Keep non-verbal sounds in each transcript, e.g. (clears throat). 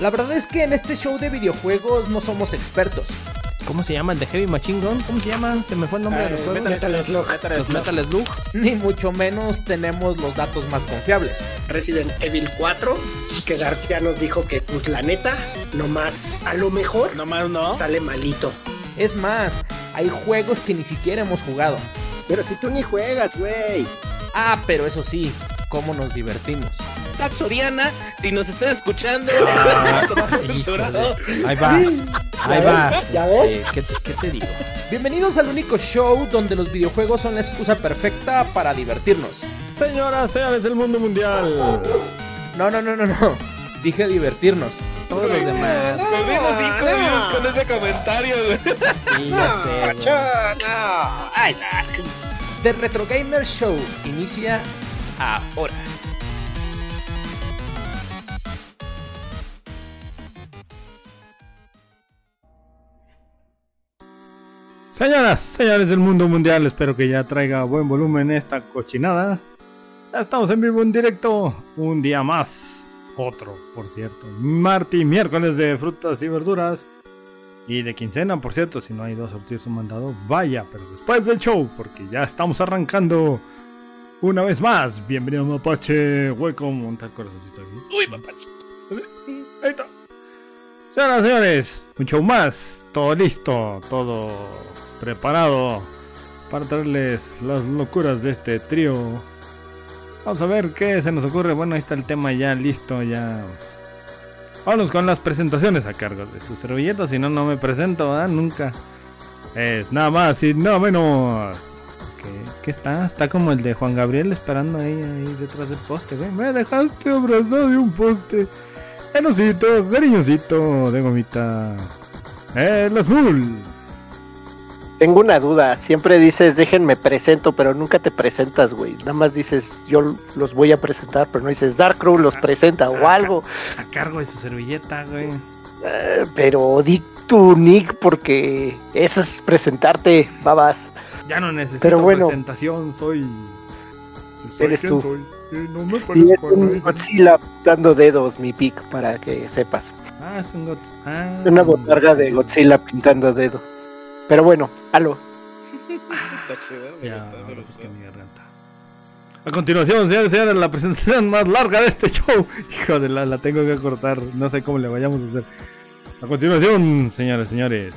La verdad es que en este show de videojuegos no somos expertos. (laughs) ¿Cómo se llama el de Heavy Machine Gun? ¿Cómo se llama? Se me fue el nombre de los Metal, juegos. Metal Slug, Los Metal Slug. Ni mucho menos tenemos los datos más confiables. Resident Evil 4, que Dark ya nos dijo que, pues la neta, nomás, a lo mejor Nomás no. sale malito. Es más, hay juegos que ni siquiera hemos jugado. Pero si tú ni juegas, güey. Ah, pero eso sí, cómo nos divertimos. Tab Soriana, si nos estás escuchando. Ah, (laughs) Híjole. Ahí va. Ahí va. ¿Ya ves? Eh, ¿qué, te, qué te digo? Bienvenidos al único show donde los videojuegos son la excusa perfecta para divertirnos. Señoras, señores del mundo mundial. No, no, no, no, no. Dije divertirnos. Ah, Todos los demás. Perdimos cinco minutos con ese comentario, güey. Sí, ya sé, güey. no. Ay, Dark. The Retro Gamer Show inicia ahora. Señoras, señores del mundo mundial, espero que ya traiga buen volumen esta cochinada. Ya estamos en vivo en directo, un día más, otro, por cierto. Martes y miércoles de frutas y verduras. Y de quincena, por cierto, si no ha ido a sortir su mandado, vaya, pero después del show, porque ya estamos arrancando una vez más. Bienvenido Mapache, welcome, un tal corazoncito aquí. Uy, mapache. Ahí está. Señoras y señores, un show más. Todo listo, todo preparado para traerles las locuras de este trío. Vamos a ver qué se nos ocurre. Bueno, ahí está el tema ya listo, ya. Vamos con las presentaciones a cargo de sus servilletas, si no, no me presento, ¿verdad? Nunca. Es nada más y nada menos. ¿Qué, qué está? Está como el de Juan Gabriel esperando ahí, ahí detrás del poste, güey. Me dejaste abrazado de un poste. El osito, cariñosito de gomita. Eh, El azul. Tengo una duda. Siempre dices, déjenme presento, pero nunca te presentas, güey. Nada más dices, yo los voy a presentar, pero no dices, Dark Crew los presenta o algo. A cargo de su servilleta, güey. Eh, pero di tu nick porque eso es presentarte, babas. Ya no necesito Pero bueno. presentación, soy. Eres quién tú. soy. Y no me Y es parezco a un nadie. Godzilla dando dedos, mi pic, para que sepas. Ah, es un Gods. Ah. Una botarga de Godzilla pintando dedo. Pero bueno, halo. Está chido, me Ya, gusta, me ahora gusta. busqué mi garganta. A continuación, señores y señores, la presentación más larga de este (laughs) show. Híjole, la, la tengo que cortar. No sé cómo le vayamos a hacer. A continuación, señores y señores.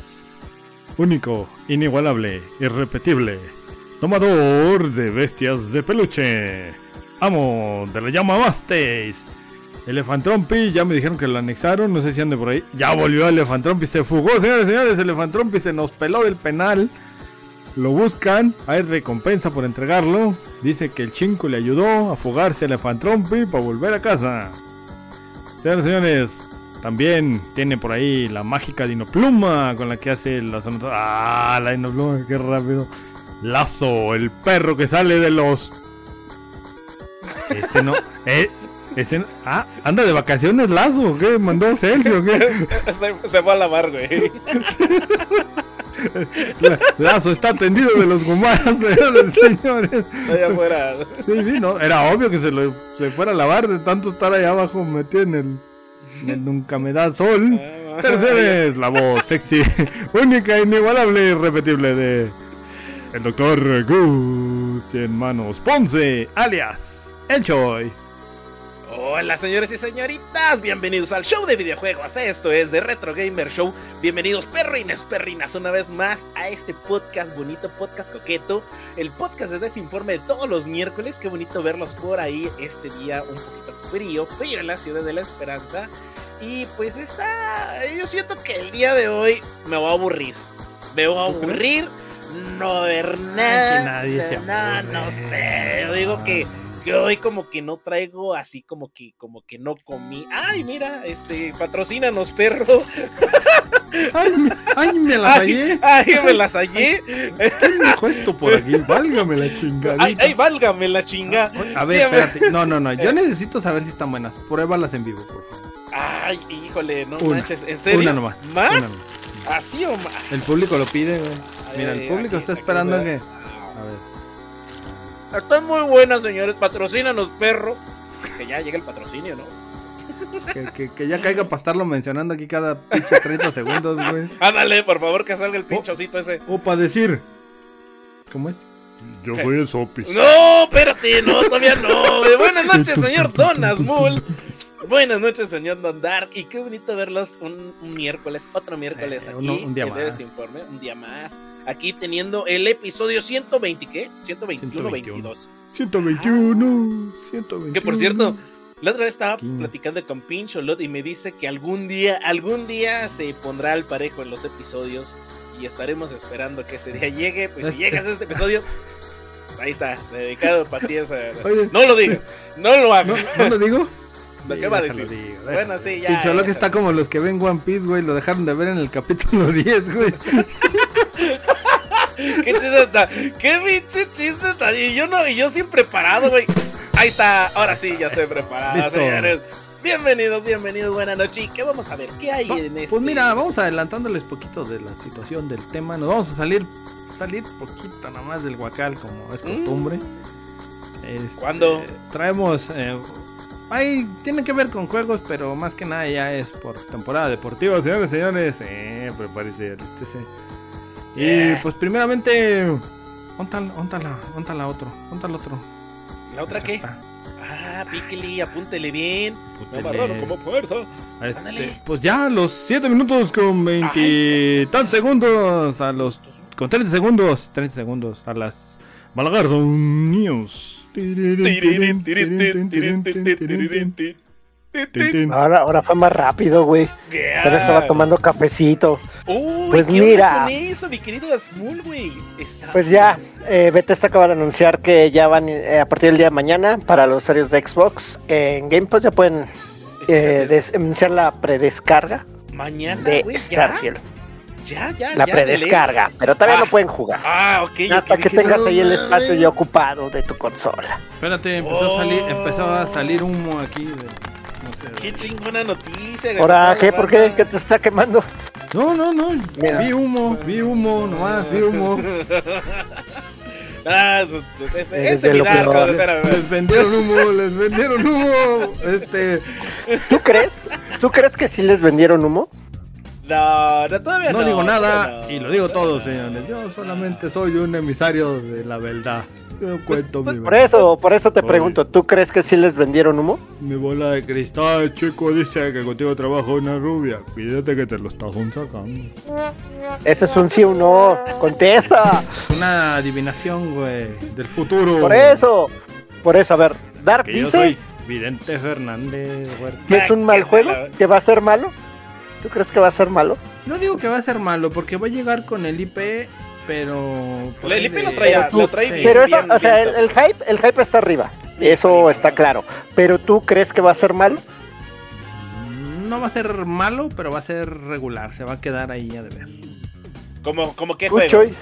Único, inigualable, irrepetible. Tomador de bestias de peluche. Amo de la llama Mastes. Elefantrompi, ya me dijeron que lo anexaron, no sé si ande por ahí. Ya volvió Elefantrompi, se fugó, señores y señores. Elefantrompi se nos peló del penal. Lo buscan, hay recompensa por entregarlo. Dice que el chinco le ayudó a fugarse al Elefantrompi para volver a casa. Señoras y señores, también tiene por ahí la mágica dinopluma con la que hace las anotaciones. ¡Ah! La dinopluma, qué rápido. Lazo, el perro que sale de los. Ese no. eh, ese no- Ah, anda de vacaciones, Lazo. ¿Qué? ¿Mandó Sergio? o ¿Qué? (laughs) Se, se fue a lavar, güey. La- Lazo está tendido de los gomaras, (laughs) señores. señores. Allá (laughs) afuera. Sí, sí, no, era obvio que se, lo, se fuera a lavar de tanto estar allá abajo metido en el, en el Nunca me da sol. (laughs) Tercera es la voz sexy, única, inigualable y irrepetible de el doctor Gus en manos Ponce, alias El Choy. Hola señores y señoritas, bienvenidos al show de videojuegos. Esto es de Retro Gamer Show. Bienvenidos perrines, perrinas, una vez más a este podcast bonito, podcast coqueto, el podcast de desinforme de todos los miércoles. Qué bonito verlos por ahí este día un poquito frío, frío en la ciudad de la esperanza. Y pues está, yo siento que el día de hoy me voy a aburrir. Me voy a aburrir, no ver nada. que nadie se nada, aburre. Eh, no sé, yo digo que que hoy como que no traigo así como que como que no comí. Ay, mira, este patrocínanos, perro. Ay, me, ay, me la Ay, fallé. ay, me las hallé. ¿Quién dijo esto por aquí? Válgame la chingadita. Ay, ay, válgame la chinga. A ver, dígame. espérate. No, no, no. Eh. Yo necesito saber si están buenas. Pruébalas en vivo, por favor. Ay, híjole, no Una, manches, en serio. Una nomás. ¿Más? Una nomás. Así o más. (laughs) El público lo pide, güey. Mira, el Ay, público aquí- está esperando aquí que. se A da. ver. Están muy buenas, señores. Patrocínanos, perro. Que ya llega el patrocinio, ¿no? Que, que- que ya caiga para estarlo mencionando aquí cada pinche 30 segundos, güey. Ándale, por favor, que Oh. salga el pinchocito ese. O para decir. ¿Cómo es? Yo soy el Sopis. No, espérate, no, todavía no. güey. Buenas noches, señor Don Asmul. Buenas noches, señor Don Dark. Y qué bonito verlos un, un miércoles, otro miércoles Eh, aquí. uno- un día en Leves más. Informe, un día más. Aquí teniendo el episodio 120, ¿qué? 121, 22. 121, 121. Que por cierto, la otra vez estaba Quince. platicando con Pincholot y me dice que algún día, algún día se pondrá al parejo en los episodios y estaremos esperando que ese día llegue. Pues (laughs) si llegas a este episodio, ahí está, dedicado para ti. esa- Oye. No lo digas, no lo ¿No, hagas. no lo digo? Lo Sí, que va a déjalo, decir. digo, Bueno, sí, ya. Picholo que ya. está como los que ven One Piece, güey. Lo dejaron de ver en el capítulo (laughs) 10, güey. ¿Qué chiste está? ¿Qué pinche chiste está? Y yo, no, y yo sin preparado, güey. Ahí está, ahora sí, ya estoy preparado, Listo. señores. Bienvenidos, bienvenidos, buenas noches. ¿Y ¿Qué vamos a ver? ¿Qué hay en este? Pues mira, vamos adelantándoles poquito de la situación del tema. Nos vamos a salir, salir poquito nada más del guacal, como Mm. es costumbre. Este, ¿Cuándo? Traemos. eh, ay, tiene que ver con juegos, pero más que nada ya es por temporada deportiva, señores y señores. Eh, prepárese, alístese. Y Yeah. pues, primeramente. Óntala, óntala, óntala otro, óntala otro. ¿La otra qué? Está. Ah, píquele, apúntele bien. Me Pútele. amarraron como puerta. Este, Ándale. pues ya a los 7 minutos con 20 tan segundos a los con 30 segundos, 30 segundos a las Malagardo News. Ahora, ahora fue más rápido, güey. Pero Ah. estaba tomando cafecito. Uy, Pues ¿qué onda mira. con eso, mi querido Asmul, güey? Está- Pues ya, eh, Bethesda acaba de anunciar que ya van eh, a partir del día de mañana para los usuarios de Xbox en Game Pass ya pueden eh, Espérate, des- iniciar la predescarga Mañana, de Ah, güey, ya, Starfield. ya, ya. La ya, dele. predescarga, pero todavía Ah. no pueden jugar. Ah, ok. yo Hasta que dije, tengas no ahí el mames. espacio ya ocupado de tu consola. Espérate, empezó a salir, empezó a salir humo aquí de- no sé. Qué chingona noticia, güey. Ahora, Toda ¿qué? la ¿Por qué? banda. ¿Qué te está quemando? No, no, no. Mira. Vi humo, vi humo, nomás, vi humo. Ah, su- su- ese, Eres ese de lo mirar, peor. cabrón, espérame, espérame. (laughs) Les vendieron humo, les vendieron humo. Este, ¿Tú crees? ¿Tú crees que sí les vendieron humo? No, no, todavía no. no digo todavía nada no, y lo digo todo, todavía no. señores. Yo solamente soy un emisario de la verdad. Yo cuento mi Por verdad. eso, por eso te Oye. pregunto, ¿tú crees que sí les vendieron humo? Mi bola de cristal, chico, dice que contigo trabaja una rubia. Pídete que te lo estás sacando. Ese es un sí o un no. Contesta. Es una adivinación, güey, del futuro. Por eso. Por eso, a ver, Dark Que yo dice soy Vidente Fernández, güey. que es un mal Sáquese juego, la- que va a ser malo. ¿Tú crees que va a ser malo? No digo que va a ser malo, porque va a llegar con el IP, pero... por El ahí IP de- lo traía, Pero tú- lo traía bien. Pero eso, bien o sea, el, lento. el hype, el hype está arriba. Eso está claro. Pero tú crees que va a ser malo? No va a ser malo, pero va a ser regular, se va a quedar ahí a deber. Como, como que Tú, juego. Choy,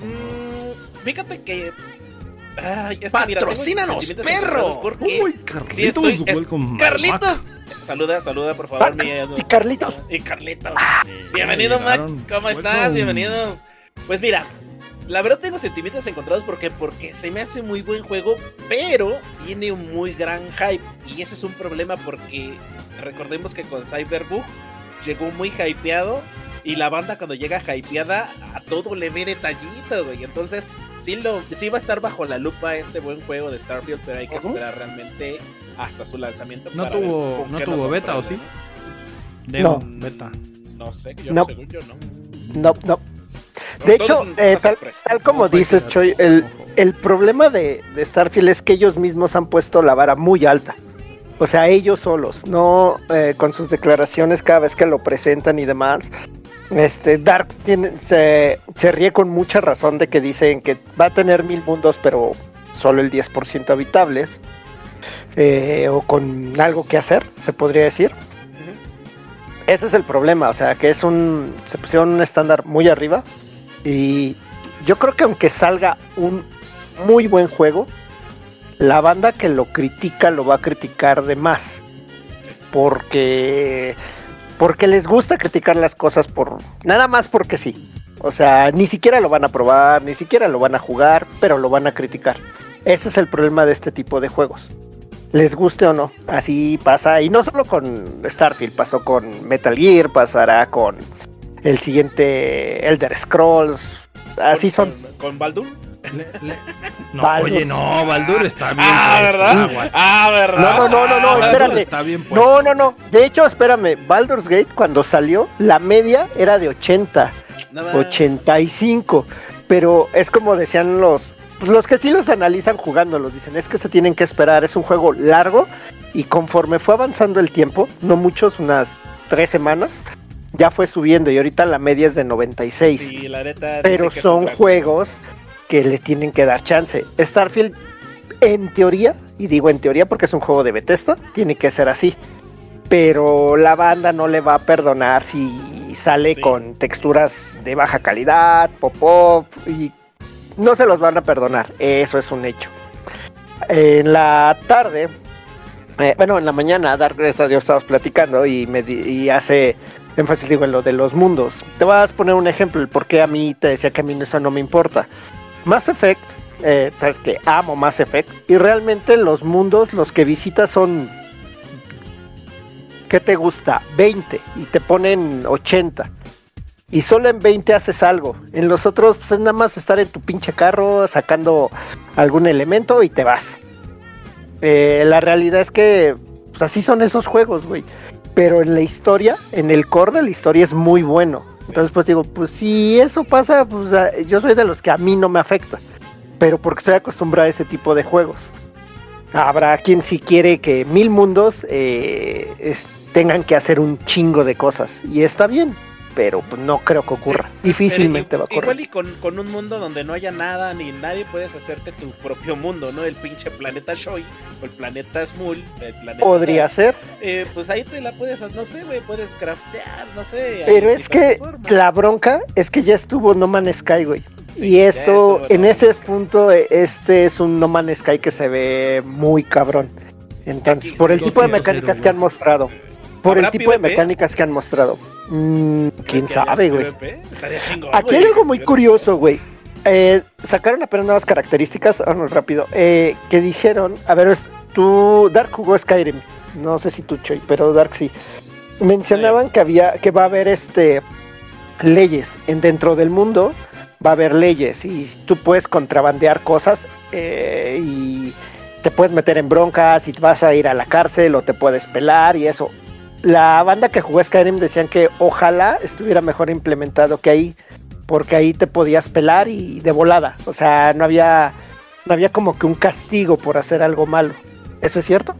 Mm, fíjate que. Ay, es que mira, tengo ¡Patrocínanos, sentimientos perro! encontrados Porque Uy, si Carlitos, estoy. es- welcome, Carlitos. Saluda, saluda, por favor, mi. Ah, y Carlitos. Y Carlitos. Mac. Bienvenido, Mac. Llegaron. ¿Cómo estás? Welcome. Bienvenidos. Pues mira, la verdad tengo sentimientos encontrados porque, porque se me hace muy buen juego, pero tiene un muy gran hype. Y ese es un problema porque recordemos que con Cyberbug llegó muy hypeado. Y la banda cuando llega hypeada, a todo le ve detallito, güey. Entonces, sí, lo, sí va a estar bajo la lupa este buen juego de Starfield, pero hay que Ujú. esperar realmente hasta su lanzamiento. No para ver tuvo- con no qué tuvo nos beta, ¿o sí? sorprende, No. Demo, beta. No sé, yo, No. según yo no. no, no. De Todo hecho, es una eh, tal, sorpresa. tal como Ojo, dices, cuidado, Choy, el, ojo. (laughs) el problema de, de Starfield es que ellos mismos han puesto la vara muy alta. O sea, ellos solos, no eh, con sus declaraciones cada vez que lo presentan y demás. Este, Dark tiene, se, se ríe con mucha razón de que dicen que va a tener mil mundos, pero solo el 10% habitables. eh, o con algo que hacer, se podría decir. Ese es el problema, o sea, que es un. Se pusieron un estándar muy arriba. Y yo creo que aunque salga un muy buen juego, la banda que lo critica lo va a criticar de más. Porque. Porque les gusta criticar las cosas por. Nada más porque sí. O sea, ni siquiera lo van a probar, ni siquiera lo van a jugar, pero lo van a criticar. Ese es el problema de este tipo de juegos. les guste o no. Así pasa, y no solo con Starfield, pasó con Metal Gear, pasará con el siguiente Elder Scrolls. Así son. ¿Con, con Baldun? No, Baldur. oye, no, Baldur está bien. Ah, puesto, ¿verdad? aguas. Ah, ¿verdad? No, no, no, no, no, Ah, espérate. Está bien puesto. No, no, no. De hecho, espérame, Baldur's Gate cuando salió, la media era de 80, no, no. 85. Pero es como decían los, pues, los que sí los analizan jugándolos, dicen, es que se tienen que esperar, es un juego largo y conforme fue avanzando el tiempo, no muchos, unas tres semanas, ya fue subiendo y ahorita la media es de 96 Sí, la neta. pero dice que es son otra- juegos que le tienen que dar chance. Starfield, en teoría, y digo en teoría porque es un juego de Bethesda, tiene que ser así. Pero la banda no le va a perdonar si sale Sí. con texturas de baja calidad, pop-up, y no se los van a perdonar. Eso es un hecho. En la tarde, eh, bueno, en la mañana, Dark Cresta, yo estábamos platicando y, me di- y hace énfasis, digo, en lo de los mundos. Te vas a poner un ejemplo, el por qué a mí te decía que a mí eso no me importa. Mass Effect, eh, sabes que amo Mass Effect, y realmente los mundos, los que visitas son. ¿Qué te gusta? 20, y te ponen 80. Y solo en 20 haces algo. En los otros, pues es nada más estar en tu pinche carro sacando algún elemento y te vas. Eh, la realidad es que pues, así son esos juegos, güey. Pero en la historia, en el core de la historia es muy bueno. Entonces, pues digo, pues si eso pasa, pues a- yo soy de los que a mí no me afecta. Pero porque estoy acostumbrado a ese tipo de juegos. Habrá quien si quiere que mil mundos eh, es- tengan que hacer un chingo de cosas. Y está bien, pero pues, no creo que ocurra. Pero Difícilmente va a ocurrir. Igual y con, con un mundo donde no haya nada ni nadie puedes hacerte tu propio mundo, ¿no? El pinche planeta Shoy o el planeta Smul, el planeta. Podría ser. Eh, pues ahí te la puedes, no sé, güey, puedes craftear, no sé. hay Pero es que diferentes formas. la bronca es que ya estuvo No Man's Sky, güey. Sí, y ya esto, estuvo en No ese Man's Sky. punto, eh, este es un No Man's Sky que se ve muy cabrón. Entonces, Aquí por el salió tipo de 2.0, mecánicas que güey. han mostrado, por el ¿Habrá tipo de PvP? mecánicas que han mostrado, mm, quién ¿Crees que haya sabe, güey. PvP? Estaría chingón. Aquí güey, hay que algo muy estuviera- curioso, güey. Eh, sacaron apenas nuevas características, vamos rápido, eh, que dijeron, a ver, es- tú, Dark jugó Skyrim, no sé si tú, Choy, pero Dark sí. Mencionaban que había, que va a haber este leyes en dentro del mundo, va a haber leyes y tú puedes contrabandear cosas eh, y te puedes meter en broncas y te vas a ir a la cárcel o te puedes pelar y eso. La banda que jugó Skyrim decían que ojalá estuviera mejor implementado que ahí, porque ahí te podías pelar y de volada. O sea, no había, no había como que un castigo por hacer algo malo. ¿Eso es cierto?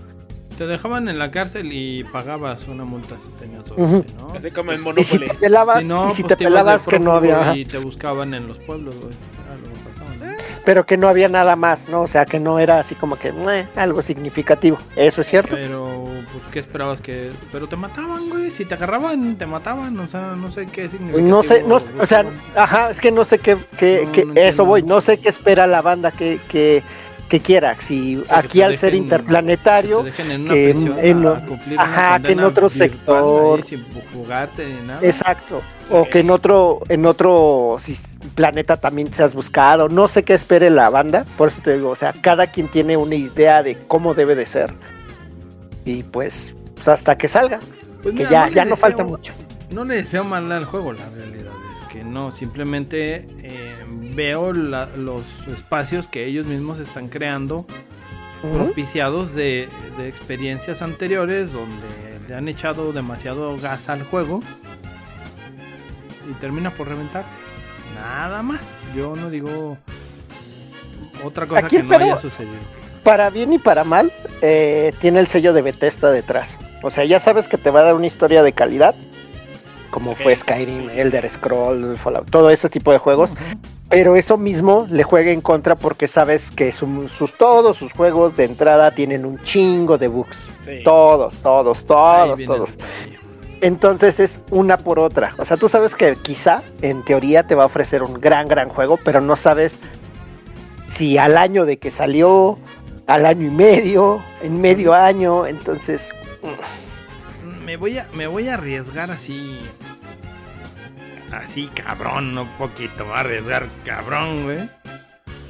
Te dejaban en la cárcel y pagabas una multa si tenías Ujú. suerte, ¿no? Así como en Y si Monopoly. te pelabas, Si no, y pues si te ibas de pelabas que no prófugo había, ajá, Eh. Y te buscaban en los pueblos, güey. Era lo que pasaba, ¿no? pero que no había nada más, ¿no? O sea, que no era así como que "Mue", algo significativo. ¿Eso es cierto? Pero, pues, ¿qué esperabas que...? Pero te mataban, güey. Si te agarraban, te mataban. O sea, no sé qué significativo. No sé, no, sé, o sea, buscaban. ajá, es que no sé qué, qué, No, qué- no eso entiendo. voy, no sé qué espera la banda que, que, que quiera. Si aquí te al ser dejen- interplanetario, te dejen en una que en- prisión en a o- cumplir una ajá, que en condena otro virtual sector. ahí sin jugarte ni nada. exacto, o que en otro, en otro sis- planeta también seas buscado, no sé qué espere la banda, por eso te digo, o sea, cada quien tiene una idea de cómo debe de ser. Y pues, pues hasta que salga, Pues que mira, ya, le ya no deseo- falta mucho. No le deseo mal al juego, la realidad es que no, simplemente eh, veo la- los espacios que ellos mismos están creando Ujú. propiciados de, de experiencias anteriores donde le han echado demasiado gas al juego y termina por reventarse. Nada más. Yo no digo otra cosa Aquí que el no haya pedo- sucedido. Para bien y para mal, eh, tiene el sello de Bethesda detrás. O sea, ya sabes que te va a dar una historia de calidad, como Ok, fue sí, Skyrim, sí, sí. Elder Scrolls, Fallout, todo ese tipo de juegos. Pero eso mismo le juega en contra porque sabes que su- sus, todos sus juegos de entrada tienen un chingo de bugs. Sí. Todos, todos, Ahí todos, viene el todos. detalle. Entonces es una por otra. O sea, tú sabes que quizá en teoría te va a ofrecer un gran, gran juego, pero no sabes si al año de que salió, al año y medio, en medio año. Entonces, Mm, Me voy a, me voy a arriesgar así. Así cabrón, no poquito, me voy a arriesgar cabrón, güey.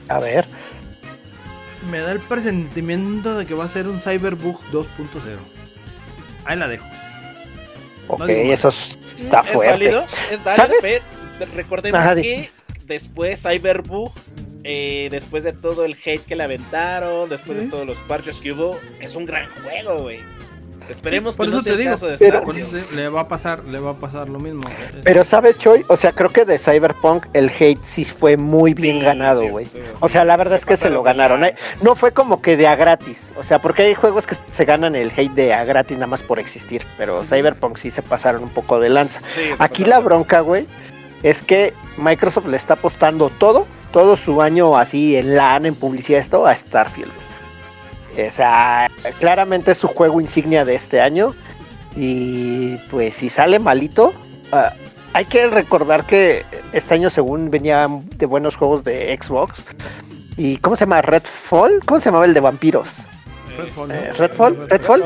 a ver, Me da el presentimiento de que va a ser un Cyberbug 2.0. Ahí la dejo. Ok, digo más. eso s- está es fuerte. válido, es válido, ¿Sabes? pero recordemos Ajá, di. que después Cyberbug, eh, después de todo el hate que le aventaron, después de Sí. todos los parches que hubo, es un gran juego, güey. Esperemos Por que eso no sea te el digo, caso de pero- Con Starfield. eso te- ¿eh? le va a pasar, le va a pasar lo mismo. eh, Pero sabes, Choy, o sea, creo que de Cyberpunk el hate sí fue muy bien Sí, ganado, sí, güey. estuvo, o sí. sea, la verdad es que se pasaron lo de ganaron. ¿eh? lanza. No fue como que de a gratis. O sea, porque hay juegos que se ganan el hate de a gratis nada más por existir. Pero Cyberpunk sí se pasaron un poco de lanza. Sí, se Aquí pasaron la de bronca, güey, es que Microsoft le está apostando todo, todo su año así en LAN, en publicidad, esto, a Starfield. güey. O sea, claramente es su juego insignia de este año. Y pues si sale malito, ah, hay que recordar que este año según venían de buenos juegos de Xbox. ¿Y cómo se llama? ¿Redfall? ¿Cómo se llamaba el de vampiros? Redfall, eh, ¿no? Redfall, Redfall.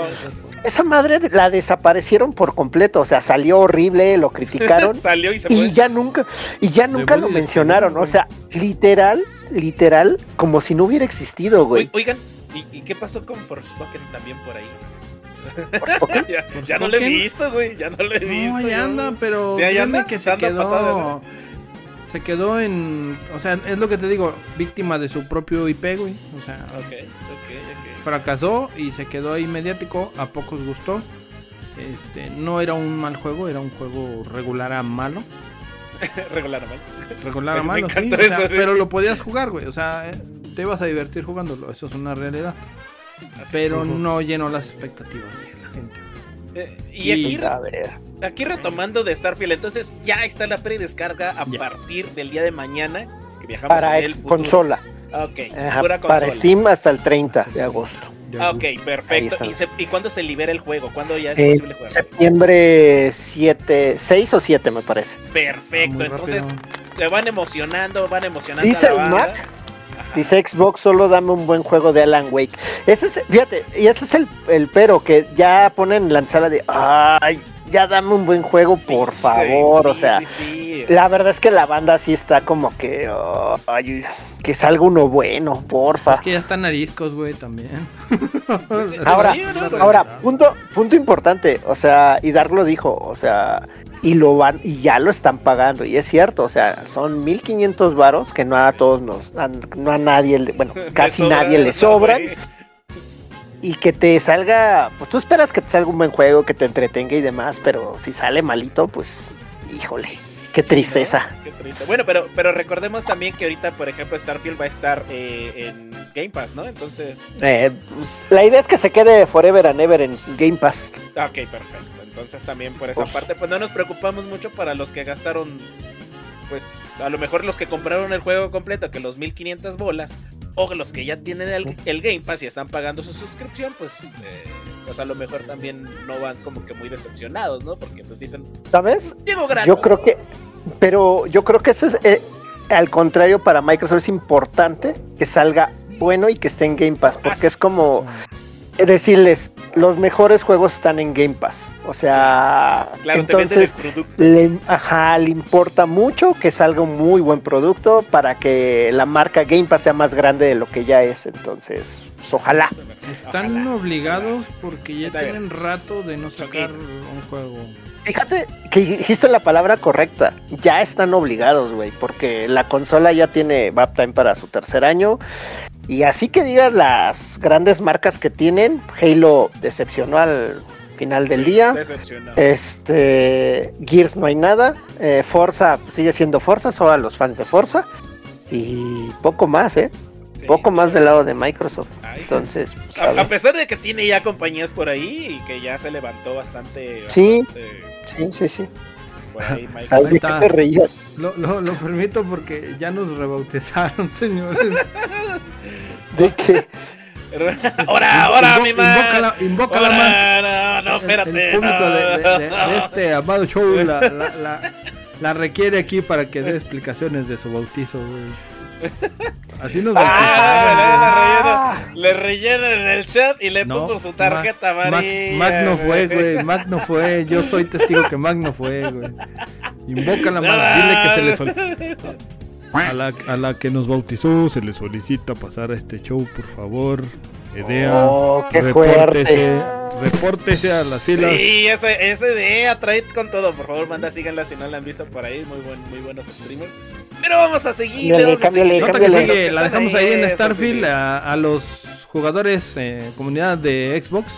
Esa madre la desaparecieron por completo. O sea, salió horrible, lo criticaron. Salió y se fue. y ya nunca y ya nunca lo Bully mencionaron o Spring, sea literal literal como si no hubiera existido güey Oi- Oigan, ¿y, y qué pasó con Forspoken también por ahí? (laughs) Forspoken. ya, Pues, ya no lo he ¿Forspoken? visto, güey. Ya no lo he visto. No, yo. ya anda, pero Sí, ahí créeme anda, que ya se anda quedó. patada, Se quedó en. O sea, es lo que te digo, víctima de su propio IP, güey. O sea, Ok, ok, ok. fracasó y se quedó ahí mediático. A pocos gustó. Este, no era un mal juego, era un juego regular a malo. (laughs) Regular, ¿vale? Regular a Me- me malo, sí, encantó o sea, eso, ¿eh? güey. pero lo podías jugar, güey. O sea, eh, te ibas a divertir jugándolo, eso es una realidad. Pero no llenó las expectativas de la gente. Eh, Y- y aquí, Pues, a ver aquí retomando de Starfield, entonces ya está la predescarga a Ya. partir del día de mañana. Que viajamos para en el ex futuro. consola Ok, Ajá, pura consola. para Steam hasta el 30 de agosto Ya, Ah, güey. Ok, Ahí perfecto. está. ¿Y, se- y cuándo se libera el juego? ¿Cuándo ya es Eh, posible jugar? septiembre 7 6 o 7 me parece Ah, muy Perfecto, entonces rápido. te van emocionando, van emocionando. Dice a el la banda. Mac, Ajá. dice Xbox solo dame un buen juego de Alan Wake ese es fíjate y ese es el, el pero que ya ponen la sala de ay ya dame un buen juego Sí, por güey, favor o sí, sea eh, sí, sí. La verdad es que la banda sí está como que. oh, ay, que salga uno bueno, porfa. Es que ya están ariscos, güey, también. Ahora, Sí, no, no, Ahora, punto, punto importante. O sea, y Dark lo dijo. O sea, y lo van, y ya lo están pagando. Y es cierto, o sea, son 1500 varos que no a todos nos, a- no a nadie, le- bueno, Le casi sobra, nadie le no, sobran. güey. y que te salga, pues tú esperas que te salga un buen juego, que te entretenga y demás, pero si sale malito, pues, híjole, qué tristeza. Qué triste. Bueno, pero, pero recordemos también que ahorita, por ejemplo, Starfield va a estar eh, en Game Pass, ¿no? Entonces, Eh, pues, la idea es que se quede forever and ever en Game Pass. ah, ok, perfecto. Entonces también por esa Uf. parte, pues no nos preocupamos mucho para los que gastaron, pues a lo mejor los que compraron el juego completo, que los 1500 bolas, o los que ya tienen el, el Game Pass y están pagando su suscripción, pues, eh, pues a lo mejor también no van como que muy decepcionados, ¿no? Porque pues dicen, ¿Sabes? llego gratis. Yo creo que, pero yo creo que eso es, eh, al contrario, para Microsoft es importante que salga bueno y que esté en Game Pass, porque es como eh, decirles, los mejores juegos están en Game Pass. O sea, Claro, entonces te venden el producto. le, ajá, le importa mucho que salga un muy buen producto para que la marca Game Pass sea más grande de lo que ya es. Entonces, pues, ojalá. Están Ojalá. obligados porque ya Está bien. tienen rato de no sacar Choquitos. un juego. Fíjate que dijiste la palabra correcta. Ya están obligados, güey, porque la consola ya tiene Baptime para su tercer año. Y así que digas las grandes marcas que tienen, Halo decepcionó al final del Sí, día. decepcionado. Este, Gears no hay nada. eh, Forza pues, sigue siendo Forza, solo a los fans de Forza. Y poco más, ¿eh? Sí. Poco más del lado de Microsoft. Ay, Entonces, pues, a A, a ver. pesar de que tiene ya compañías por ahí y que ya se levantó bastante. Sí. bastante sí, sí, sí. por (laughs) ahí, Microsoft. Así que está. te reías. Lo, lo, lo permito porque ya nos rebautizaron, (laughs) señores. ¿De que (laughs) ahora, ahora, Invo- mi man. invócala, invócala, man. Ahora, no, no, espérate. El público no. de, de- de- (laughs) de este amado show la, la, la- la requiere aquí para que dé explicaciones de su bautizo, güey. Así nos Ah, Le relleno en el chat y le No, pongo su tarjeta Mac- amarilla. Mac no fue, güey. güey. Mac no fue. Yo soy testigo que Mac no fue, güey. Invócala, No, Mac. Dile que se le soltó. A la, a la que nos bautizó se le solicita pasar a este show, por favor. Edea, Oh, qué repórtese, eh. fuerte. repórtese a las filas. Sí, esa, esa idea, trae con todo. Por favor, manda, síganla si no la han visto por ahí. Muy, buen, muy buenos streamers. Pero vamos a seguir. Cámbiale, vamos a cámbiale, seguir. Nota que Cámbiale. sigue, la dejamos ahí en Eso, Starfield sí. a, a los jugadores, eh, comunidad de Xbox.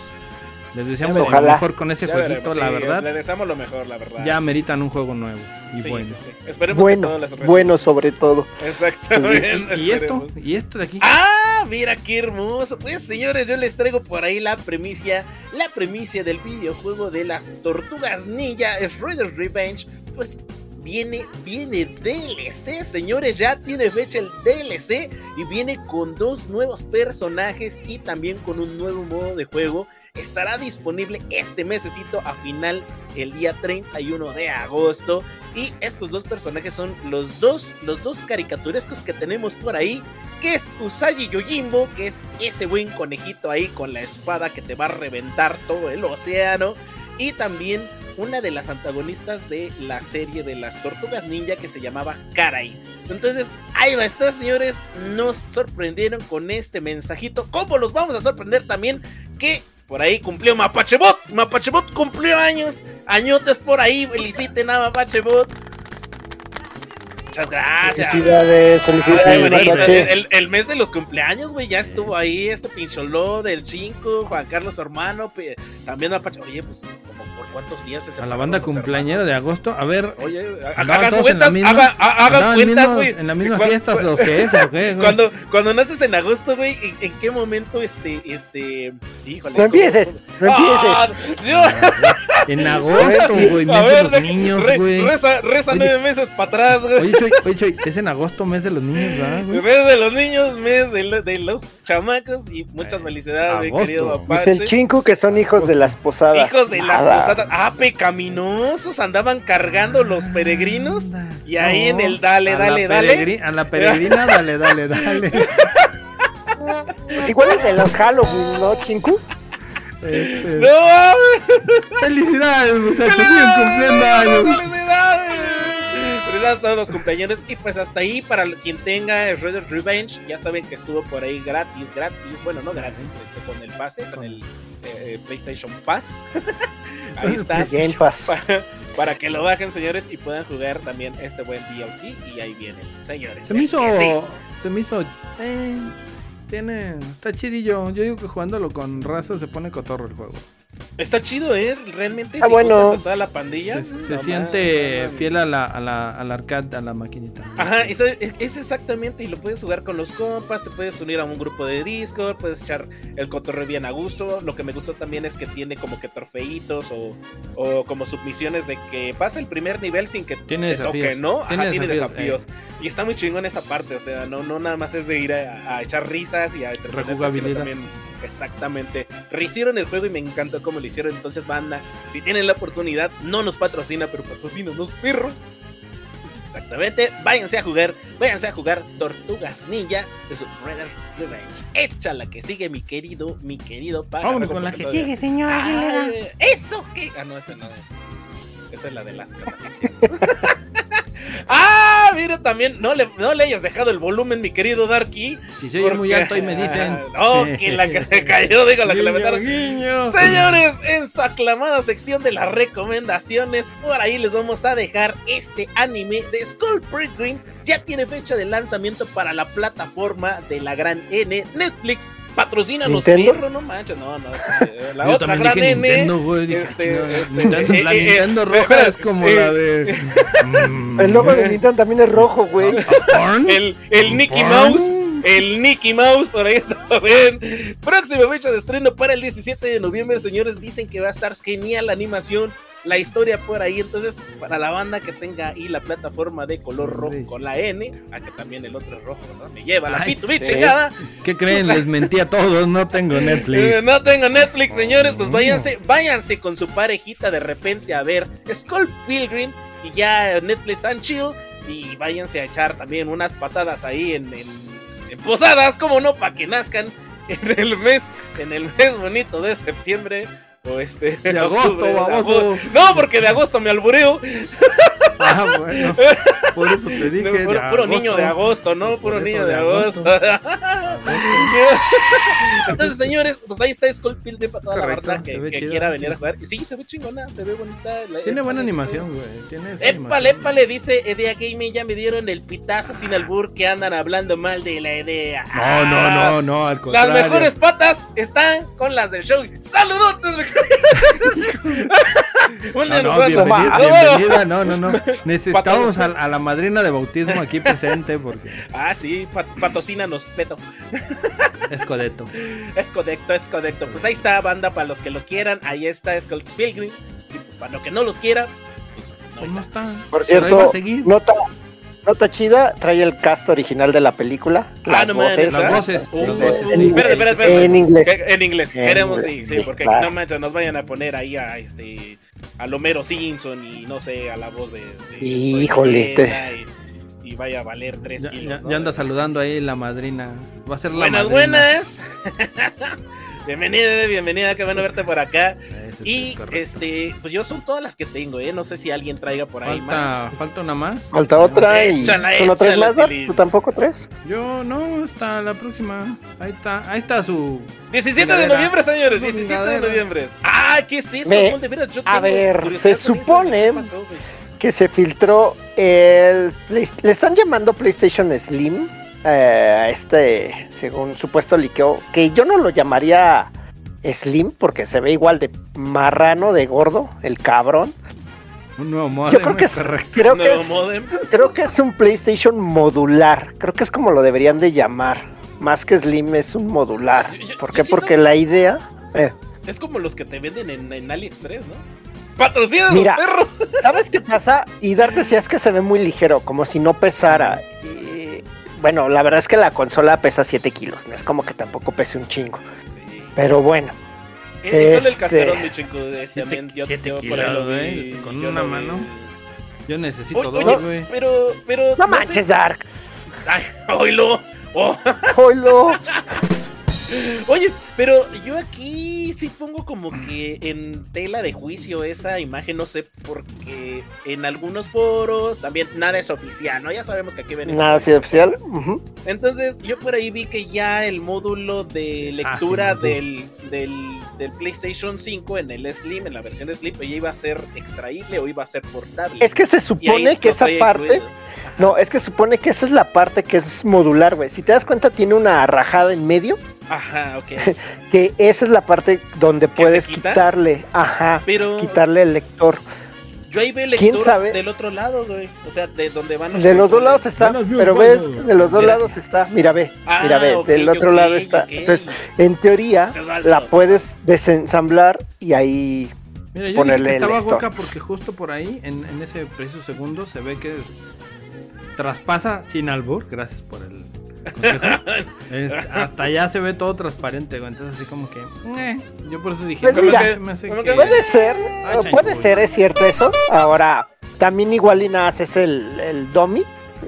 Les deseamos Ya lo veremos. mejor con ese Ya jueguito, veremos, la sí, Le verdad. deseamos lo mejor, la verdad. Ya meritan un juego nuevo y Sí, sí, bueno. sí. Esperemos que Bueno, todos les resulte. bueno sobre todo. Exactamente. Y esto, esperemos. y esto de aquí. Ah, mira qué hermoso. Pues señores, yo les traigo por ahí la premicia, la premicia del videojuego de las tortugas ninja, Shredder's Revenge, pues viene, viene DLC, señores, ya tiene fecha el DLC y viene con dos nuevos personajes y también con un nuevo modo de juego. Estará disponible este mesecito a final el día 31 de agosto. Y estos dos personajes son los dos, los dos caricaturescos que tenemos por ahí que es Usagi Yojimbo, que es ese buen conejito ahí con la espada que te va a reventar todo el océano. Y también una de las antagonistas de la serie de las tortugas ninja que se llamaba Karai. Entonces, ahí va, estos señores nos sorprendieron con este mensajito. ¿Cómo los vamos a sorprender también? Que por ahí cumplió Mapachebot. Mapachebot cumplió años. Añotes por ahí. Feliciten a Mapachebot. Muchas gracias. Felicidades, Ay, felicidades, manito, Mapache. Ah, el, el mes de los cumpleaños, güey, ya estuvo ahí este pincholó del Chinco, Juan Carlos su hermano, pe- también Apache. Oye, pues, como por cuántos días A se la separaron banda los cumpleañera de agosto. A ver, hermanos? Oye, ha- Andaban todos hagan en la cuentas, misma- hagan- ha- hagan andaban en cuentas, mismos- eh, güey. En la misma Cuan- fiesta, cu- los jefes, ¿o qué, güey? (laughs) Cuando, cuando naces en agosto, güey, ¿en, en qué momento este, este, híjole? No empieces, no empieces. Ah, yo- En agosto, güey. a Mes de ver, los de- niños, re- güey. reza, reza Oye. nueve meses para atrás, güey. Oye, Choy, oye, Choy, es en agosto, mes de los niños, ¿verdad, güey? Mes de los niños, mes de, lo- de los chamacos y muchas felicidades, mi agosto. querido Dice el Apache. chinco que son hijos de las posadas. Hijos de las Nada. posadas. Ah, pecaminosos. Andaban cargando los peregrinos. Y ahí en el dale, a la dale, dale. peregri- A la peregrina, dale, dale, (laughs) dale. Pues igual es de los Halloween, ¿no, chinco? Este, ¡No! mames! Felicidades, muchachos. siguen cumpliendo años. ¡Felicidades! Felicidades a todos los compañeros. Y pues hasta ahí, para quien tenga Shredder Revenge, ya saben que estuvo por ahí gratis, gratis. Bueno, no gratis, este, con el pase, con el eh, PlayStation Pass. (laughs) ahí está. Bien, paz. para, para que lo bajen, señores, y puedan jugar también este buen DLC. Y ahí vienen, señores. Se me el que sí. hizo. Se me hizo. eh, tiene. Está chidillo. Yo digo que jugándolo con raza se pone cotorro el juego. Está chido, ¿eh? Realmente Está si bueno. juntas a toda la pandilla. Se, Ah, no se mames, no siente mames. fiel a la, a la, al arcade, a la maquinita. Ajá, eso es, es exactamente, y lo puedes jugar con los compas, te puedes unir a un grupo de Discord, puedes echar el cotorreo bien a gusto. Lo que me gustó también es que tiene como que trofeitos o, o como submisiones de que pasa el primer nivel sin que Tiene te desafíos, toque, Eh, ¿no? Ajá, tiene tiene desafíos, eh. desafíos. Y está muy chingón esa parte, o sea, no, no nada más es de ir a, a echar risas y a entretenerte, sino Rejugabilidad. también- Exactamente. Rehicieron el juego y me encantó cómo lo hicieron. Entonces, banda, si tienen la oportunidad, no nos patrocina, pero patrocínanos, perro. Exactamente, váyanse a jugar, váyanse a jugar Tortugas Ninja de su Redder Revenge. Échala que sigue mi querido, mi querido padre. Vámonos con la que sigue, señor Eso que. Ah, no, esa no es. Esa es la de las cataplexia. (laughs) Ah, mira también, no le, no le hayas dejado el volumen, mi querido Darky. Eh, Si se oye muy porque- alto y me dicen. (laughs) No, que la que le cayó, (laughs) digo, la que Guiño, le aventaron. guiño. Señores, en su aclamada sección de las recomendaciones, por ahí les vamos a dejar este anime de Skull Green. Ya tiene fecha de lanzamiento para la plataforma de la gran N, Netflix. Patrocínanos, ¿Nintendo? perro, no manches, no, no, eso sí, eh, la Yo otra también gran dije N. Nintendo, güey. dije, este, chingada, este, Nintendo, eh, la eh, Nintendo eh, roja espera, es como eh, la de. mm, (laughs) El (laughs) logo de Nintendo también es rojo, güey. ¿Porn? el, el Mickey Mouse, el Mickey Mouse, por ahí (laughs) también. Próxima fecha de estreno para el 17 de noviembre, señores. Dicen que va a estar genial la animación, la historia por ahí. Entonces, para la banda que tenga ahí la plataforma de color rojo con la N, acá también el otro es rojo, ¿no? Me lleva la Ay, P2B, sí. chingada. ¿Qué creen? Les mentí a todos, no tengo Eh, Netflix. (laughs) no tengo Netflix, señores, pues Mm. váyanse, váyanse con su parejita de repente a ver Skull Pilgrim y ya Netflix and Chill y váyanse a echar también unas patadas ahí en, en- en posadas, como no, para que nazcan (laughs) en el mes, en el mes bonito de septiembre o este De agosto, octubre, de baboso. agosto. No, porque de agosto me albureo. (laughs) Ah, bueno. Por eso te dije. No, puro, puro niño de agosto, ¿no? Por Puro eso niño de de agosto. (laughs) Entonces, señores, pues ahí está Skull Pilgrim para toda Correcto, la banda se que, ve que chida, quiera chida. venir a jugar. Y sí, se ve chingona, se ve bonita. la- Tiene buena épale, animación, güey. Tiene esa Épale, animación. épale, dice Edea Gaming, ya me dieron el pitazo sin albur que andan hablando mal de la idea. No, no, no, no, al Las contrario. mejores patas están con las del show. ¡Saludotes! (laughs) (laughs) Un No, ah, no, enojado. bienvenida, No, bueno. bienvenida, no, no, (laughs) no. Necesitamos a, a la madrina de bautismo aquí presente porque Ah, sí, pat patrocínanos, peto. es codeto. Es correcto, es correcto. Pues ahí está, banda, para los que lo quieran. Ahí está Skull Pilgrim. Y pues, para los que no los quieran, pues, no ¿Cómo está. está? Por Pero ahí va a cierto, seguir. nota, nota chida, trae el cast original de la película. Ah, las no mames, voces. las voces, En- las en- voces. Este, En, Espérate, espérate, espérate. en inglés. Que- En inglés, Pues, En queremos, inglés, sí, sí, sí, porque claro. no manches, nos vayan a poner ahí a este a Homero Simpson y no sé, a la voz de. de- Híjole, Soy leyenda Y, y vaya a valer 3 Ya, kilos. ya- ¿no? ya anda saludando ahí la madrina. Va a ser la Buenas, madrina. buenas. (laughs) bienvenida, bienvenida, qué bueno verte por acá. Eso sí Y es correcto. este, pues yo son todas las que tengo, ¿eh? No sé si alguien traiga por ahí falta, más. falta una más. Falta otra y Échala, ¿tú no traes échala, más, Dar? Tilín. ¿Tú tampoco tres? Yo no, hasta la próxima. Ahí está, ahí está su 17 de Chingadera. noviembre, señores, Una 17 de chingadera. noviembre. Ah, ¿qué es eso? Me- ¿Dónde veras? Yo a tengo ver, curiosidad se sobre eso, supone- ¿qué pasó, güey? Que se filtró el... Play- Le están llamando PlayStation Slim eh, a este, según supuesto liqueo, que yo no lo llamaría Slim porque se ve igual de marrano, de gordo, el cabrón. un nuevo modem. Yo creo que es es, (laughs) creo que Nuevo es- modem. creo que es un PlayStation modular. Creo que es como lo deberían de llamar. Más que Slim es un modular. Yo- yo- ¿Por yo qué? siento- Porque la idea... eh, Es como los que te venden en, en AliExpress, ¿no? ¡Patrocina Mira. perro! (laughs) ¿Sabes qué pasa? Y Dar decías que se ve muy ligero, como si no pesara. Y, bueno, la verdad es que la consola pesa 7 kilos, no es como que tampoco pese un chingo. Sí. Pero bueno, Es solo Eh, el Este- cascarón, mi chico. de este, Siete- también, yo- siete yo por ahí kilos, lo vi, güey, con yo una lo vi. mano. Yo necesito Oye, dos, güey. Pero, pero. no sé- manches, Dark. Ay, oílo. Oh, (laughs) Oilo. Oye, pero yo aquí sí pongo como que en tela de juicio esa imagen, no sé, porque en algunos foros también nada es oficial, ¿no? Ya sabemos que aquí venimos. Nada así de oficial. ujú. Entonces, yo por ahí vi que ya el módulo de lectura Ah, sí, del, del, del PlayStation 5 en el Slim, en la versión Slim, pues ya iba a ser extraíble o iba a ser portable. Es que se Y ahí supone que lo esa traía parte. incluido. No, es que supone que esa es la parte que es modular, güey. Si te das cuenta, tiene una rajada en medio, Ajá, ok. (laughs) que esa es la parte donde se puedes quita? quitarle, ajá, Pero quitarle el lector. yo ahí veo el ¿Quién lector sabe? del otro lado, güey. O sea, de donde van De los dos controles. lados está, Yo los vi pero un ves, poco. que de los dos Mira. lados está, mira ve, Ah, mira ve, ok, del otro ok, lado está. ok. Entonces, en teoría, Ese es válido. la puedes desensamblar y ahí, Mira, yo dije ponerle que estaba lector. hueca porque justo por ahí, en, en ese preciso segundo, se ve que traspasa sin albur. Gracias por el (laughs) consejo. Es- hasta allá se ve todo transparente, güey. Entonces, así como que. eh, yo por eso dije. Pues "No, mira, se me hace como que- que- puede ser, Ah, chancho, puede güey. ser, es cierto eso. Ahora, también igual y nada, haces el, el dummy.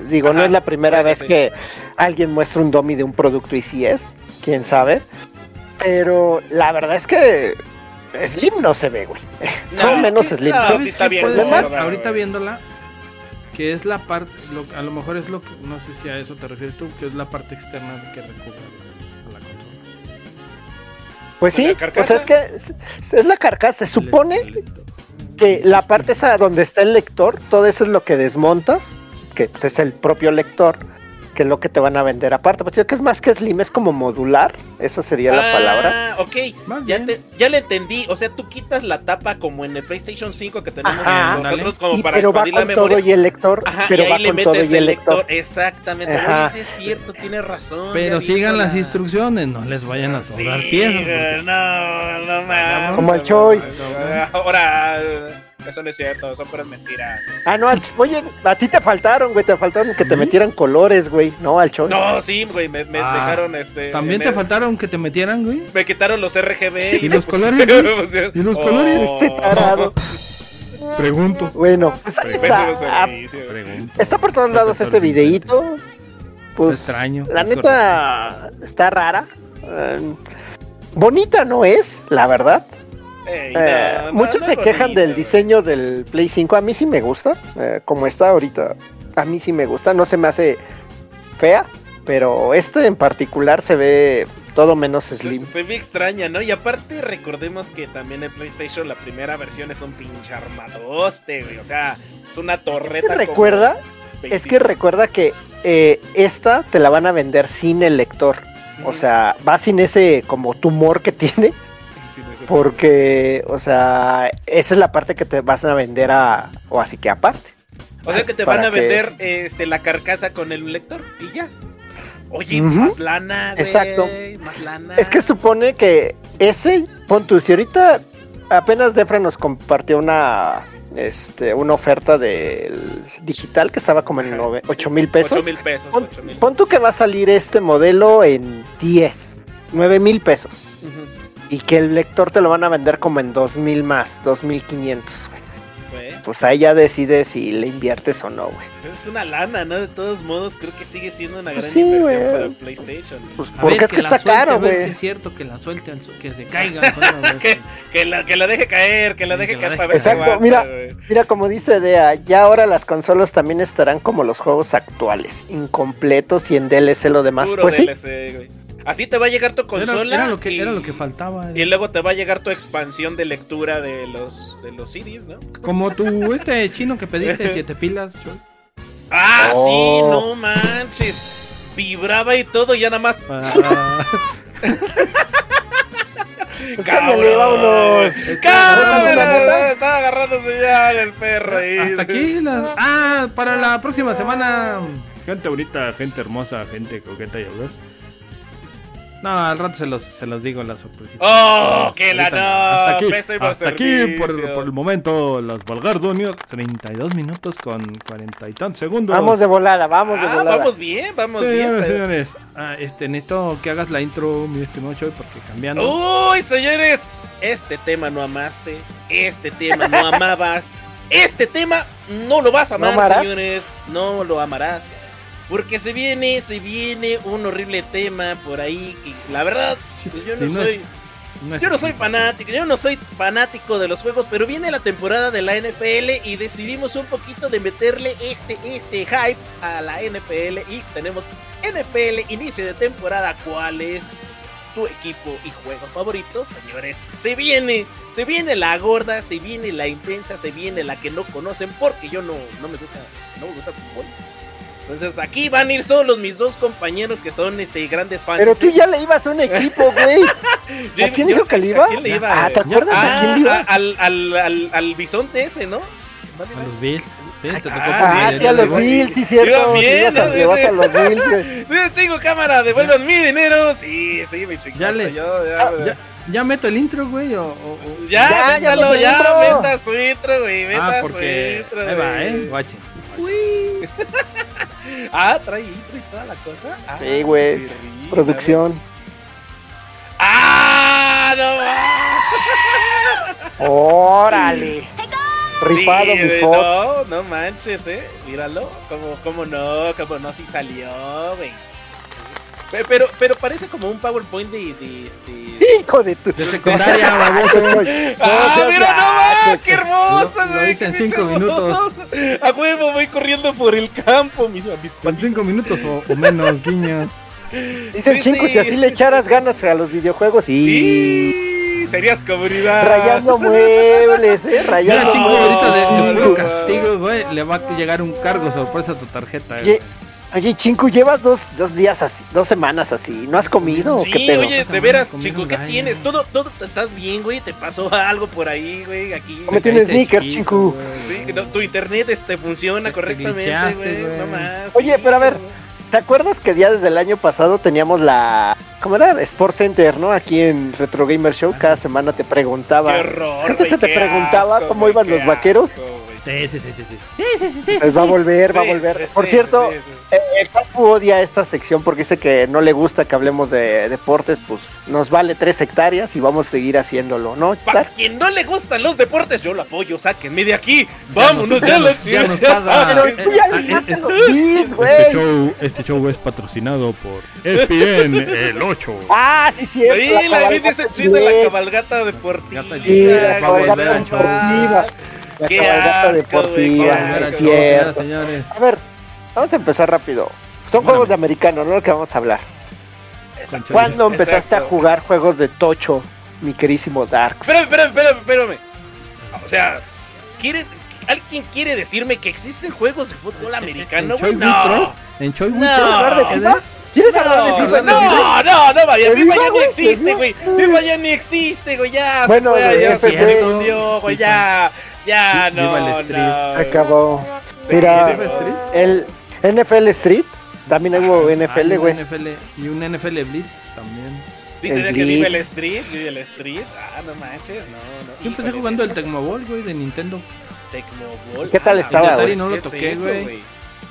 Digo, no Ajá, es la primera puede vez ser. que alguien muestra un dummy de un producto y si es, quién sabe. Pero la verdad es que Slim no se ve, güey. (laughs) No, Son menos es que- Slim. no, son- pues sí está qué bien, puede lo ser? más- ahorita viéndola, que es la parte, lo- a lo mejor es lo que, no sé si a eso te refieres tú, que es la parte externa que recubre a la consola. Pues sí, ¿La o sea, carcasa? es que es, es la carcasa. Se supone El- el- que la parte esa donde está el lector, todo eso es lo que desmontas, que pues, es el propio lector, que es lo que te van a vender aparte. Pues yo creo que es más que slim, es como modular, esa sería la palabra. Ah, ok. Más Ya, bien. te- ya le entendí, o sea, tú quitas la tapa como en el PlayStation 5 que tenemos Ajá. nosotros como Y- para pero va expandir la con todo memoria. y el lector, Ajá, pero y va ahí le con todo metes y el el lector. lector. Exactamente. Ajá. Oye, sí es cierto, tienes razón. Pero ya sigan dijo las la- instrucciones, no les vayan a Sí, sobrar piezas. güey, porque- no, no mames. Como el Choy. Ahora, eso no es cierto, son puras mentiras. Ah, no, al- oye, a ti te faltaron, güey, te faltaron que te metieran colores, güey, no al show. No, sí, güey, me, me Ah, dejaron este. También me- te faltaron que te metieran, güey. Me quitaron los RGB. ¿Y me (laughs) los pusieron- colores, me pusieron- ¿Y los colores? Este Oh, (laughs) tarado. Pregunto. Bueno, pues ahí Pues, eso es está. Ah, servicio. Pregunto. Está por todos lados ese Profesor videíto. Pues extraño. La es Em, neta está rara. eh, bonita no es, la verdad. Ey, Eh, no, no, muchos no se es quejan bonito, del güey. diseño del Play 5. A mí sí me gusta, eh, como está ahorita. A mí sí me gusta, no se me hace fea, pero este en particular se ve todo menos slim. Se, se ve extraña, ¿no? Y aparte recordemos que también el PlayStation, la primera versión es un pinche armadoste, güey. O sea, es una torreta. Es que como recuerda, 20. es que recuerda que eh, esta te la van a vender sin el lector. O sea, va sin ese como tumor que (laughs) tiene, Sí, de ese- porque, o sea, esa es la parte que te vas a vender a, o así que aparte. O sea que te van para a que- vender este, la carcasa con el lector y ya. Oye, Ujú. más lana, güey. Exacto. Más lana. Es que supone que ese, pon tú, si ahorita apenas Defra nos compartió una este, una oferta del digital que estaba como en Ajá, nove- sí. 8 mil pesos. 8 mil pesos, Pon, 8 mil. pon tú que va a salir este modelo en 10, 9 mil pesos. Ujú, Y que el lector te lo van a vender como en 2 mil más, 2 mil 500. güey. güey. Pues ahí ya decides si le inviertes o no, güey. Pues es una lana, ¿no? De todos modos, creo que sigue siendo una Pues gran sí, inversión güey. para el PlayStation. Pues A porque ver, es que, la está suelte, a caro, ver si güey. Es cierto que la suelte, al su- que se caiga. (laughs) al suelo, güey. Que- Que la, que la deje caer, que la Sí, que deje la caer deje para ver si Exacto, aguanta, mira. güey. Mira, como dice Dea, ya ahora las consolas también estarán como los juegos actuales, incompletos y en DLC lo demás. Puro pues sí, DLC, güey. Así te va a llegar tu Era- consola. Era, lo que, y, era lo que faltaba. y luego te va a llegar tu expansión de lectura de los, de los CDs, ¿no? Como tú, este chino que (laughs) pediste, siete pilas. Choy. Ah, sí, Oh. no manches. Vibraba y todo, ya nada más. (laughs) Para- pues cabrón. cámbiale, vámonos. ¡Cámara! la neta. Estaba agarrando señal el perro ahí. Hasta (laughs) aquí. las- Ah, para la próxima semana. Gente bonita, gente hermosa, gente coqueta y audaz. No, al rato se los, se los digo la sorpresa. ¡Oh, que la Ahorita no. no! hasta aquí, Pésimo hasta aquí servicio. por, el- por el momento, los Valgardonios. 32 minutos con 40 y tantos segundos. Vamos de volada, vamos de Ah, volada. vamos bien, vamos bien. Señores, pero- señores, ah, este, necesito que hagas la intro, mi estimado Choy, porque cambiando. Uy, señores, este tema no amaste, este tema no amabas, este tema no lo vas a ¿No amar, amarás? señores, no lo amarás. Porque se viene, se viene un horrible tema por ahí que la verdad Sí, pues yo sí, no es- soy es- yo no soy fanático, yo no soy fanático de los juegos, pero viene la temporada de la NFL y decidimos un poquito de meterle este, este hype a la NFL y tenemos NFL inicio de temporada. ¿Cuál es tu equipo y juego favorito, señores? Se viene, se viene la gorda, se viene la intensa, se viene la que no conocen porque yo no, no me gusta, no me gusta el fútbol. Entonces aquí van a ir solos mis dos compañeros que son este grandes fans. Pero tú ya le ibas a un equipo, (laughs) güey. Yo- ¿A quién yo- dijo que le iba? ¿A quién le iba? Ah, ¿te acuerdas Ah, a quién le iba? a- al, al, al, al bisonte ese, ¿no? A los Bills. Sí, te tocó Ah, Ah, con- sí, a los igual. Bills, sí, cierto. Iba bien, sí, ibas a- ¿no? le vas Sí. a los Bills, (laughs) güey. Dice, Chingo "Eh, cámara, devuelvan mi dinero. Sí, sí, me chingaste. Ya le- Yo, ya, Ah, ya, Ya meto el intro, güey. O, o- o- ya, Ya, ya véntalo, lo ya, entro. venta su intro, güey. Venta Ah, su porque. intro, Ahí va, güey. eh. Guachen. Ah, trae intro y toda la cosa. Ah, Sí, güey. qué rico, Producción. güey. ¡Ah! ¡No va! Órale. Rifado, Sí, mi güey, Fox. No, no manches, eh. Míralo. Como, como no, como no, si salió, güey. Pe- Pero, pero parece como un PowerPoint de, de este. (laughs) Hijo de tu. De (laughs) secundaria, (laughs) baboso. ¡Ah, seas mira, no gacho, va! ¡Qué hermoso, Lo- lo güey! hice en qué cinco pinche minutos. hermoso. A huevo, voy corriendo por el campo, mis, a mis Con patitas. cinco minutos o, o menos, guiño. Dice el Sí, chingo, sí. si así le echaras ganas a los videojuegos y... Sí, Serías comunidad. (laughs) Rayando muebles, eh, Ya, rayando chingo, no, ahorita de, de muebles. no, puro no. castigo, güey. Le va a llegar un cargo sorpresa a tu tarjeta, güey. Ye- Oye, Chingu, llevas dos, dos días así, dos semanas así, ¿no has comido? o Sí, ¿Qué pedo? oye, Pásame, de veras, comí chico, un ¿qué gallo. tienes? Todo, todo, ¿estás bien, güey? ¿Te pasó algo por ahí, güey? Aquí. Comete un Caíste sneaker, chiquito, Chingu. güey. Sí, no, tu internet este, funciona Te- te correctamente, glitchaste, güey. güey. No más. Oye, sí, pero a ver. ¿Te acuerdas que ya desde el año pasado teníamos la... ¿Cómo era? Sport Center, ¿no? Aquí en Retro Gamer Show, cada semana te Qué preguntaba... horror. ¿Qué te- güey, se te qué preguntaba asco, cómo güey, iban qué los vaqueros? asco, güey, Sí, sí, sí, sí. sí. Pues va a volver, va a Sí, volver. sí, Por sí, cierto, sí, sí. eh, eh, Papu odia esta sección porque dice que no le gusta que hablemos de deportes, pues nos vale tres hectáreas y vamos a seguir haciéndolo, ¿no? Para Chutar? quien no le gustan los deportes, yo lo apoyo, sáquenme de aquí. Vámonos, ya, ya la nos- ya nos chingada. (laughs) pasa. Ah, Pero eh, tú ya ah, eh, limaste eh, los bis, Este güey. show, este show es patrocinado por ESPN el 8. Ah, sí, cierto. Ahí la vi dice cabalgata chida la bien. cabalgata deportiva. Ah, Gata- Sí, la güey, cabalgata no deportiva. mames. La Qué cabalgata asco, güey, qué deportiva, asco. no es Señoras, cierto. señores. A ver, vamos a empezar rápido. Son Bueno. juegos de americano, no lo que vamos a hablar. Exacto. ¿Cuándo empezaste a Exacto. jugar juegos de tocho, mi querísimo Darks? Espérame, espérame, espérame, espérame. O sea, ¿quieren- ¿alguien quiere decirme que existen juegos de fútbol americano, En güey? Choi No. Trust. En Choi No. ¿Quieres hablar de Trust. FIFA? ¿Quieres hablar de No, FIFA? no, Entonces, no, no, no, vaya, ¿Te FIFA digo, ya ni güey? ¿Te existe, digo? güey. FIFA ya ni existe, güey, ya. se Bueno, fue, de ya se FC. fundió, güey, ya. Ya, Vi- no, Viva el no. Street. Se acabó. Sí, Mira, eh, Viva el Street. el NFL Street, también hubo NFL, Hay un güey. NFL y un NFL Blitz también. Dicen el que vive el Blitz. Street, vive el Street. Ah, no manches, no, no. Yo empecé Híjole, jugando el neta. Tecmobol, güey, de Nintendo. Tecnobol. ¿Qué tal Ah, estaba, la güey? verdad, No lo ¿qué es toqué, eso, güey. ¿Qué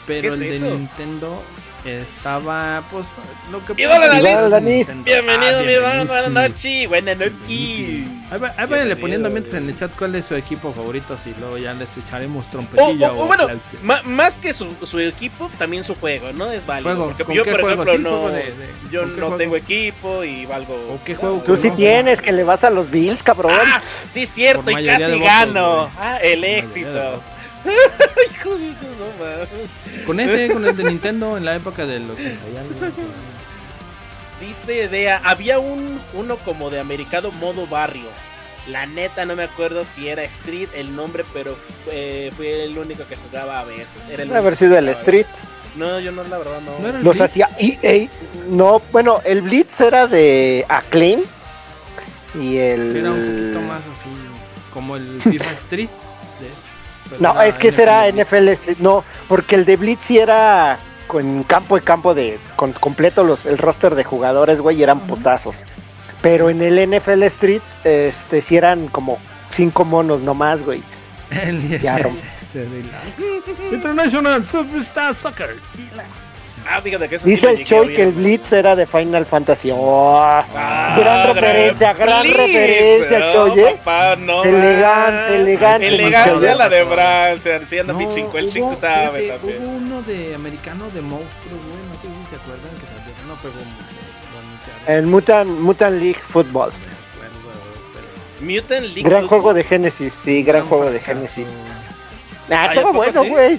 Pero es el de eso? Nintendo estaba, pues, lo que ¡Viva la Viva la Nintendo. Danis. Bienvenido, Ah, mi banda, buenas bienvenido. Ah, noches, buenas noches. Ahí va- ahí váyanle Bienvenido, poniendo mientras en güey. el chat cuál es su equipo favorito, si luego ya le Oh, escucharemos O, trompetilla o- o, o bueno, claxon. ma- más que su, su equipo, también su juego, ¿no? Es válido. Juego, porque ¿con yo, qué por juego? ejemplo, Sí, no, juego de- de- yo ¿con qué no juego? tengo equipo y valgo. ¿O qué juego? Tú sí Vamos a- tienes que le vas a los Bills, cabrón. ¡Ah! Sí, es cierto, Por y mayoría casi de votos, gano. güey. Ah, el mayoría de éxito. votos. (laughs) Hijo de tu- no mames. Con ese, con el de Nintendo en la época del 80 y algo. Dice Dea, había un uno como de americano modo barrio. La neta no me acuerdo si era Street el nombre, pero fue, fue el único que jugaba a veces. Era el Debe haber único sido que el jugaba. Street. No, yo no, la verdad no. ¿No era el Los Blitz? hacía EA. No, bueno, el Blitz era de Acclaim. Y el. Era un poquito más así, como el FIFA Street, de hecho. Pero No, era es que será NFL. NFL Street. No, porque el de Blitz sí era con campo y campo de. Con completo los, el roster de jugadores, güey, y eran putazos. Pero en el NFL Street, este, sí eran como cinco monos nomás, güey. El (laughs) Ya, Rom. ISS de la- (laughs) International Superstar Soccer. Oh. Ah, fíjate que eso sí Dice lo el llegué a Choi oír. que el Blitz era de Final Fantasy. ¡Oh! Ah, Gran referencia, gran referencia, Choy, ¿eh? papá, no Elegante, más. elegante, Oh, eh, Elegante Choy. la de Francia. Si anda No, pichinco, el hubo- chico sabe fíjate, también. Hubo uno de americano de monstruos, güey. No sé si se acuerdan que salió. No pegó mucho. lo anunciaron, El Mutant, Mutant League Football. no me acuerdo, pero- Mutant League Gran Football. juego de Genesis, sí, gran juego de fracaso. Genesis. Ah, Ay, ¿a estaba poco bueno, sí? güey.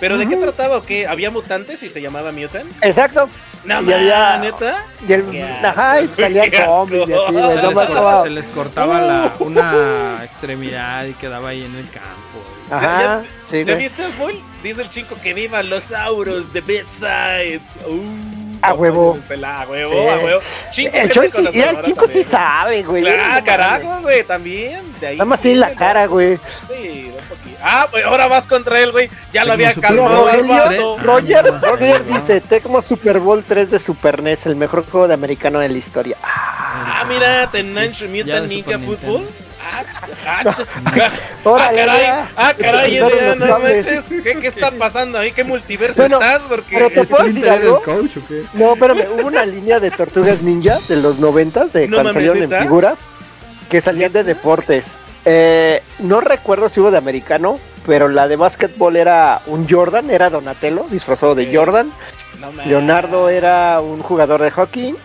¿Pero de qué Ujú. trataba o qué? ¿Había mutantes y se llamaba Mutant? Exacto. No, Y había- ma, ¿neta? Y el. Qué asco, Ajá, y salían (laughs) qué asco. zombies y así, (laughs) güey. Se No les me cortaba, acordaba. se les cortaba la, una extremidad y quedaba ahí en el campo. güey. Ajá, sí, ¿Ya güey. viste, Oswald? Dice el chico que vivan los auros de Bedside. Uh, A huevo. A huevo, Sí. a huevo. Chico, El gente Choi sí, mira, el conocedora chico sí también. sabe, güey. Claro, No carajo, mames. güey, también. De ahí Nada más tiene la cara, güey. Sí, un poquito. Ah, pues ahora vas contra él, güey. Ya lo Tecno había Super calmado Bowl. ¿eh? al Mira, vato. Ah, Roger, no, Roger no. dice, Tecmo Super Bowl 3 de Super NES, el mejor juego de americano de la historia. Ah, mira, Tenan Sí, ya Mutant de Ninja Super Fútbol. Nintendo. Ah, ah, ah, (laughs) Órale, caray, ya. ah, caray, Empezaron ya, los no cables. manches, ¿qué, qué (laughs) está pasando ahí? ¿Qué multiverso Bueno, estás? Porque pero te puedo decir ¿Splinter era algo. el coach o qué? No, espérame, hubo una línea de tortugas ninja de los noventas, de No cuando mames, salieron en ¿neta? figuras, que salían de deportes. Eh, no recuerdo si hubo de americano, pero la de básquetbol era un Jordan, era Donatello, disfrazado de Ok. Ah. Jordan. No manches. Leonardo era un jugador de hockey.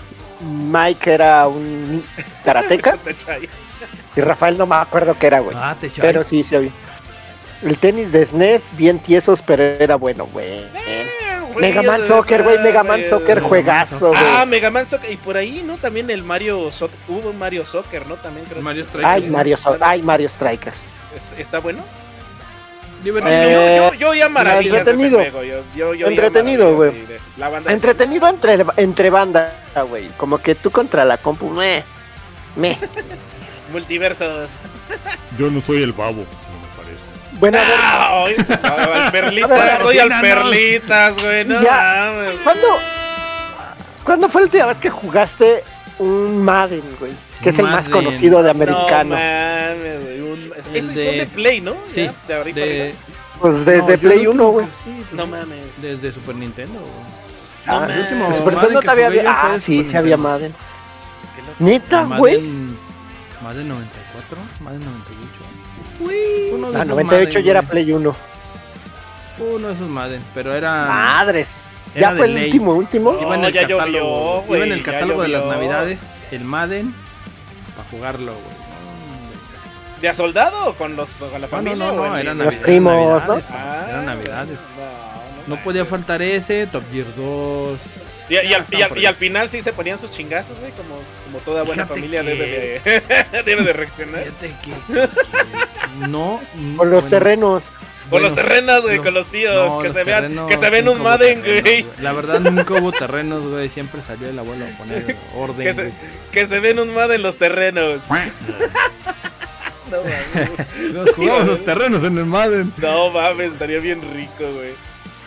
Mike era un karateca. y Rafael no me acuerdo qué era, güey. Ah, te echaba. pero sí, se oye. El tenis de SNES, bien tiesos, pero era bueno, güey. Mega Man Soccer, güey, Mega Man Soccer, Mega Man juegazo, güey. Ah, Mega Man eh, Soccer. Y por ahí, ¿no? También el Mario Soccer. Hubo un Mario Soccer, ¿no? También creo. Mario Strikers. Ay, ¿no? Mario, Sol- ay, Mario Strikers. ¿Est- ¿Está bueno? Libertad. Eh, yo, yo, yo ya maravillas de ese entretenido. juego, yo- yo- yo ya Entretenido, maravillas, sí, de- la banda de- Entretenido entre, entre banda, güey. Como que tú contra la compu, meh. meh. Multiversos. Yo no soy el babo, no me parece. Bueno, a ver, Ah, ay, al Perlitas, soy al Perlitas, güey. No Ya. mames. ¿cuándo, ¿cuándo fue la última vez que jugaste un Madden, güey? Que es el más Madden. conocido de americano. No mames, güey, un- Es- El Esos son de- de Play, ¿no? Sí, Ya, de arriba para de- arriba. Pues desde No, yo Play el 1, último güey. que- sí, pues, No mames. Desde Super Nintendo. güey. No Ah, mames. el último- Super Madden Nintendo que todavía jugué yo había. fue Ah, de sí, Super sí había Nintendo. Madden. Qué loco. Neta, Madden- güey. Madden 94, Madden 98. Uno de Ah, esos 98 Madden, ya era güey. Play 1. Uno de esos Madden, pero era. Madres. Ah. era Ya de fue el ley. último, último. Iba en No, el ya catálogo, llovió, güey. güey, Iba en el ya catálogo de las llovió. navidades, el Madden, para jugarlo, güey. No, ¿De a soldado o con, los, con la hombre. familia? No, no, o no, el- eran Los navidades. primos, navidades, ¿no? papá, Ah, eran navidades. no, No mames. podía faltar ese, Top Gear 2. Y, y al, y, No, al, por y al final sí se ponían sus chingazos, güey, como, como toda buena Fíjate familia que- debe, de, (laughs) debe de reaccionar. Fíjate que. que no. Con los terrenos. Con los terrenos, güey, no, con los tíos, no, que, los se vean, terrenos, que se ven nunca un hubo Madden, terrenos, güey. La verdad, nunca hubo terrenos, güey. Siempre salió el abuelo a poner orden. (laughs) Que se- güey. Que se ven un Madden los terrenos. (laughs) no, mames. Nos jugamos los terrenos en el Madden. no mames, estaría bien rico, güey.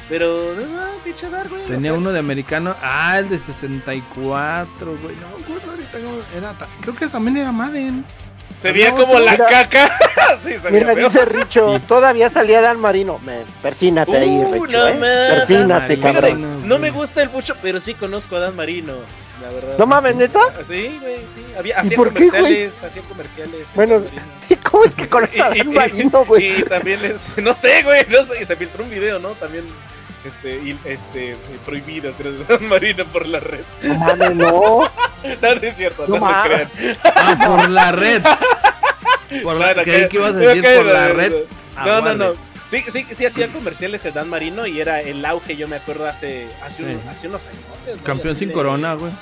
Pero, no, no, pinche dar, güey. Tenía o sea, uno de americano. Ah, el de 64, güey. No, me acuerdo, ahorita no- era ta- Creo que también era Madden. Se veía no, como la mira. caca. (laughs) sí, se veía Mira, feo. (laughs) dice Richo, todavía salía Dan Marino. Me- persínate ahí, Uh, Richo. no eh. mames. Persínate, Dan Marino. (laughs) Fíjate, cabrón. no me gusta el mucho, pero sí conozco a Dan Marino, la verdad. Ah, No mames, neta. Sí, güey, sí. Había, hacía por qué, güey? comerciales, hacía comerciales. el Bueno, pues. Dan Marino. ¿Cómo es que conoces a Y- Dan y- Marino, güey? Y también es, (laughs) no sé, güey, no sé, y se filtró un video, ¿no? También este y- este prohibido, creo, de (laughs) Dan Marino por la red. No mames, (laughs) no. No, no es cierto, No no, me mames. crean. Ah, por la red. Por la, Claro, creí que- que ibas a decir ok, por la no, red. No, no, Aguarde. no. Sí, sí, sí hacían comerciales de Dan Marino y era el auge, yo me acuerdo, hace, hace, un- Sí. hace unos años. ¿no? Campeón Ya sin tiene- corona, güey.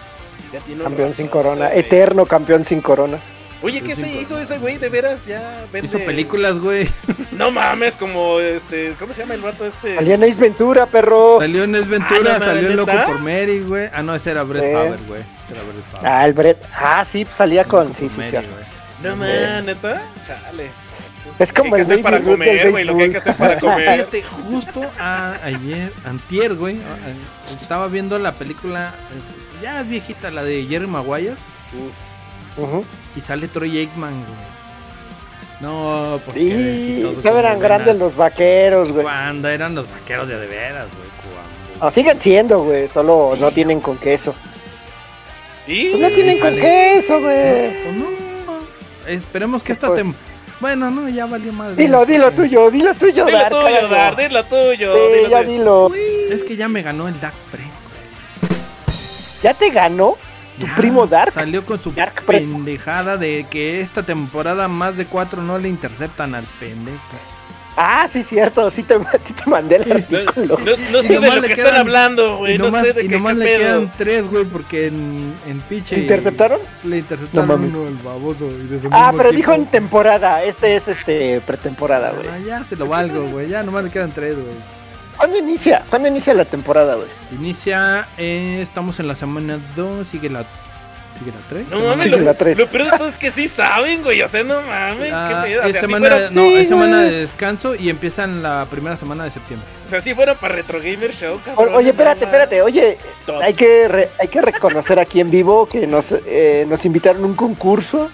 ya tiene un Campeón sin rato, corona. güey. Eterno campeón sin corona. Oye, ¿qué Campeón se sin hizo corona. ese güey? De veras, ya vende... Hizo películas, güey. No mames, como este... ¿Cómo se llama el rato este? Salía en Ace Ventura, perro. Salió en Ah, Esventura, no, no, salió en Loco ¿neta? por Mary, güey. Ah, no, ese era Brett Sí. Favre, güey. Ese era Brett Favre. Ah, el Brett. Ah, sí, salía Loco con. por Sí, sí, Mary, sí. güey. No mames, ¿neta? Chale. Eh. Es como Lo el que hay que hacer Baby para Ruth comer, del güey, lo que hay que hacer (laughs) béisbol. para comer. Fíjate, justo a- ayer, antier, güey, a- a- estaba viendo la película, es- ya es viejita, la de Jerry Maguire, Uf. Ujú. y sale Troy Aikman, güey. No, pues... qué Y exitoso, todavía eran como grandes buena los vaqueros, güey. Cuando eran los vaqueros de de veras, güey, cuando- Ah, siguen siendo, güey. Solo no tienen con queso. Y... Pues no tienen con sale. queso, güey. Pues no, esperemos que ¿Qué esta cosa? tem... Bueno, no, ya valió más. pues. Dilo, dilo tuyo, dilo tuyo, Dilo Dar, tuyo, carajo. Dar, dilo tuyo. Sí, dilo ya tuyo. dilo. Es que ya me ganó el Dark Press, güey. ¿Ya te ganó tu Ya, primo Dark? Salió con su Dark Press. pendejada de que esta temporada más de cuatro no le interceptan al pendejo. Ah, sí, cierto. Sí te, (laughs) sí te mandé el No, artículo. no- no Y sé de nomás lo le que quedan- están hablando, güey. y No nomás, sé de y qué, qué nomás le pedo. quedan tres, güey, porque en, en pinche. ¿Te interceptaron? Le interceptaron No mames. uno el baboso. y de su Ah, mismo pero equipo. dijo en temporada. Este es este pretemporada, güey. Ah, ya se lo valgo, güey. Ya nomás le quedan tres, güey. ¿Cuándo inicia? ¿Cuándo inicia la temporada, güey? Inicia. eh, estamos en la semana 2. Sigue la. Sigue la 3. No mames, Sí, la lo, tres. lo peor de todo es que sí saben, güey. O sea, no mames, qué pedo. O Ah, es sea, sí semana, fueron, no, Sí, es semana güey. de descanso y empiezan la primera semana de septiembre. o sea, sí fueron para Retro Gamer Show, O- cabrón. oye, no espérate, mames. espérate. Oye, Tot- hay que, re- hay que reconocer aquí en vivo que nos, eh, nos invitaron a un concurso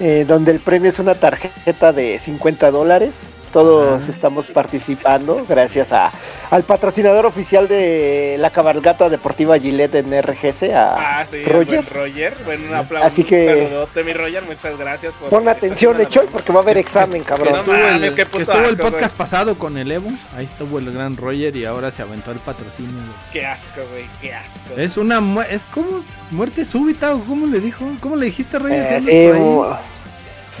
eh, donde el premio es una tarjeta de 50 dólares. Todos Ah. estamos participando gracias a, al patrocinador oficial de la cabalgata deportiva Gillette en RGC. A, Ah, sí, Roger. Roger. Buen Roger. Bueno, un aplauso. Así Así que- que. Saludote, mi Roger. Muchas gracias por. pon esta atención, semana. Echoy, porque va a haber examen, que cabrón. no mames, qué que puto estuvo el asco, güey. podcast pasado con el Evo. Ahí estuvo el gran Roger y ahora se aventó el patrocinio. güey. Qué asco, güey. Qué asco. Es una mu- es como muerte súbita o cómo le dijo, cómo le dijiste Reyes Eh, Andas sí, por ahí. mu-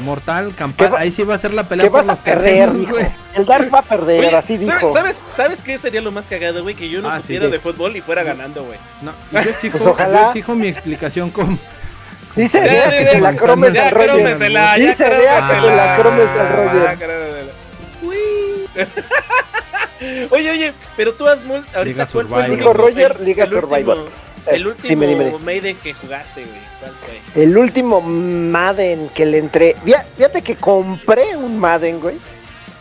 mortal, campal, ¿Qué va- ahí sí va a ser la pelea que por vas a los perder, terrenos, dijo. güey. El Dark va a perder, Oye, así ¿sabe- dijo. ¿sabes, ¿Sabes qué sería lo más cagado, güey? Que yo no Ah, sí, supiera güey. de fútbol y fuera ganando, güey. No, y yo exijo, (laughs) Pues ojalá. yo exijo mi explicación con Dice Ya, Lea ya, que ya, se la ya, cromes ya, al Ya, Roger. crómesela, ya, Ah, Dice Lea que se la cromes al crómesela. Roger. Ya, crómesela. (laughs) Oye, oye, pero tú has mul- ahorita Liga cuál fue el Survivor. Dijo último- Roger, el- Liga el último- Survival. El último Dime, dime, dime. Maiden que jugaste, güey. ¿Cuál fue? El último Madden que le entré. Fía- Fíjate que compré un Madden, güey.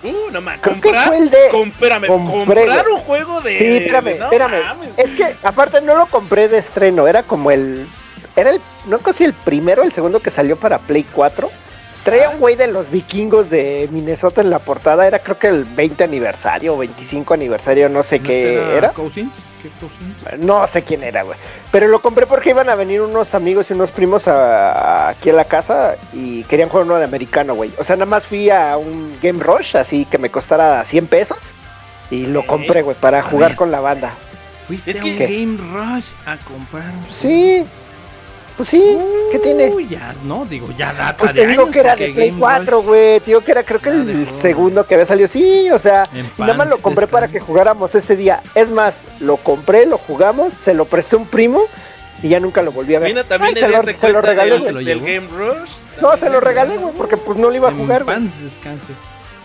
Uh, no mames. Creo Comprar. que fue el de. Comprame, Compré, comprar güey. un juego de. sí, espérame, de- no espérame. Eh, mames. Es que aparte no lo compré de estreno, era como el. Era el. No sé si el primero o el segundo que salió para Play 4. Traía Ah. un güey de los vikingos de Minnesota en la portada, era creo que el 20 aniversario o 25 aniversario, no sé qué era. Cousins? ¿Qué Cousins? No sé quién era, güey. Pero lo compré porque iban a venir unos amigos y unos primos a- a- aquí a la casa y querían jugar uno de americano, güey. O sea, nada más fui a un Game Rush, así que me costara 100 pesos. Y lo Ok. compré, güey, para jugar con la banda. Fuiste Es a que- un Game Rush a comprar. un- Sí. Pues sí, ¿qué tiene? Uy, ya, no, digo, ya data Pues de te digo años, que era porque de Play Game 4, Rush- güey. Te digo que era creo que Ah, de el juego. segundo que había salido. Sí, o sea, En y nada más pants, lo compré para que descarga. jugáramos ese día. Es más, lo compré, lo jugamos, se lo presté a un primo y ya nunca lo volví a ver. Mira, también Ay, se, en lo, ese se lo cuenta regalé, del, güey. lo del llevó. Game Rush. No, se lo regalé, güey, porque pues no lo iba a En jugar, güey. pants, descanse.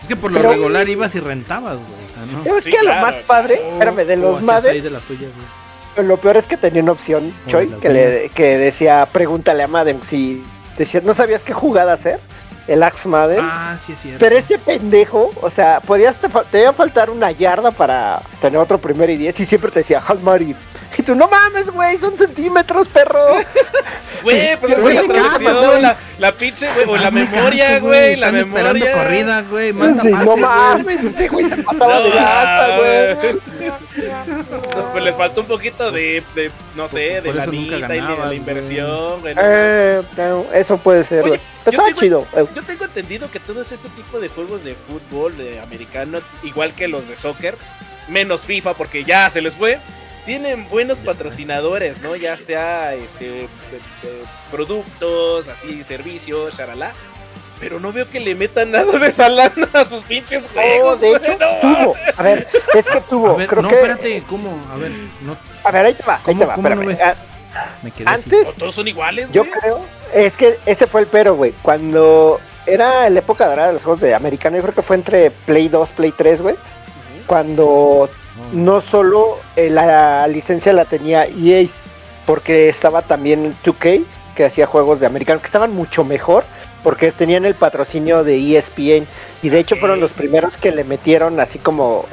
Es que por lo Pero- regular ibas y rentabas, güey. O sea, no. Uh, ¿Sabes Sí, qué? Lo claro, más padre, O- espérame, de o los hacías ahí Madden, de las tuyas, güey. lo peor es que tenía una opción, O Choi, las que, le, que decía, pregúntale a Madden si decía, no sabías qué jugada hacer, el Axe Madden. Ah, sí es cierto. Pero ese pendejo, o sea, podías te, fa- te iba a faltar una yarda para tener otro primero y diez y siempre te decía Halmari. Y tú, no mames, güey, son (laughs) centímetros, perro. Güey, pues Yo es que voy la a casa, traducción, güey. la, la pinche, güey, o Oh, la Hazme memoria, caso, güey, la Están esperando memoria. corrida, güey. Manda Sí, pases, no güey. mames, ese güey se pasaba (laughs) No de lanza, güey. No, pues les faltó un poquito de, de, no sé, de Por la eso nunca manita y de ganabas, la inversión, güey. no Eh, no, eso puede ser, Oye, güey. yo Estaba tengo- chido. eh. Yo tengo entendido que todos este tipo de juegos de fútbol, de americano, igual que los de soccer, menos FIFA porque ya se les fue, tienen buenos patrocinadores, ¿no? Ya sea este de- de productos, así servicios, charalá. Pero no veo que le metan nada de salana a sus pinches Oh, juegos. de güey, hecho, no. tuvo. A ver, es que A tuvo. ver, Creo no, que. espérate, ¿cómo? A ver, no A ver, ahí te va, ahí ¿Cómo- te va. cómo lo Espérame. ves? Ah, me quedé así. Antes, ¿O todos son iguales, Yo güey? creo, es que ese fue el pero, güey. Cuando era la época dorada de los juegos de americano, yo creo que fue entre Play 2, Play 3, güey. Cuando no solo eh, la licencia la tenía EA, porque estaba también 2K, que hacía juegos de americano, que estaban mucho mejor, porque tenían el patrocinio de E ESPN. Y de hecho fueron Ok. los primeros que le metieron así como,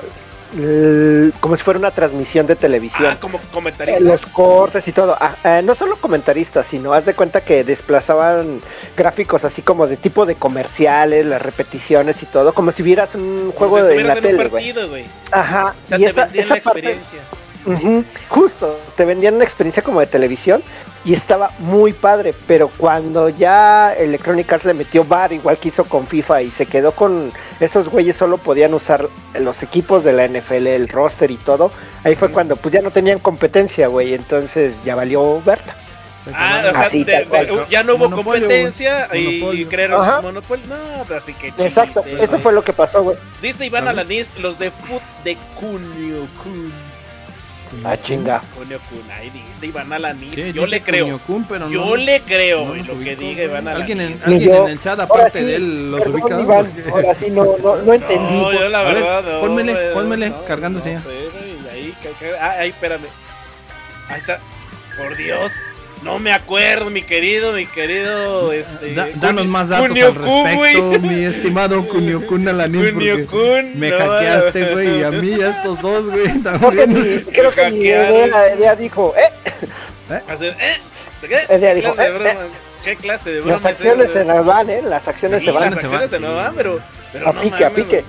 l- como si fuera una transmisión de televisión. Ah, como Eh, comentaristas. Los cortes y todo. Ah, eh, no solo comentaristas, sino haz de cuenta que desplazaban gráficos así como de tipo de comerciales, las repeticiones y todo, como si vieras un Como juego si de en estuvieras la en un tele, güey. partido, güey. Ajá. O sea, y te esa, vendían esa la parte, experiencia. Ujú, justo, te vendían una experiencia como de televisión y estaba muy padre, pero cuando ya Electronic Arts le metió bar, igual que hizo con FIFA y se quedó con esos güeyes, solo podían usar los equipos de la NFL, el roster y todo, ahí fue cuando pues ya no tenían competencia, güey, entonces ya valió Berta. Ah, o sea, Así, de- tal cual. de- ya no hubo Monopolio, competencia güey. y Monopolio. crearon Ajá. su monopolio. No, pues, así que chiste, Exacto, güey. eso fue lo que pasó, güey. Dice Iván ¿Sabes? Alanis, los de Foot de Cunio Kun. Ah, chinga. Cunio Kun, ahí dice Iván Alanis. ¿Qué? Yo Dice le creo. Cuño Kun, pero Yo no- le creo, no güey, los lo que ubico, diga Iván güey. Alguien, en, Alanis. Ni alguien yo. en el chat, Ahora aparte sí, de él, los Perdón, ubica. Iván, ahora sí no, no, no entendí. No, yo la A ver, verdad, no. pónmele, güey, pónmele, no, cargando, no señor. sé, güey, ahí, ca- ca- ah, ahí, espérame. Ahí está. Por Dios. No me acuerdo, mi querido, mi querido. Este, Da- danos Cunio- más datos Cunio al Kun, güey. respecto, mi estimado Kunio Kun Alanis, porque Kun, me no, hackeaste, güey, y a mí y a estos dos, güey, Creo que también. ni, creo que ni Hackearon. Edea, Edea dijo, eh, Así, ¿eh? ¿Qué? ¿Qué Ella dijo, clase de eh, broma? ¿Qué clase de broma? las acciones se nos van, eh, las acciones se van. Las acciones se nos van, pero. pero A no pique, a mames, pique. güey.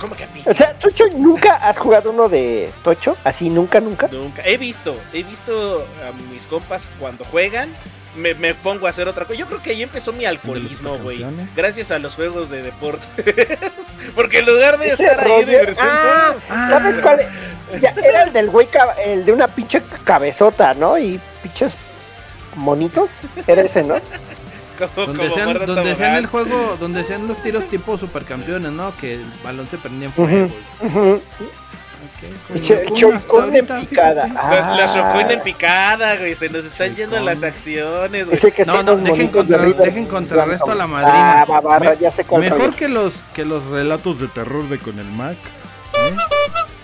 ¿Cómo que a pique? O sea, Tocho, ¿nunca has jugado uno de Tocho? Así, nunca, nunca. Nunca. He visto, he visto a mis compas cuando juegan. Me, me pongo a hacer otra cosa. Yo creo que ahí empezó mi alcoholismo, güey. supercampeones. Gracias a los juegos de deportes. (laughs) Porque en lugar de Ese estar ahí Roger. divirtiendo- Ah, Ah, ¿sabes cuál? es? Ya, era el del güey, cab- el de una pinche cabezota, ¿no? Y pinches monitos. Era ese, ¿no? (laughs) como, Donde como sean, Marta donde sean Tobogán. el juego, donde sean los tiros tipo supercampeones, ¿no? Que el balón se prendía en fuego. Ujú. Ujú. Ok, Y Kunio cho- Kun hasta Chocón en ahorita, picada. fíjate. Las- La Shocoin en Ah, picada, güey. Se nos están yendo Chocón. las acciones, güey. ese que No, son no, los dejen monitos de contra- River. dejen contrarresto a la madrina. Ah, va, barra, Me- ya sé cuál. Mejor Roger. que los que los relatos de terror de con el Mac. ¿eh?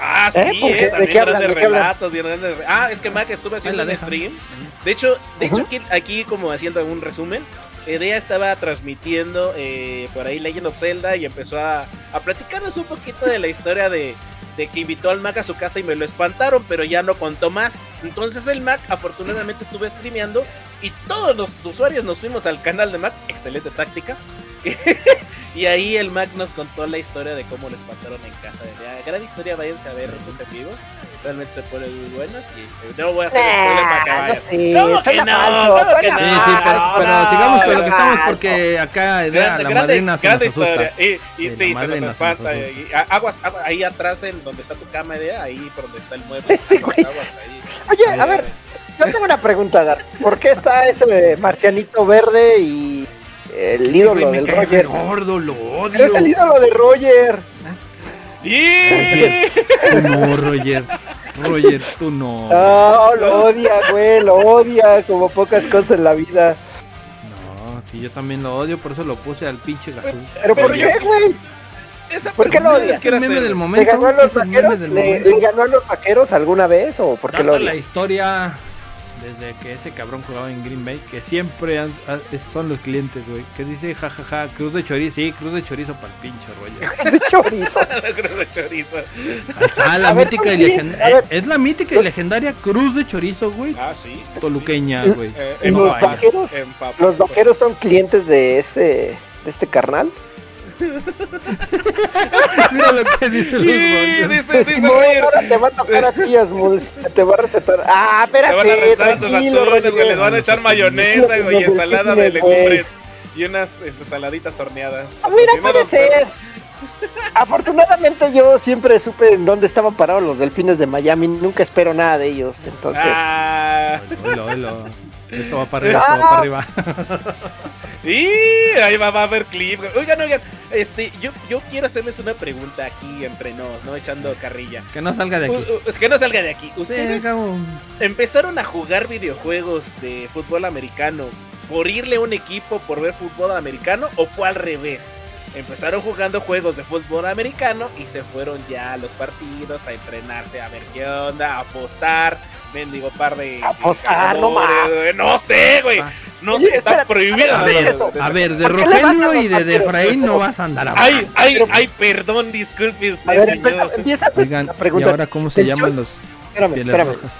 Ah, sí, ¿Eh? ¿Por eh, qué? ¿De también qué hablan? grandes ¿De qué hablan? relatos, bien grandes re- Ah, es que Mac estuve haciendo Ahí la un dejan. stream. De hecho, de hecho Ujú. aquí, aquí como haciendo un resumen, Edea estaba transmitiendo eh, por ahí Legend of Zelda y empezó a, a platicarnos un poquito de la historia de, de que invitó al Mac a su casa y me lo espantaron, pero ya no contó más. Entonces el Mac afortunadamente estuvo streameando y todos los usuarios nos fuimos al canal de Mac, excelente táctica. (laughs) y ahí el Mac nos contó la historia de cómo lo espantaron en casa. Decía, gran historia, váyanse a ver esos en vivos. Realmente se ponen muy buenas. Y este, no voy a hacer spoiler para Nah, acabar. Ah, no sé, ¿Cómo que suena no? falso, ¿Cómo que suena no? Sí, sí, pero, no, pero no, sigamos con lo que no, estamos no. porque acá Edea, Grande, la grande- madrina se nos grande asusta. historia. Y, y Sí, sí, la madrina se se nos nos espanta. asusta. y- y- a- aguas, agua- ahí atrás, en donde está tu cama, idea, ahí por donde está el mueble. Este aguas, güey. aguas, ahí. Oye, a ver, yo tengo una pregunta, Dar. ¿Por qué está ese marcianito verde y el Sí, güey, ídolo me del cae Roger? gordo, lo Pero es el odio. ídolo de Roger. ¡Y! (laughs) Tú no, Roger. Roger, tú no. No, lo odia, güey, lo odia como pocas cosas en la vida. No, sí, yo también lo odio, por eso lo puse al pinche gasú. ¿Pero por Pero yo- qué, güey? Esa ¿Por qué lo pregunta odias? es Es que el meme hacer- del ¿Le momento. ganó a los es el meme vaqueros? del ¿Le, momento. le ganó a los vaqueros alguna vez o por qué lo Dando la (laughs) odias? historia desde que ese cabrón jugaba en Green Bay, que siempre han- ha- es- son los clientes, güey. Que dice, jajaja, cruz de chorizo, sí, cruz de chorizo para el pinche (laughs) rollo. De chorizo. (laughs) la cruz de chorizo. Ah, la A ver, mítica y sí, legen- a ver. eh, Es la mítica y legendaria cruz de chorizo, güey. Ah, sí. eso Toluqueña, sí. güey. (laughs) sí. Eh, ¿Y en los papas, vaqueros? en papas, pues. ¿Los güey. vaqueros son clientes de este, de este carnal? Mira lo que dice Y los Rogers. dice, dice Simón, Roger, ahora te va a tocar a ti, Asmul. Se Te va a recetar. Ah, Te van a espérate, arrestar a tus tranquilo, atunes, güey. Les Roger. van a echar mayonesa, Los güey, y ensalada de atunes, güey. legumbres. Y unas este, saladitas horneadas. Pues mira, Si no, puede doctor, ser. Afortunadamente yo siempre supe en dónde estaban parados los delfines de Miami. Nunca espero nada de ellos, entonces. Ah, Oilo, oilo. Esto va para arriba, esto va para arriba. y ahí va, va a haber clip. güey. Oigan, oigan, este, yo, yo quiero hacerles una pregunta aquí entre nos, ¿no? Echando carrilla. Que no salga de U- aquí. Pues, u- es que no salga de aquí. Ustedes Venga, un- empezaron a jugar videojuegos de fútbol americano por irle a un equipo por ver fútbol americano o fue al revés? Empezaron jugando juegos de fútbol americano y se fueron ya a los partidos a entrenarse, a ver qué onda, a apostar. Mendigo par de. de Apostar, no mames. cazadores, güey. No sé, güey. No Oye, sé, está espérate, prohibido. A ¿no? ver, pues, eso. a ver, de ¿Por qué le vas a Rogelio los y de, de vaqueros, Efraín güey? no vas a andar a Ay, ay, ay, perdón, disculpe usted, a ver, empieza, señor. empieza pues Oigan, la ¿y pregunta. ahora cómo se El llaman Chuy- los Espérame, pieles espérame. rojas?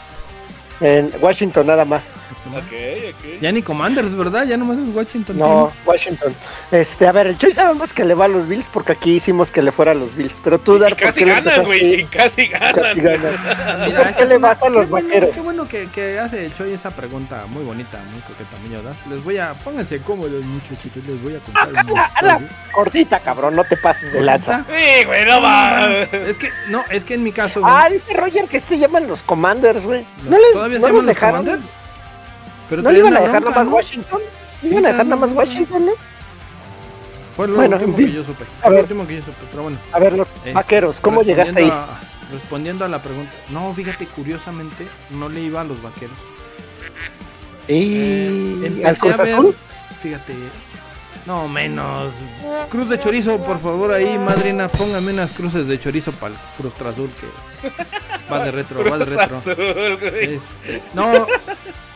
En Washington nada más. Ok, ok. Ya ni Commanders, ¿verdad? Ya nomás es Washington. (laughs) No, Washington. Este, a ver, el Chuy sabemos que le va a los Bills porque aquí hicimos que le fuera a los Bills. Pero tú, Y Dar, ¿por casi qué le ganan, güey. Y empezaste? casi ganan. Casi ganan. Team. ¿Por esa qué es le una- vas a los qué bueno- vaqueros? qué bueno que, que hace el Choy esa pregunta muy bonita, muy coqueta, mi Yoda. Les voy a... Pónganse cómodos, muchachitos. Les voy a contar una Ah, ala. historia. Cortita, cabrón, no te pases de lanza. Sí, güey, no va. Es que... No, es que en mi caso... güey, Ah, dice Roger que se llaman los Commanders, güey. los- ¿No, les, ¿Todavía se no los llaman los dejaron? Commanders? Pero ¿No le iban traían a una dejar bronca, nada más ¿no? Washington? ¿Le Sí, iban a dejar traían nada más una bronca. Washington, eh? no? Fue lo Bueno, último en fin. que yo supe. A Lo ver. último que yo supe, pero bueno. A ver, los Eh, vaqueros, ¿cómo respondiendo llegaste ahí? a- respondiendo a la pregunta. No, fíjate, curiosamente, no le iba a los vaqueros. Eh, ¿Y empecé al Cruz a ver- Azul? Fíjate. No, menos. Cruz de chorizo, por favor, ahí, madrina, póngame unas cruces de chorizo para el Cruz Azul que va de retro, va de Cruz retro. Azul, güey. Este, no,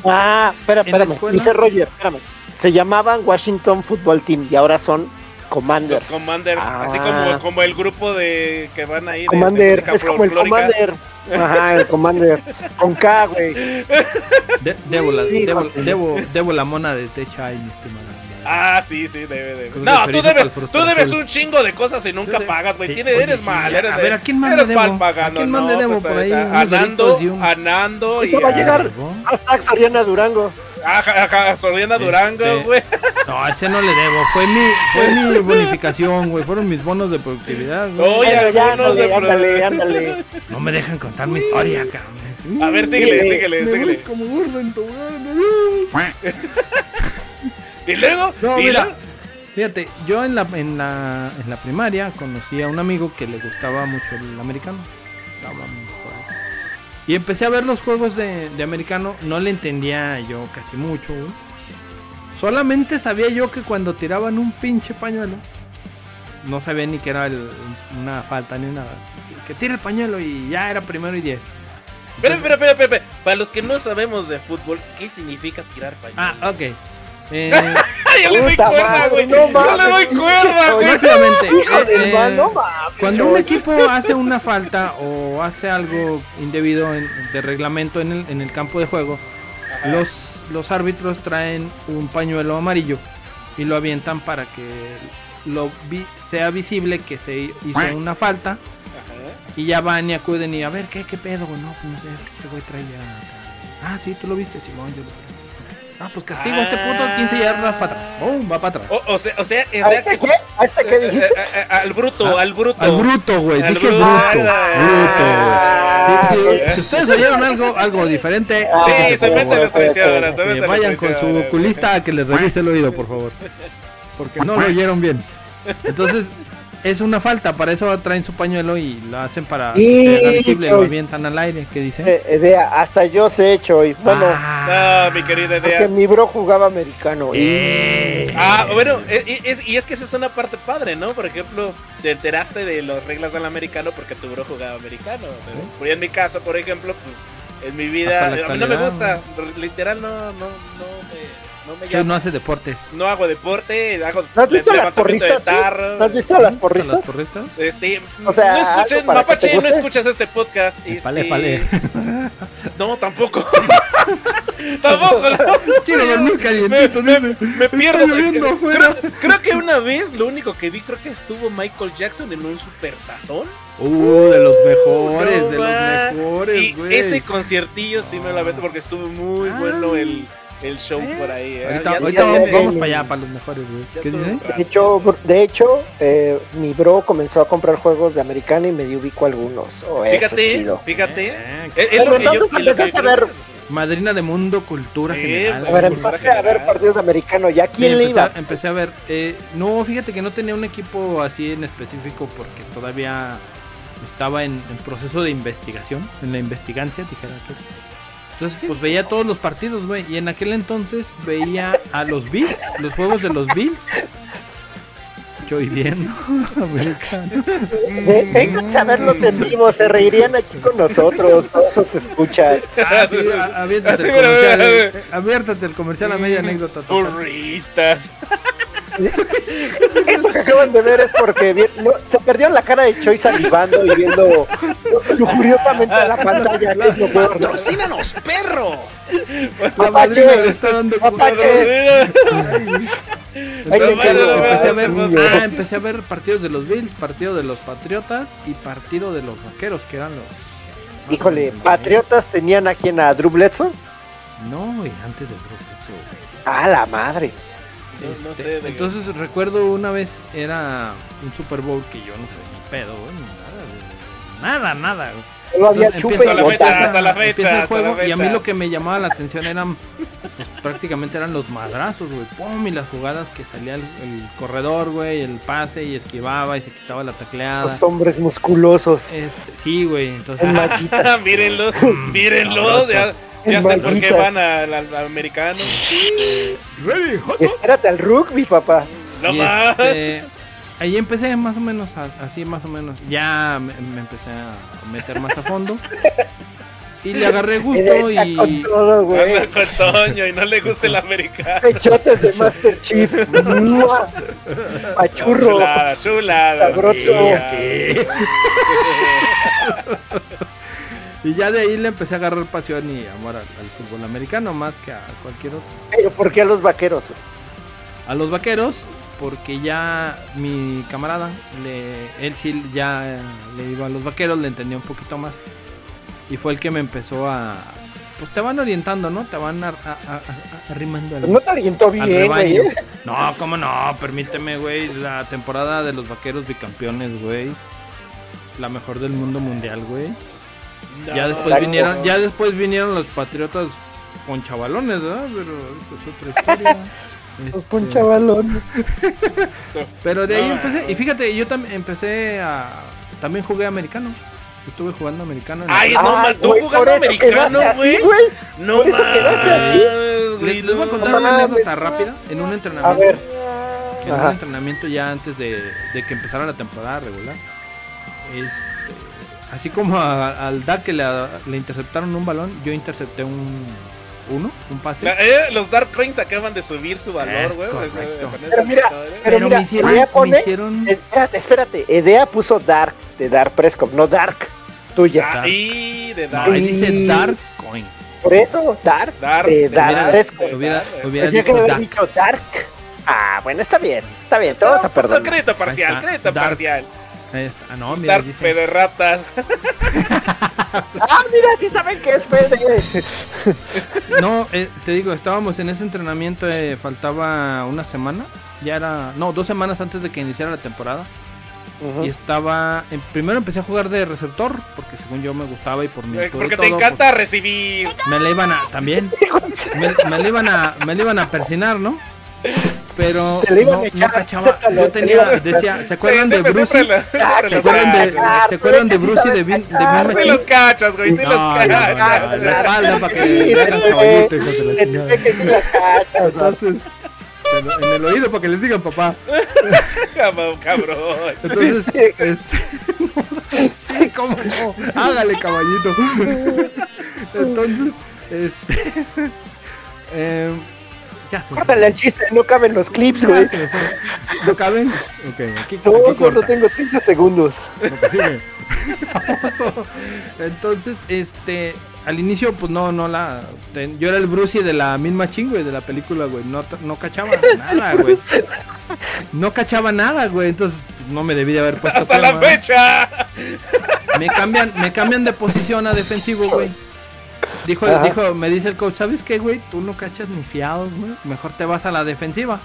Ah, espera, en la espérame. escuela- Dice Roger, espérame. Se llamaban Washington Football Team y ahora son Los Commanders. Commanders, Ah. así como, como el grupo de que van ahí. de- de Commander, música es como el folclórica. Commander. Ajá, el Commander. Con K, güey. de- debo, la, Sí, debo, José. debo- debo la mona de Techa y mi estimada. Ah, sí, sí, debe, debe. Cruz de No, tú chorizo debes, con cruz tú debes azul. un chingo de cosas y Yo nunca de- pagas, güey. sí, Tienes- oye, eres sí, mal, a eres de- ver, ¿a quién más le eres debo? mal pagando, ¿A quién más ¿no? le debo Pues por ahí ahorita, unos Anando, doritos y un- Anando y Ahorita va a a, llegar. Hashtag Soriana Durango. ajá, ajá, Soriana Este- Durango, güey. No, a ese no le debo. Fue mi, fue (laughs) mi bonificación, güey. Fueron mis bonos de productividad, güey. Oye, Bueno, ya, algunos de ándale, ándale, pro- ándale. No me dejan contar mi historia, cabrón. A ver, síguele, Sí, síguele, Me voy síguele. como gordo en tobogán. Y luego, No, y mira. luego- Fíjate, yo en la, en, la, en la primaria conocí a un amigo que le gustaba mucho el americano. Estaba muy joven. Y empecé a ver los juegos de, de americano. No le entendía yo casi mucho. güey. Solamente sabía yo que cuando tiraban un pinche pañuelo, no sabía ni que era el- una falta ni una. Que, que tira el pañuelo y ya era primero y diez. Espera, espera, espera, espera, espera. Para los que no sabemos de fútbol, ¿qué significa tirar pañuelo? Ah, ok. Eh, ¡Ay, yo le doy Puta cuerda, madre, güey! no ¡Yo le mames, doy pinche cuerda, güey! rápidamente. Hijo eh, del man, no mames. Cuando un George. equipo hace una falta o hace algo indebido en- de reglamento en el, en Ah. el campo de juego, los, los árbitros traen un pañuelo amarillo y lo avientan para que lo vi- sea visible que se hizo una falta Ajá. y ya van y acuden y a ver qué, qué pedo, güey? no, pues no sé, este güey trae ya. Ah, sí, tú lo viste, Simón, yo lo vi. Ah, pues castigo a este puto 15 yardas para atrás. ¡Bum! Va para atrás. O, o sea, o sea, Eh, o ¿A sea este qué? ¿A este qué dijiste? a- a- a- al Ah, bruto, al bruto. Al bruto, güey. Al Dije bruto. bruto. Ah, Bruto, güey. Sí, sí, güey. Si ustedes oyeron algo, algo diferente, Ah, déjense, Sí, sí, se sí, por meten bueno, las traicionadoras. se favor, que meten las vayan con su traicionadoras. oculista a que les revise el oído, por favor. Porque no lo oyeron bien. Entonces, es una falta. Para eso traen su pañuelo y lo hacen para que sea Y- visible. Lo avientan al aire. ¿Qué dicen? Eh, Edea, hasta yo sé hecho y bueno, Ah, mi querida porque idea. mi bro jugaba americano. y- Eh, Ah, bueno, e- e- es- y es que esa es una parte padre, ¿no? Por ejemplo, te enteraste de las reglas del americano porque tu bro jugaba americano. ¿no? Pues en mi caso, por ejemplo, pues en mi vida, Hasta a la mí no me actualidad, gusta, literal no, no, no me, no me Chuy llama. no hace deportes. No hago deporte, hago ¿No has visto a las levantamiento porristas? de sí? tarro. ¿No has visto a las ¿Están porristas? las correctas? Este, O sea, no escuchen, algo para que Mapache, te no guste. escuchas este podcast. este, Eh, Pale, pale. (laughs) No, tampoco. (laughs) tampoco. no. Quiero dormir Me, calientito, (laughs) me- dice. me pierdo. Está lloviendo afuera. Creo, creo que una vez, lo único que vi, creo que estuvo Michael Jackson en un supertazón. Uh, de los mejores, mejores, no de de los va. los mejores, Y güey. ese conciertillo sí me lo avento porque estuvo muy Ah. bueno el, el show por ahí. ¿eh? Ahorita, Ya- ahorita ya- vamos, ya- vamos para allá, para los mejores, güey. ya ¿Qué todo dicen? raro. De hecho, br- de hecho eh, mi bro comenzó a comprar juegos de americano y me dio ubico algunos. Oh, eso es Fíjate, chido. fíjate. Eh, Es- es Pero lo que yo- entonces es lo empezaste que a yo creo ver- que- Madrina de Mundo, Cultura Sí, General. A ver, Cultura empezaste a ver general. partidos de americano. ¿Ya Sí, quién le empecé- ibas? Empecé a ver. eh, no, fíjate que no tenía un equipo así en específico porque todavía estaba en, en proceso de investigación, en la investigancia, dijera tú. Entonces, pues veía todos los partidos, güey. Y en aquel entonces veía a los Bills, los juegos de los Bills. Yo y bien, ¿no? (laughs) Americano. De- vengan a verlos en vivo, se reirían aquí con nosotros, todos sus escuchas. Ah, sí, a- aviéntate Así, el mira, mira, comercial, mira. eh, aviéntate el comercial a media anécdota. total. Porristas. Eso que acaban de ver es porque bien- no, se perdieron la cara de Choi salivando y viendo lujuriosamente a la pantalla. que es lo peor, Ah, ¿no? ¡Patrocínanos, perro! La Apache. madrina le está dando culo. Apache. Ahí Entonces, te encargo, empecé, a ver, niño. ah, empecé a ver partidos de los Bills, partido de los Patriotas y partido de los Vaqueros, que eran los... más Híjole, grandes, ¿no? Patriotas tenían aquí en a Drew Bledsoe. No, y antes de Brock A la madre. No, no sé de qué. este, Entonces recuerdo una vez, era un Super Bowl que yo no sabía ni pedo, güey, ni nada, güey. nada, nada. güey. Solo había Entonces, chupe empieza- y la fecha, botana. hasta la fecha, empieza el hasta la juego, Y a mí fecha. lo que me llamaba la atención eran, pues, prácticamente eran los madrazos, güey. Pum, y las jugadas que salía el, el corredor, güey, el pase y esquivaba y se quitaba la tacleada. Esos hombres musculosos. Eh, Este, sí, güey, entonces. (laughs) En mallitas. (laughs) Ah, mírenlos, mírenlos. Ya, ya sé por qué van al, al- al americano. Espérate al rugby, papá. No y más. este, ahí empecé más o menos, a- así más o menos. Ya me, me empecé a meter más a fondo. y le (laughs) agarré gusto Está y. con todo, güey. Anda con Toño y no le gusta el americano. Pechotes de Master Chief. (laughs) ¡Mua! Pachurro. Chulada, chulada. Sabroso. Chulada. Y ya de ahí le empecé a agarrar pasión y amor al, al fútbol americano más que a cualquier otro. Pero ¿por qué a los vaqueros? güey? A los vaqueros, porque ya mi camarada, le, él sí ya eh, le iba a los vaqueros, le entendía un poquito más. Y fue el que me empezó a... Pues te van orientando, ¿no? Te van a- a- a- a- arrimando al, Pues No te orientó al bien, güey. rebaño. ¿eh? No, cómo no, permíteme, güey. La temporada de los vaqueros bicampeones, güey. La mejor del mundo mundial, güey. Ya después Exacto. vinieron, ya después vinieron los patriotas con chavalones, ¿verdad? Pero eso es otra (laughs) historia. Los Este, conchabalones. Pero de ahí No, empecé, no. y fíjate, yo también empecé a también jugué americano. Estuve jugando americano en la Ay, prepa. no, ma, tú Ah, güey, jugando por eso americano, quedaste así, güey. No Por eso Pues, quedaste así. más, güey, Les, les voy a no. contar No una mames. anécdota rápida en un A entrenamiento. ver. en un Ajá. entrenamiento ya antes de, de que empezara la temporada regular. Este, así como a- al Dark que le, le interceptaron un balón, yo intercepté un uno, un pase. La- eh, los Dark Coins acaban de subir su valor, Es güey. o sea, correcto. con eh. Pero esa mira, historia. pero mira, me hicieron, voy a me poner- hicieron- Espérate, espérate. Edea puso Dark de Dark Prescott, no Dark. Tuya. Ah, y de No, Dark. ahí dice Dark Coin. Por eso, Dark, Dark, de de Dark Mira, veras. Prescott. hubiera, hubiera Tenía que dicho haber Dark. dicho Dark. Ah, bueno, está bien, está bien, te vamos a No, perdonar. crédito parcial, Ahí está, crédito Dark. parcial. Ahí está. Ah, no, mira, Dark dice- de ratas. Ah, mira, sí saben que (laughs) es Fede. No, eh, te digo, estábamos en ese entrenamiento, eh, faltaba una semana, ya era, no, dos semanas antes de que iniciara la temporada. Y estaba, en- primero empecé a jugar de receptor, porque según yo me gustaba y por mi altura y Eh, Porque te todo, encanta recibir. pues, me la iban a, también, me, me la iban a, me la iban a persinar, ¿no? Pero Te la iban no, a no echar, cachaba, acéptalo, yo te la iban tenía, a- decía, ¿se acuerdan de Siempre- siempre Bruce? la- Ah, siempre ¿Se los acuerdan de, cachas. cachar, ¿se acuerdan de Fede, sí Bruce y de sabe Vin, de cachar, Vin Sí Fede. Machine? los cachas, güey, sí No, los Ah, no, no, no, cachas. Ah, la espalda para que Sí, le se hagan te caballito, ve. hijos de la Se te chingada. ve que sí las cachas. ¿no? Entonces, en, en el oído para que les digan papá. Cabrón, (laughs) cabrón. Entonces, este, (laughs) no, sí, cómo no, hágale caballito. Entonces, este, (laughs) eh, ya se me fue. Córtale el chiste, no caben los (laughs) clips, Ya güey. se me fue. ¿No caben? Ok, aquí, No, aquí solo corta. tengo 30 segundos. lo que sigue. (laughs) Famoso. Entonces, este, al inicio, pues no, no la. ten- yo era el Brucey de la misma ching, güey, de la película, güey. No, t- no (laughs) cachaba nada, Ah, güey. No cachaba nada, güey. Entonces, pues, no me debí de haber puesto. Hasta la crema. fecha. Me cambian, me cambian de posición a defensivo, güey. Dijo, Ajá. dijo, me dice el coach, ¿sabes qué, güey? Tú no cachas ni fiados, güey. Mejor te vas a la defensiva.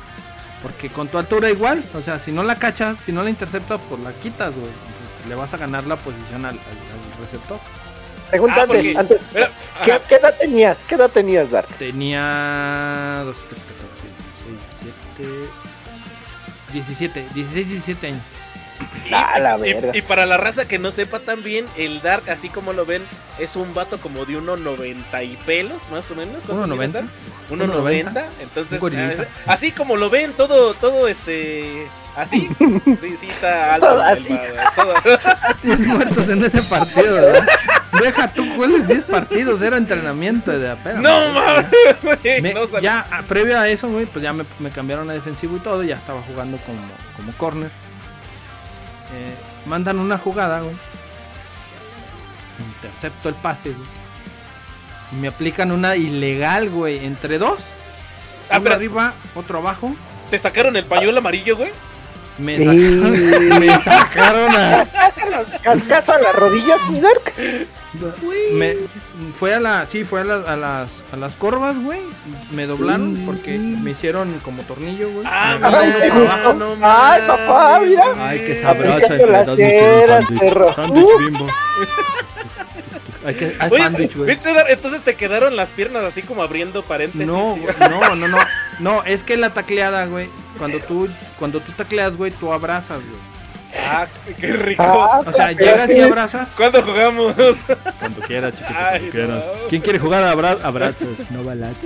Porque con tu altura igual, o sea, si no la cachas, si no la interceptas, pues la quitas, güey. Entonces, Le vas a ganar la posición al, al- al receptor. Pregunta Ah, antes, porque- antes. Pero- ¿qué, Ajá. qué edad tenías? ¿Qué edad tenías, Dark? Tenía... 2, 3, 14, 16, 17, 17, 16, 17 años. Y- Ah, la y- verga. Y, para la raza que no sepa también, el Dark, así como lo ven, es un vato como de 1.90 y pelos, más o menos. ¿cuánto 1.90. mide Dark? 1.90. Un Entonces, ah, gorilita. así como lo ven, todo, todo este. (laughs) Así. Sí, sí, está alto. Todo el así. vato, todo. (laughs) 10 (laughs) muertos en ese partido, ¿verdad? Deja tú, ¿cuáles 10 partidos? Era entrenamiento de apenas. No mames. güey, Me- no sale. ya a- previo a eso, güey, pues ya me, me cambiaron a defensivo y todo, ya estaba jugando como, como corner. Eh, mandan una jugada, güey. Intercepto el pase, güey. Y me aplican una ilegal, güey, entre dos. Ah, uno pero- arriba, otro abajo. ¿Te sacaron el pañuelo amarillo, güey? Me, Sí. sacaron, (laughs) me sacaron (laughs) a- ¿Cascazo a los- ¿Cascazo a las rodillas, mi Dark? me- fue a la. Sí, fue a, la- a las, a las corvas, güey. Me doblaron porque me hicieron como tornillo, güey. Ah, Me Ay, mira, te gustó. no Ay, mames. papá, mira. Ay, qué Ah, sabroso, sabroso. Aplicando entre las dos me hicieron fieras, sándwich. perro. Sándwich Uh. bimbo. Hay que, hay Oye, sándwich, güey. pinche Dark, entonces te quedaron las piernas así como abriendo paréntesis. No, ¿sí? güey, no, no, no. (laughs) No, es que la tacleada, güey. Cuando tú, cuando tú tacleas, güey, tú abrazas, güey. (laughs) Ah, qué rico. Ah, O sea, pero llegas sí. y abrazas. ¿Cuándo jugamos? (laughs) Cuando quieras, chiquito, Ay, cuando quieras. no. ¿Quién quiere jugar a abra- abrazos? No balazos.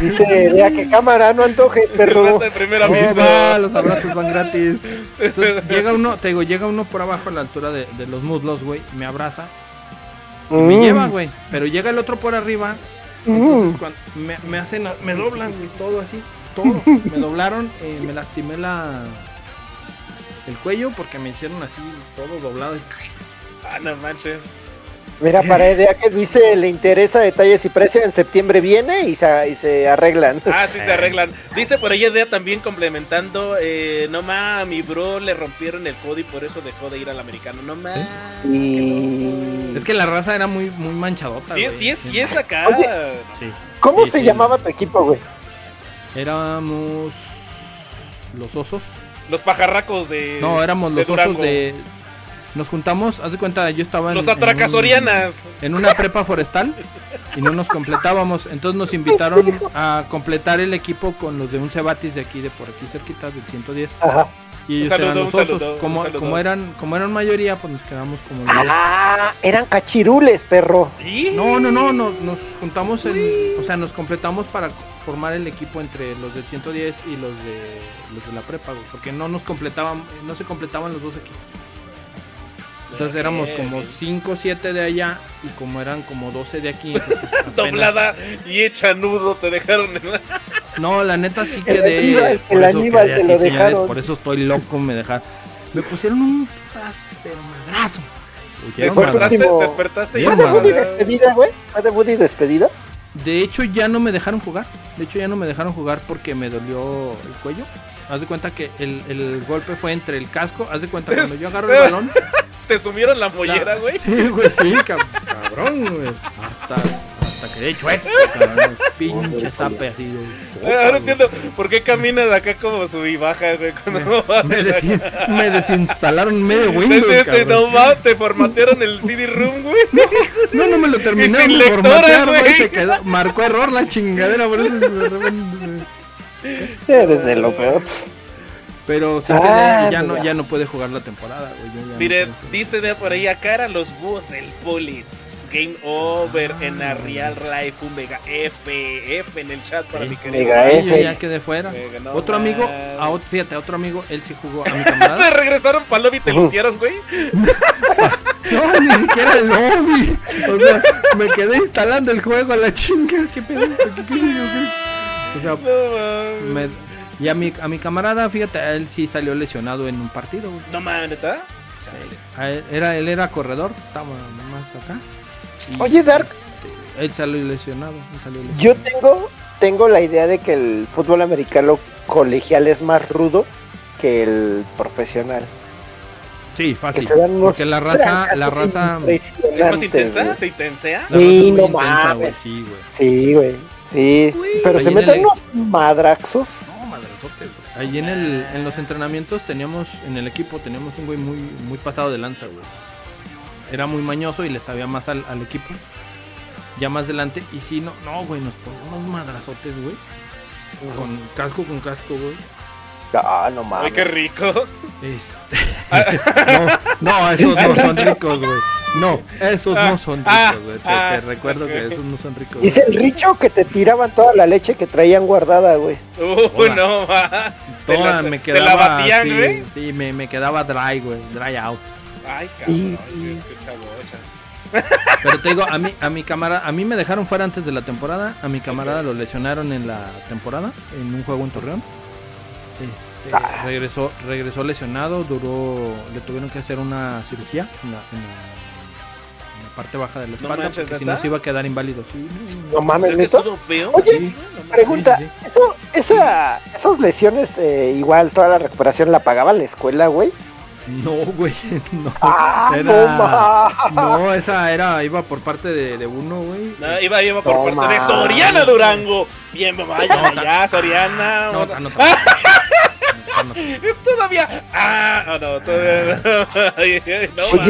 Dice, vea que cámara, no antojes, perro. Rata de primera No, vista. va, los abrazos van gratis. Entonces, llega uno, te digo, llega uno por abajo a la altura de, de los muslos, güey. Me abraza. y (laughs) me Mm. lleva, güey. Pero llega el otro por arriba. Entonces, cuando me, me hacen, a- me doblan, güey, todo así. Todo. Me doblaron, eh, me lastimé la. El cuello porque me hicieron así, todo doblado. Ah, no manches. Mira, para idea que dice, le interesa detalles y precio, en septiembre viene y se, y se arreglan. Ah, sí se arreglan. Dice por ahí idea también complementando, eh, no ma, a mi bro le rompieron el codo y por eso dejó de ir al americano. No ma. Y... Es que la raza era muy, muy manchadota. Sí, güey. es- sí, es, sí es acá. Oye. Sí. ¿Cómo Sí, se sí. llamaba tu equipo, güey? Éramos. Los osos. Los pajarracos de. No, éramos Eh, de los osos Durango. de. Nos juntamos, haz de cuenta, yo estaba en. Los en un- atracasorianas. En una prepa forestal y no nos completábamos. Entonces nos invitaron a completar el equipo con los de un Cebatis de aquí, de por aquí cerquita, del 110. Ajá. Y ellos saludo, eran un los osos. saludo, un como, saludo. como eran como eran mayoría, pues nos quedamos como. los- Ah, eran cachirules, perro. ¿Y? No, no, no, no, nos juntamos en. O sea, nos completamos para formar el equipo entre los del 110 y los de los de la prepa, güey, porque no nos completaban, no se completaban los dos equipos. Entonces éramos como 5 o 7 de allá y como eran como 12 de aquí. (laughs) entonces apenas- Doblada y hecha nudo, te dejaron en la- No, la neta sí El quedé. Aníbal, el por eso Aníbal quedé te así, lo señores, dejaron. por eso estoy loco, me dejaron. Me pusieron un putas, pero madrazo. Oye, fue el madrazo. Despertaste, último. despertaste y Bien, ¿Fue ya de madre. Buddy estabas- despedida, güey? ¿Fue de Buddy despedida? De hecho, ya no me dejaron jugar. De hecho, ya no me dejaron jugar porque me dolió el cuello. Haz de cuenta que el, el golpe fue entre el casco. Haz de cuenta cuando yo agarro el balón. (laughs) Te sumieron la mollera, güey. Sí, güey, sí, cab- cabrón, güey. Hasta, hasta quedé chueco, cabrón. Pinche tape así. güey. Ahora entiendo por qué caminas acá como sub y baja, güey. Cuando vas. Me, desin- me desinstalaron medio Te- Windows, te- te- cabrón. Este, no mames, te formatearon el CD-ROOM, güey. No, no me lo terminaron sin de lectora, formatear, güey. güey. Se quedó, marcó error la chingadera, por eso se lo reven- Eres de lo peor. Pero sí Ah, quedé- ya pues no, ya. ya no puede jugar la temporada, güey. yo ya no Mire, puedo jugar. dice de por ahí a cara los búhos del Pulitz. Game over en la Real Life, un mega F, F en el chat para mi querido. Mega Ay, yo F. ya quedé fuera. Mega, no otro amigo, mames. a, ot- fíjate, a otro amigo, él sí jugó a mi Te (laughs) camarada. regresaron para lobby y te Ujú. lootearon, güey. No, ni siquiera el lobby. O sea, me quedé instalando el juego a la chinga. ¿Qué pedo? ¿Qué- qué- (laughs) qué- qué- O sea, No mames. me- y a mi, a mi camarada, fíjate, a él sí salió lesionado en un partido. güey. No mames, ¿neta? A Ah, él, era, él era corredor, estaba más acá. Y, Oye, Dark. este, él salió lesionado. él salió lesionado. Yo tengo, tengo la idea de que el fútbol americano colegial es más rudo que el profesional. Sí, Que fácil. se dan unos Ah, porque la raza- la trancazos raza- impresionantes, ¿Es más intensa? güey. ¿Se intensea? La raza es Sí, muy no intensa, güey, mames. Sí, güey. Sí, güey. Sí, pero Ahí se en meten el- unos madraxos. No, madresote, güey. Ahí en, el, en los entrenamientos teníamos, en el equipo teníamos un güey muy, muy pasado de lanza, güey. Era muy mañoso y le sabía más al, al equipo. Ya más delante. Y sí, no, no, güey, nos poníamos unos madrazotes, güey. Con casco, con casco, güey. Ah, no mames. Ay, qué rico. Es- Este. (laughs) No, no, esos no son ricos, güey. No, esos no son Ah, ricos, güey. Te, ah, te recuerdo ok. que esos no son ricos. Dice el Richo que te tiraban toda la leche que traían guardada, güey. Uh, Hola. no mames. Te Toda la- me te quedaba. la batían, sí, güey. Sí, me, me quedaba dry, güey. Dry out. Ay, Y- cabrón. qué- qué chabocha. Pero te digo, a mí, a mi cámara, a mí me dejaron fuera antes de la temporada, a mi camarada lo lesionaron en la temporada, en un juego en Torreón. Este, regresó, regresó lesionado, duró, le tuvieron que hacer una cirugía en la, en la- en la parte baja de la espalda, manches, porque si ¿neta? no se iba a quedar inválido. Sí, No O sea, mames, que ¿neta? estuvo feo. Oye, Sí, güey, no mames. Pregunta, Sí, sí, ¿eso, esa, ¿esas lesiones eh, igual toda la recuperación la pagaba la escuela, güey? no, güey, (laughs) no. ¡Ah, Era- no mames! No, esa era, iba por parte de, de uno, güey. No, iba, iba por No parte de mames. Soriana Durango. Bien, mamá, ya, ya, Soriana. No, Bueno, no, no, no, (laughs) no. Todavía. Ah, ah, no, todavía. (laughs) No, Ah. Oye,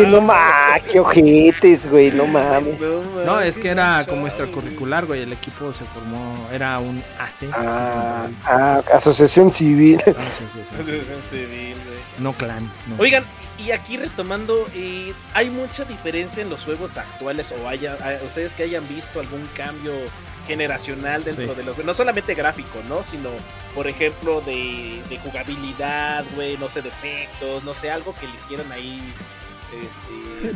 no mames. mames, qué ojetes, güey, no mames. No, No, mames, es que qué era manchado, como extracurricular, güey. El equipo se formó, era un AC. Ah, ah, asociación civil. Ah, sí, sí, sí. güey. Es en civil, güey. No clan. no. (laughs) Oigan, y aquí retomando, eh, ¿hay mucha diferencia en los juegos actuales o haya, a- ustedes que hayan visto algún cambio generacional dentro Sí. de los no solamente gráfico, ¿no? Sino, por ejemplo, de, de jugabilidad, güey, no sé, defectos, no sé, algo que le quieran ahí, este,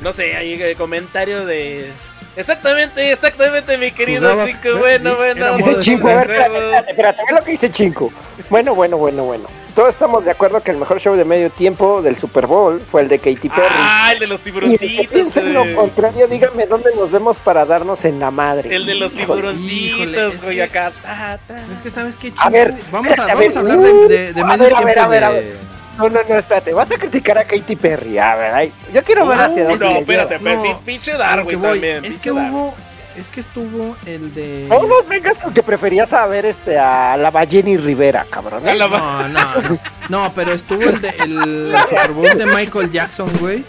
no sé, ahí eh, comentario de... Exactamente, exactamente, mi querido Jugaba- chico, bueno, sí, bueno. era bueno, Dice modo de Chinco, a ver, espérate, juegos. espérate, espérate, ve lo que dice Chinco. Bueno, bueno, bueno, bueno. Todos estamos de acuerdo que el mejor show de medio tiempo del Super Bowl fue el de Katy Perry. Ah, el de los y el que tiburoncitos, piensa en lo güey. contrario, dígame dónde nos vemos para darnos en la madre. El de los Híjole. Híjole, es tiburoncitos, güey, que- acá. ta, ta. Es que sabes qué A ver, chingo? vamos a, espérate, a vamos ver. a hablar de, de, de Uh, medios a ver, a ver, a tiempos de- No, no, no, espérate. Vas a criticar a Katy Perry. A ver, ay, yo quiero ver hacia Uh, No, dónde. no, me espérate, lleva. pero sí, pinche a lo que Darwin voy. también. Es pinche que Darwin. hubo, es que estuvo el de. llevas. No nos vengas con que preferías saber este, a la Balleni Rivera, cabrón. ¿eh? A la va- No, no, no, no, pero estuvo el de (laughs) el Super Bowl de Michael Jackson, güey.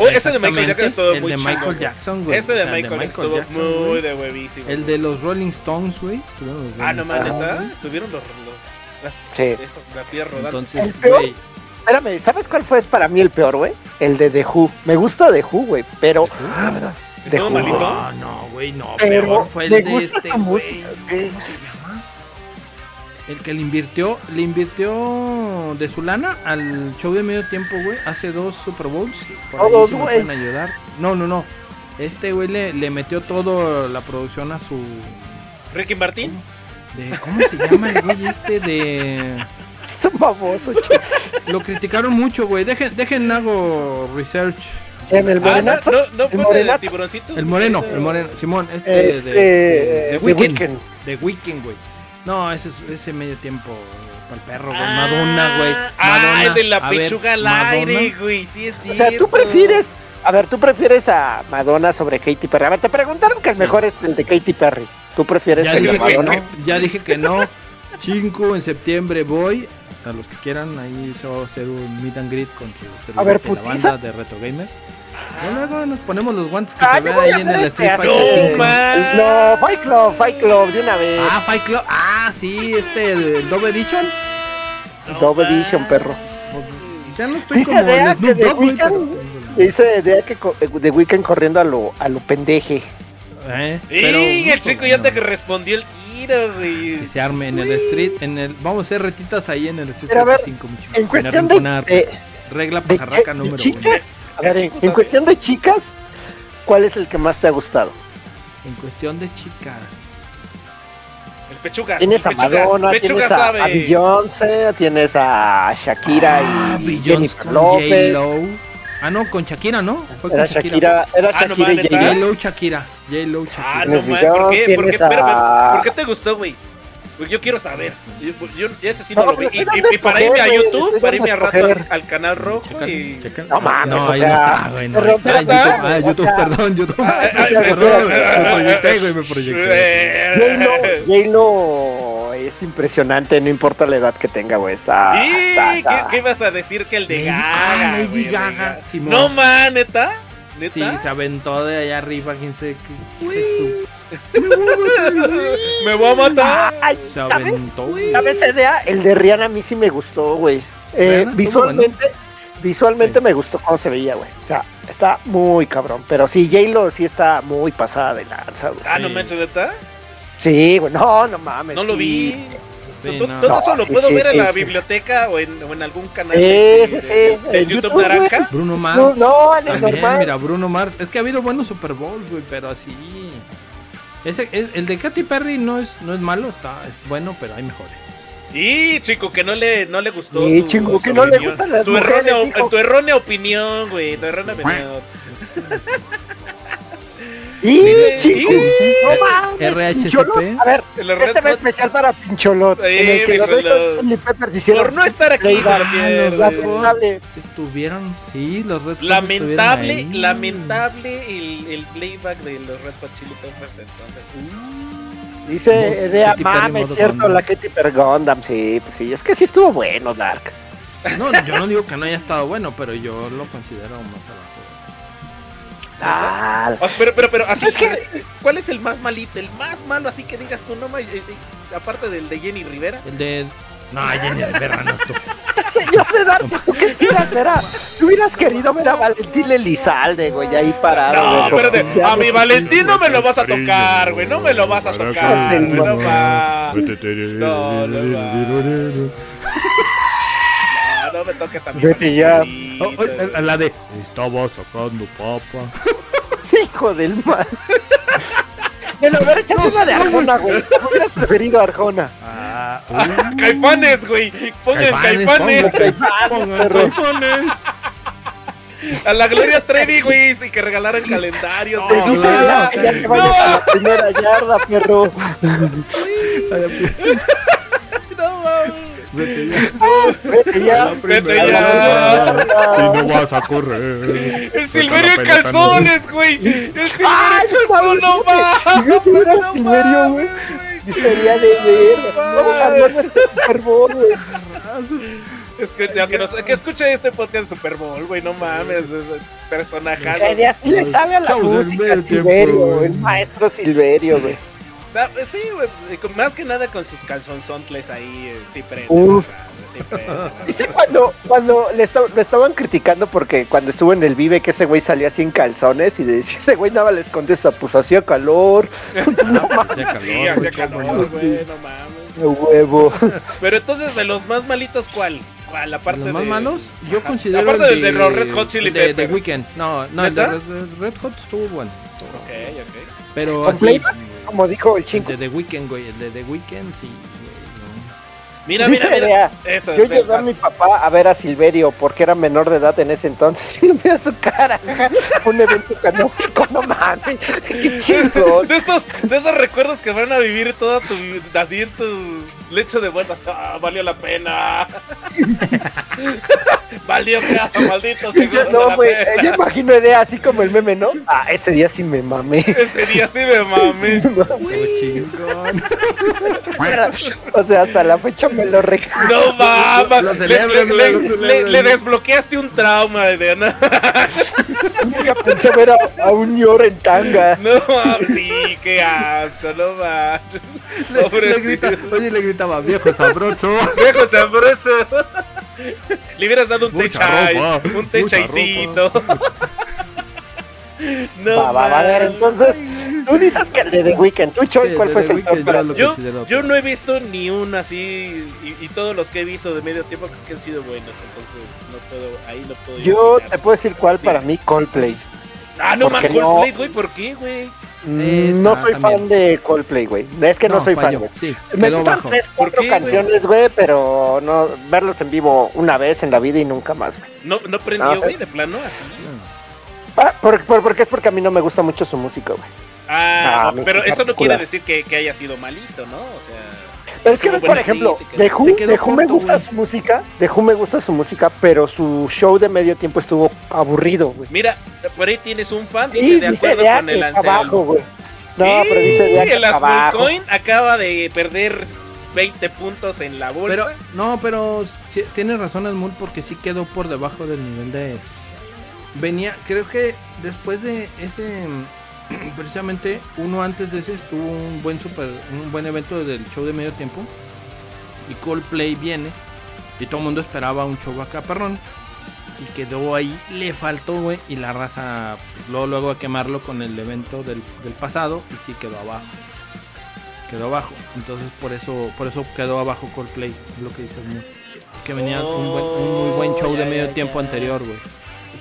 Oh, ese de Exactamente, Michael Jackson estuvo El muy de chingón, Michael güey. Jackson, güey. Ese O de sea, el Michael estuvo Jackson, muy güey. de huevísimo. El de los Rolling Stones, güey. Estuvieron los Ah, Rolling no Stones, mames, güey. ¿verdad? Estuvieron los. los- las, Sí. esas, la tierra rodando. El Entonces, peor- güey, Espérame, ¿sabes cuál fue para mí el peor, güey? El de The Who. Me gusta The Who, güey, pero. ¿Estuvo de malito? No, no, güey, no. Pero peor fue el me de gusta este, esta güey. música, güey. ¿Cómo se llama? El que le invirtió, le invirtió de su lana al show de medio tiempo, güey. Hace dos Super Bowls. Por ahí, Todos, si me Oh, güey. pueden ayudar. No, no, no. Este güey le, le metió todo la producción a su. Ricky Martín. de- ¿Cómo se llama el güey este? De. (gasps) Es un baboso, (laughs) chico. Lo criticaron mucho, güey. Dejen, dejen hago research. En el Ah, no, morenazo. no, no ¿El fue el de morenazo? tiburoncito. El moreno, el moreno. Simón, este. Este, de, de, de The Weeknd. Weeknd. De Weekend, güey. No, ese, es- ese medio tiempo para el perro, güey. Ah, Madonna, güey. Ah, Madonna. el de la A ver, pechuga al Madonna. aire, güey. Sí, es O cierto. sea, tú prefieres. pues. A ver, tú prefieres a Madonna sobre Katy Perry. A ver, te preguntaron que el mejor es el de Katy Perry. ¿Tú prefieres Ya el de dije que no, Madonna? ya dije que no. 5 en septiembre voy. A los que quieran, ahí se va a hacer un meet and greet con su A ver, servidor de la ¿putiza? banda de Retro Gamers. Y luego nos ponemos los guantes que Ah, se yo vean voy ahí a en hacer el este Street Fighter así. 5. No, man. No, Fight Club, Fight Club, de una vez. Ah, Fight Club. Ah, sí, este, el Dove Edition. Double Edition, perro. Ya no estoy Dice como Dea el que Snoop The Dogg, güey, Weeknd. pero- Dice idea que co- de Weekend corriendo a lo, a lo pendeje. Eh, Y pero- el chico ya te bueno, que respondió el tiro, güey. que se arme en el street, en el, vamos a hacer retitas ahí en el street Pero a ver, 5, muchachos, En sin cuestión de, eh, arrinconar. de- regla de- eh, pajarraca de número uno. chicas, a ver, en, Chicos, en a cuestión de chicas, ¿cuál es el que más te ha gustado? En cuestión de chicas. El Ah, pechugas. Tienes el a pechugas, Madonna, pechugas tienes a, sabe. a Beyoncé, tienes a Shakira Ah, y Beyoncé Jennifer con López. J-Lo. Ah, no, con Shakira, ¿no? Fue con Era Shakira, era Ah, no Shakira y mames, J-Lo. J-Lo, Shakira. J-Lo, Ah, Shakira. no, Tienes man. video, ¿Por qué? ¿Por qué? tienes Espérame, a- ¿Por qué te gustó, güey? Güey, Yo quiero saber. Yo, yo ese sí no, No, lo vi. pero Y, estoy y- dando y para a irme a escoger, güey, YouTube, estoy para irme al dando a rato al, escoger. al canal rojo Checa- y. checa- No mames, no, o ahí sea, no está, güey. No, te rompes Ah, YouTube, la- ah, YouTube, o sea- Ah, perdón, YouTube. ay, ay, perdón, ay, me proyecté, güey, me proyecté. (laughs) J-Lo- J-Lo es impresionante, no importa la edad que tenga, güey. Está, está- ¿Y está- qué, qué vas a decir que el de Lady- Gaga? ah, Lady güey, de Gaga, Simón. No, man, neta. ¿Neta? Sí, se aventó de allá arriba, quién sé qué- qué. su- Me voy a matar. Ay, Se ¿sabes? aventó, güey. ¿Sabes, Edea? El de Rihanna a mí sí me gustó, güey. Eh, Rihanna estuvo visualmente, visualmente me gustó cómo se veía, güey. O sea, está muy cabrón. Pero sí, J-Lo sí está muy pasada de lanza, güey. Ah, no Sí. manches, neta. Sí, güey. No, no mames. No lo Pues sí. vi. Sí, Todo, no. todo No, eso lo sí, puedo sí, ver en sí, la sí. biblioteca o en, o en algún canal Sí, de, sí, sí. de- de En YouTube, YouTube, güey. Naranja. Bruno Mars. No, no, en el También, normal. Ah, mira, Bruno Mars. Es que ha habido buenos Super Bowls, güey, pero así. Ese, es- el de Katy Perry no es, no es malo, está, es bueno, pero hay mejores. Y chico, que no le, no le gustó. Sí, tu- chico, tu que no le opinión. gustan las tu mujeres, errónea, op- dijo. tu errónea opinión, güey. Tu errónea opinión. Y Dice- chico. Sí, eh, No mames. RHCP. Pincholot. A ver, El error- este va especial para Pincholot. Sí, en el que los Red Hot Pincholot. Chili Peppers hicieron. Por no estar aquí, Playback. se lo pierde. Ah, los Red Hot. Lamentable. Estuvieron, sí, los Red Hot Lamentable, estuvieron ahí. lamentable el, el playback de los Red Hot Chili Peppers. Entonces, uh, Dice Edea, Katy Perry mames, modo cierto, Gundam. la Katy Perry Gundam. Sí, pues sí. Es que sí estuvo bueno, Dark. No, yo no digo que no haya estado bueno, pero yo lo considero más abajo. Ah, o- pero, pero, pero, así Es que- ¿cuál es el más malito? El más malo, así que digas tú, no, ma- eh, eh, aparte del de Jenny Rivera. El de. No, Jenny Rivera no estuvo. yo (laughs) sé, yo sé, Dante, tú quisieras ver a. Tú hubieras querido ver a Valentín Elizalde, güey, ahí parado. No, güey, con pero de- quince a años. mi Valentín no me lo vas a tocar, güey. No me lo vas a tocar, güey. No va. No, no va. No, no me toques a mi Vete ya. Valentincito, Oh, güey. oh, la de estaba sacando papa. (laughs) Hijo del mal. (laughs) Me lo hubiera echado una de Arjona, güey. Hubieras preferido a Arjona. Ah, Caifanes, güey. Pongan Caifanes, caifanes. pongan Pongan Caifanes. A la Gloria Trevi, güey. Y que regalaran calendarios. Te güey. dice no, Adela que ya te vayas a la primera yarda, perro. (laughs) No, mames. Vete ya. Ah, Vete ya. Vete Primero. ya. Ah. Si no vas (laughs) a correr. El Silverio en calzones, güey. El Silverio Ay, en calzones, no va. Si yo tuviera No Silverio, güey. mames, y Sería de ver. Vamos a ver nuestro Super Bowl, güey. Es que, ya que, nos- que escuche este podcast de Super Bowl, güey, no mames. La Personajazo. idea sí le sabe a la Chavos, música, el medio tiempo, Silverio, güey. el maestro Silverio, güey. Da- Ah, eh, Sí, güey. y con- Más que nada con sus calzonzontles ahí. eh, Sí, prende. Uf. güey, Sí, (laughs) prende. ¿Viste cuando, cuando le esta- lo estaban criticando porque cuando estuvo en el Vive que ese güey salía sin calzones y decía, ese güey nada le contesta, pues hacía calor, Sí, hacía calor, güey, no mames. de huevo. (laughs) Pero entonces, de los más malitos, ¿cuál? ¿Cuál? La parte los más de- malos, yo Ajá. considero. Aparte el del de los Red Hot Chili el de- de Peppers. Weeknd. No, no, el de ¿Neta? Red, Red Hot estuvo bueno. Ok, ok. Pero ¿Con así, playback? Como dijo el el chingo. de The Weeknd, güey. El de The Weeknd, sí. güey, Mira, Dice mira, mira. Bea, Eso, Yo ven, llevé a vas. (laughs) mi papá a ver a Silverio porque era menor de edad en ese entonces (laughs) y le veo su cara. Un evento canónico, no mames. (laughs) Qué chingón. (laughs) De esos, de esos recuerdos que van a vivir toda tu así en tu lecho de vuelta. Ah, valió (laughs) la pena. (laughs) valió cada maldito Y segundo. yo, no, la güey. pena. Yo imagino idea así como el meme, ¿no? Ah, ese día sí me mamé. Ese día (laughs) sí me mamé. (laughs) chingón. (laughs) (laughs) o sea, hasta la fecha me lo recuerdo. No mames. Lo Le- celebran, le, luego le- celebran. le- le desbloqueaste un trauma, Adriana. Nunca pensé ver a, a un ñor en tanga. No mames. Sí, qué asco, no mames. Le, le Pobrecito. grita, oye, le gritaba, viejo sabroso. Viejo sabroso. Le hubieras dado un Mucha techay. ropa, Un mucha techaycito. (laughs) No, Va, va, va, a ver, mames. entonces, tú dices que el de The Weeknd. ¿Tú, Choy, Sí, cuál de fue The el Weeknd, top? para yo lo ti? Yo, considero yo top. no he visto ni uno así y, y todos los que he visto de medio tiempo creo que han sido buenos, entonces no puedo, ahí no puedo. Yo opinar. te puedo decir cuál para mí, Coldplay. Ah, no porque man, no- Coldplay, güey, ¿por qué, güey? Eh, Mm, no está soy también. fan de Coldplay, güey. Es que no, soy fan, falló, güey. Sí, Me quedó gustan bajo. tres, ¿Por cuatro qué, güey? canciones, güey, pero no verlos en vivo una vez en la vida y nunca más, güey. No, no prendió, No sé. güey, de plano así. Ah, por- por- porque es porque a mí no me gusta mucho su música, güey. Ah, Ah, me pero gusta eso no particular. quiere decir que, que haya sido malito, ¿no? O sea, Pero es que, Tuvo por buenas ejemplo, críticas. de Who, Se quedó de Who me corto, gusta güey. su música, de Who me gusta su música, pero su show de medio tiempo estuvo aburrido, güey. mira, por ahí tienes un fan, dice, Y de dice acuerdo de con el acá abajo, Anselmo. güey. No, pero dice Y de acá el Azul abajo. Coin acaba de perder 20 puntos en la bolsa. Pero, no, pero sí- tienes razón, Edmund, porque sí quedó por debajo del nivel de. Venía, creo que después de ese. (clears throat) mm, Precisamente uno antes de ese estuvo un buen super, un buen evento del show de medio tiempo. Y Coldplay viene. Y todo el mundo esperaba un show acá, perrón. Y quedó ahí, le faltó, güey. Y la raza, pues, luego, luego a quemarlo con el evento del, del pasado. Y sí quedó abajo. Quedó abajo. Entonces por eso, por eso quedó abajo Coldplay, es lo que dices, güey. Que venía un, buen- un muy buen show Oh, de ya, medio ya, tiempo ya. anterior, güey.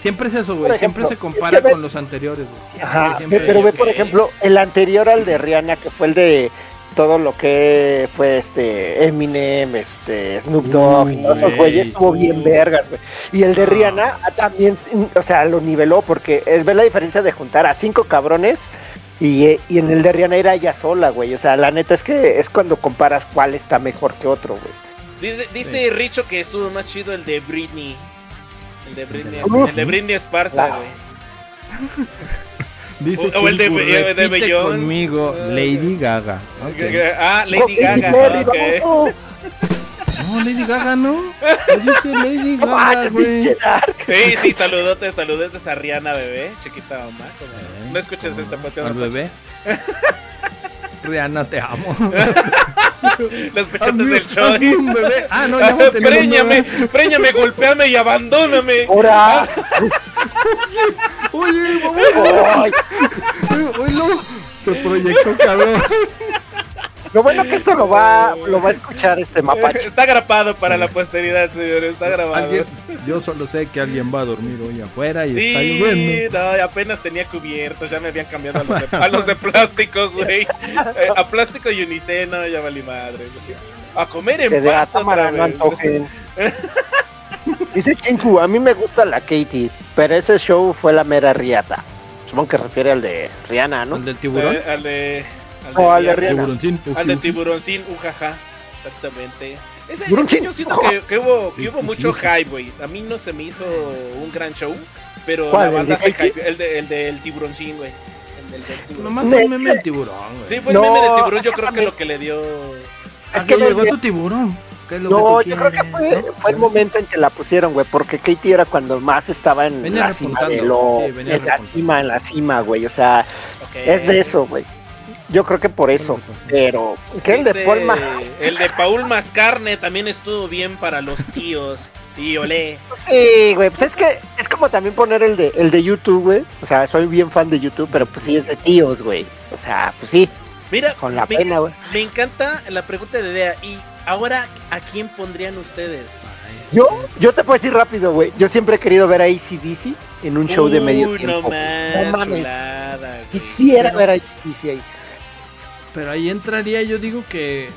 Siempre es eso, Por güey. ejemplo, Siempre se compara es que ve- con los anteriores, güey. Siempre, Ajá, siempre. pero ve, por ok. ejemplo, el anterior al de Rihanna, que fue el de todo lo que fue este Eminem, este Snoop Dogg, y todos esos güey, güeyes, estuvo bien vergas, güey. Y el de Ah. Rihanna ah, también, o sea, lo niveló, porque es ver la diferencia de juntar a cinco cabrones y, eh, y en el de Rihanna era ella sola, güey. O sea, la neta es que es cuando comparas cuál está mejor que otro, güey. Dice, dice Richo que estuvo más chido el de Britney. El de Britney, Uf. el de Britney Esparza, Wow. güey. Dice o- o el de- Chingu, el de repite Beyoncé. conmigo, Lady Gaga. Ok. Ah, No, Lady Gaga. Perry, ok. vamos, No, Lady Gaga no. Pues Yo dice Lady (laughs) no, no Gaga, manches, güey. pinche Dark. Sí, sí, saludotes, saludotes a Rihanna, bebé. Chiquita mamá. como- Eh, No escuches esta parte. Al bebé. Rihanna, te (laughs) amo. Lo escuchaste del show. ¿eh? Hazme un bebé. Ah, no, ya voy a tener un préñame, bebé. préñame, golpeame y abandóname. Oh, Ahora, Oye, vamos. ay, Oye, oye, no. Se proyectó, (laughs) cabrón. lo bueno que esto lo va, lo va a escuchar este mapache. Está grabado para la posteridad, señores. Está grabado. Alguien- yo solo sé que alguien va a dormir hoy afuera y está Sí, lloviendo. no, apenas tenía cubiertos, ya me habían cambiado a los (laughs) de, a los de plástico, güey. Eh, A plástico y uniceno, ya valí madre. güey. A comer en Se de pasta Atámara, no otra vez. (laughs) antojen. Dice Chinku, a mí me gusta la Katie, pero ese show fue la mera riata. Supongo que refiere al de Rihanna, ¿no? ¿El del tiburón? Eh, Al de. Al No, al de Rihanna. Rihanna. Tiburoncín. Al de tiburón sin ujaja. Exactamente. Ese, ese Tiburoncín, yo siento que, que hubo, que Sí, hubo sí, mucho sí. hype, güey. A mí no se me hizo un gran show, pero ¿Cuál, la el banda de se Katy? hype. El de- el del tiburoncín, güey. El del- del tiburón. Nomás fue el Es meme que- del tiburón, güey. Sí, fue el No, meme del tiburón, es yo que creo que también- lo que le dio. Es Es que que no llegó es- tu tiburón. ¿Qué es lo No, que tú yo creo que quieres, fue, no? fue el momento en que la pusieron, güey, porque Katie era cuando más estaba en Venía la cima repuntando, de lo... sí, venía en la repuntando. Eh. cima, en la cima, güey, o sea, ok. es de eso, güey. Yo creo que por eso, pero... ¿Qué el de Dice, Paul Ma- El de Paul Mascarne también estuvo bien para los tíos. Y olé. Sí, güey, pues es que es como también poner el de el de YouTube, güey. O sea, soy bien fan de YouTube, pero pues sí es de tíos, güey. O sea, pues sí, Mira, con la me, pena, güey. me encanta la pregunta de Dea. Y ahora, ¿a quién pondrían ustedes? Yo, yo te puedo decir rápido, güey. Yo siempre he querido ver a ACDC en un show de medio Uy, tiempo. No, güey. man, no mames. chulada, güey. Quisiera ver a ACDC ahí. Pero ahí entraría, yo digo que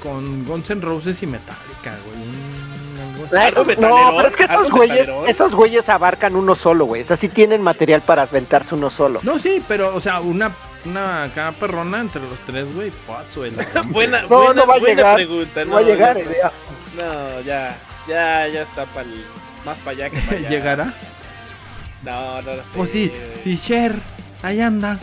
con Guns N' Roses y Metallica, güey. un- algo así. Ah, ¿Algo Esos- metalero? no, pero es que esos ¿Algo güeyes, metalero? esos güeyes abarcan uno solo, güey. O sea, sí tienen material para aventarse uno solo. No, sí, pero, o sea, una, una acá perrona entre los tres, güey. Pots, güey. la (laughs) (laughs) rompe. Buena, No, buena, no va a buena llegar, pregunta. No va a llegar, no, eh, ya. no, ya, ya, ya está para más para allá que para (laughs) allá. ¿Llegará? No, no lo sé. O Oh, sí, sí, Cher. Ahí anda.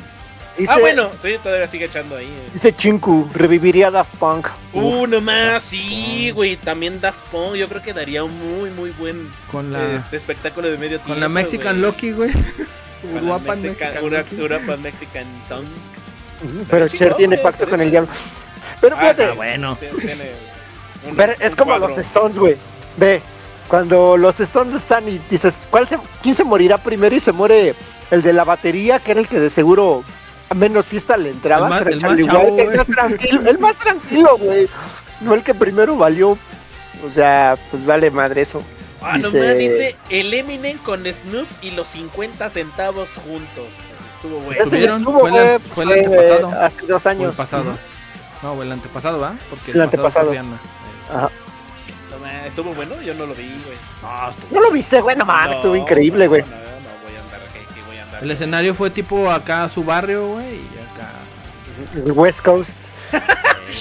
Dice, Ah, bueno, sí, todavía sigue echando ahí. eh. Dice Chinku, reviviría Daft Punk. Uf, Uno más, sí, güey. También Daft Punk, yo creo que daría un muy, muy buen Con la, este espectáculo de medio tiempo. con la Mexican güey. Loki, güey. Con (laughs) la Uruapan Mexican- Mexican Ura- Loki. Uruapan Mexican Song. pero sí, Cher no, tiene güey, pacto pero con sí. el diablo. Pero Ah, está fíjate, bueno. Tiene- tiene un- Pero es un como cuadro. los Stones, güey. Ve, cuando los Stones están y dices, ¿cuál se, ¿quién se morirá primero? Y se muere el de la batería, que era el que de seguro a menos fiesta le entraba. El más- pero el Charlie más chavo, White, el güey. más tranquilo, el más tranquilo, güey. No el que primero valió. O sea, pues vale madre eso. Ah, no Dice- mames, dice el Eminem con Snoop y los 50 centavos juntos. Estuvo bueno. Ese ya ¿Tuvieron? estuvo, Fue el güey, an- pues, fue el fue, antepasado. eh, hace dos O el años. pasado. Ujú. No, o el antepasado, ¿va? Porque El antepasado. fue Rihanna. Eh, No mames, estuvo bueno, yo no lo vi, güey. no, estuvo- No lo viste, güey, no mames, No, estuvo increíble, güey. No, no, no, voy a andar, que, que voy a andar. El escenario fue tipo acá su barrio, güey. Y acá. El West Coast.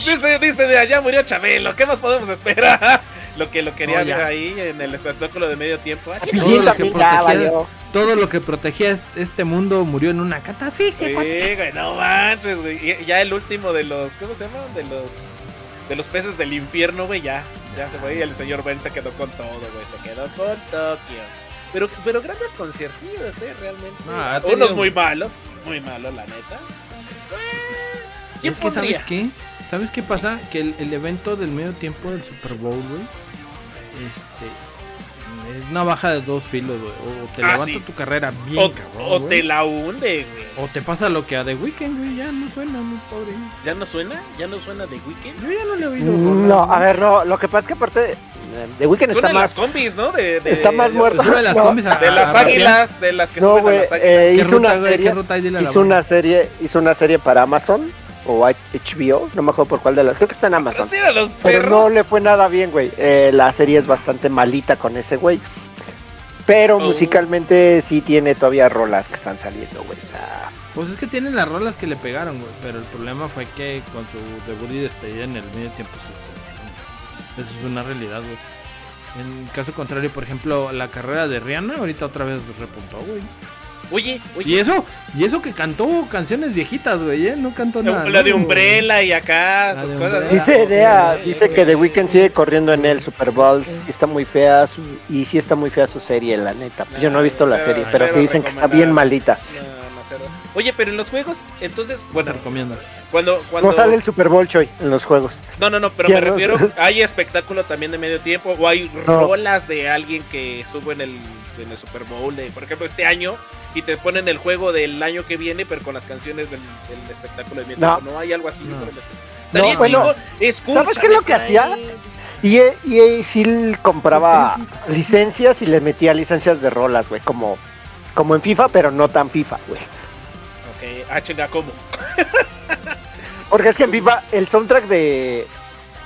Dice, dice, de allá murió Chabelo, ¿qué más podemos esperar? (laughs) Lo que lo quería No, ya. ver ahí en el espectáculo de medio tiempo. Así Todo Sí, lo que también ya protegía- valió. todo lo que protegía est- este mundo murió en una catafixia. Sí, cuate. güey, no manches, güey. Y Ya el último de los, ¿cómo se llama? De los de los peces del infierno, güey, ya. Ya se fue y el señor Ben se quedó con todo, güey. Se quedó con Tokio. Pero, pero grandes conciertillos, eh, realmente. No, ha Unos tenido- muy malos, muy malos, la neta. Pues, ¿Quién es que podría? sabes qué, sabes qué pasa, que el, el evento del medio tiempo del Super Bowl, güey, este, es una baja de dos filos, güey. O, o te Ah, levanta sí. tu carrera bien, O, cabrón, o güey, te la hunde, güey. o te pasa lo que a The Weeknd, güey, ya no suena, mi pobre. ¿Ya no suena? ¿Ya no suena de Weekend? Yo ya no le he oído. gorra, No, a güey. ver, no. Lo que pasa es que aparte, eh, The Weeknd está Suenan las más. combis, ¿no? De, de- Está más de- muerto. Pues sube las No, combis a- De las a- a- águilas, de las que No, suben a güey, las águilas. eh, ¿Qué hizo ruta, una güey? ¿Qué serie, ruta hay de la hizo labor? una serie, hizo una serie para Amazon o HBO, no me acuerdo por cuál de las, creo que está en Amazon. Así eran los eh, Pero perros. no le fue nada bien, güey. Eh, la serie es bastante malita con ese güey. Pero Oh. musicalmente sí tiene todavía rolas que están saliendo, güey. O sea, Pues es que tienen las rolas que le pegaron, güey. Pero el problema fue que con su debut y despedida en el medio tiempo se perdieron. Eso es una realidad, güey. En caso contrario, por ejemplo, la carrera de Rihanna ahorita otra vez repuntó, güey. Oye, oye. Y eso, y eso que cantó canciones viejitas, güey, ¿eh? No cantó la- nada. la de nuevo, Umbrella y acá, La sus de cosas. Umbrella. dice Ah, Dea, ok, dice ok. que The Weeknd sigue corriendo en el Super Bowl, sí está muy fea su, y sí está muy fea su serie, la neta. Pues yo no he visto la Nah, serie, cero pero sí dicen que está bien recomendable. malita. No, no, cero. Oye, pero en los juegos, entonces, güey. bueno, Se recomienda. cuando, cuando No sale el Super Bowl, Choy, en los juegos. No, no, no, pero Ya me no sé. refiero, (laughs) hay espectáculo también de medio tiempo o hay No. rolas de alguien que estuvo en el, en el Super Bowl, de, por ejemplo, este año, y te ponen el juego del año que viene, pero con las canciones del, del espectáculo de medio No. tiempo. No hay algo así. No. por el estilo. No, Estaría bueno, chingón. Escúchame, ¿sabes qué es lo que Fray. hacía? Y EA sí compraba licencias y le metía licencias de rolas, güey, como, como en FIFA, pero no tan FIFA, güey. Ok, ah, chinga, ¿cómo? Porque es que en FIFA el soundtrack de...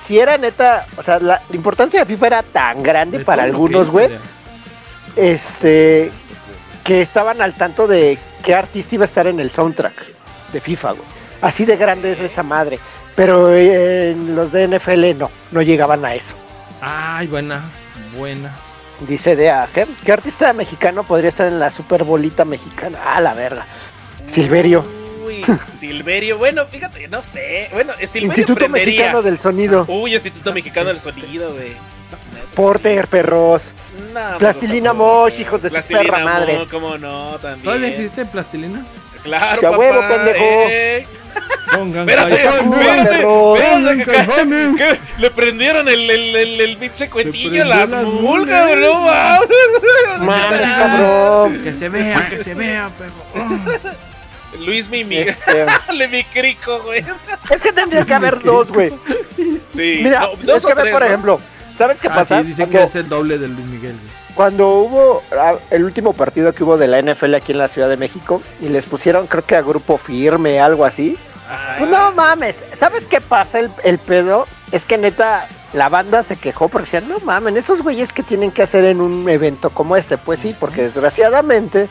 Si era neta, o sea, la, la importancia de FIFA era tan grande De para todo lo algunos, que güey, hizo, este, que estaban al tanto de qué artista iba a estar en el soundtrack de FIFA, güey. Así de grande es esa madre. Pero eh, en los de NFL no, no llegaban a eso. Ay, buena, buena. Dice Dea, ¿qué, qué artista mexicano podría estar en la super bolita mexicana? Ah, la verga. Silverio. Uy, Silverio, bueno, fíjate, no sé. Bueno, eh, Silverio Instituto prendería. Mexicano del Sonido. Uy, Instituto Mexicano del Sonido, güey. Porter, perros. No, Plastilina me gusta todo, Mosh, hijos de su Plastilina perra madre. Mosh, cómo no, también. ¿Todavía existe plastilina? Claro, Ya papá. huevo, pendejo. eh. Pongan Espérate, calzón, Uy, espérate, perro. espérate, pongan que- calzones. que Le prendieron el, el, el, el pinche cuetillo a prendió las las mulgas, mulgas. bro. wow. Mames, Ah. (laughs) cabrón. Que se vea, que se vea, pero. Luis Mimi. Este, (laughs) Le mi crico, güey. es que tendría que haber dos, güey. Sí. Mira, no, dos es que o ve, tres, por ¿no? ejemplo, ¿sabes qué Ah, pasa? sí, dicen que Cuando- es el doble de Luis Miguel, güey. Cuando hubo ah, el último partido que hubo de la NFL aquí en la Ciudad de México y les pusieron, creo que a grupo firme, algo así. Ah, Pues no mames, ¿sabes qué pasa el, el pedo? es que neta, la banda se quejó porque decían, no mamen, esos güeyes que tienen que hacer en un evento como este, pues sí, porque desgraciadamente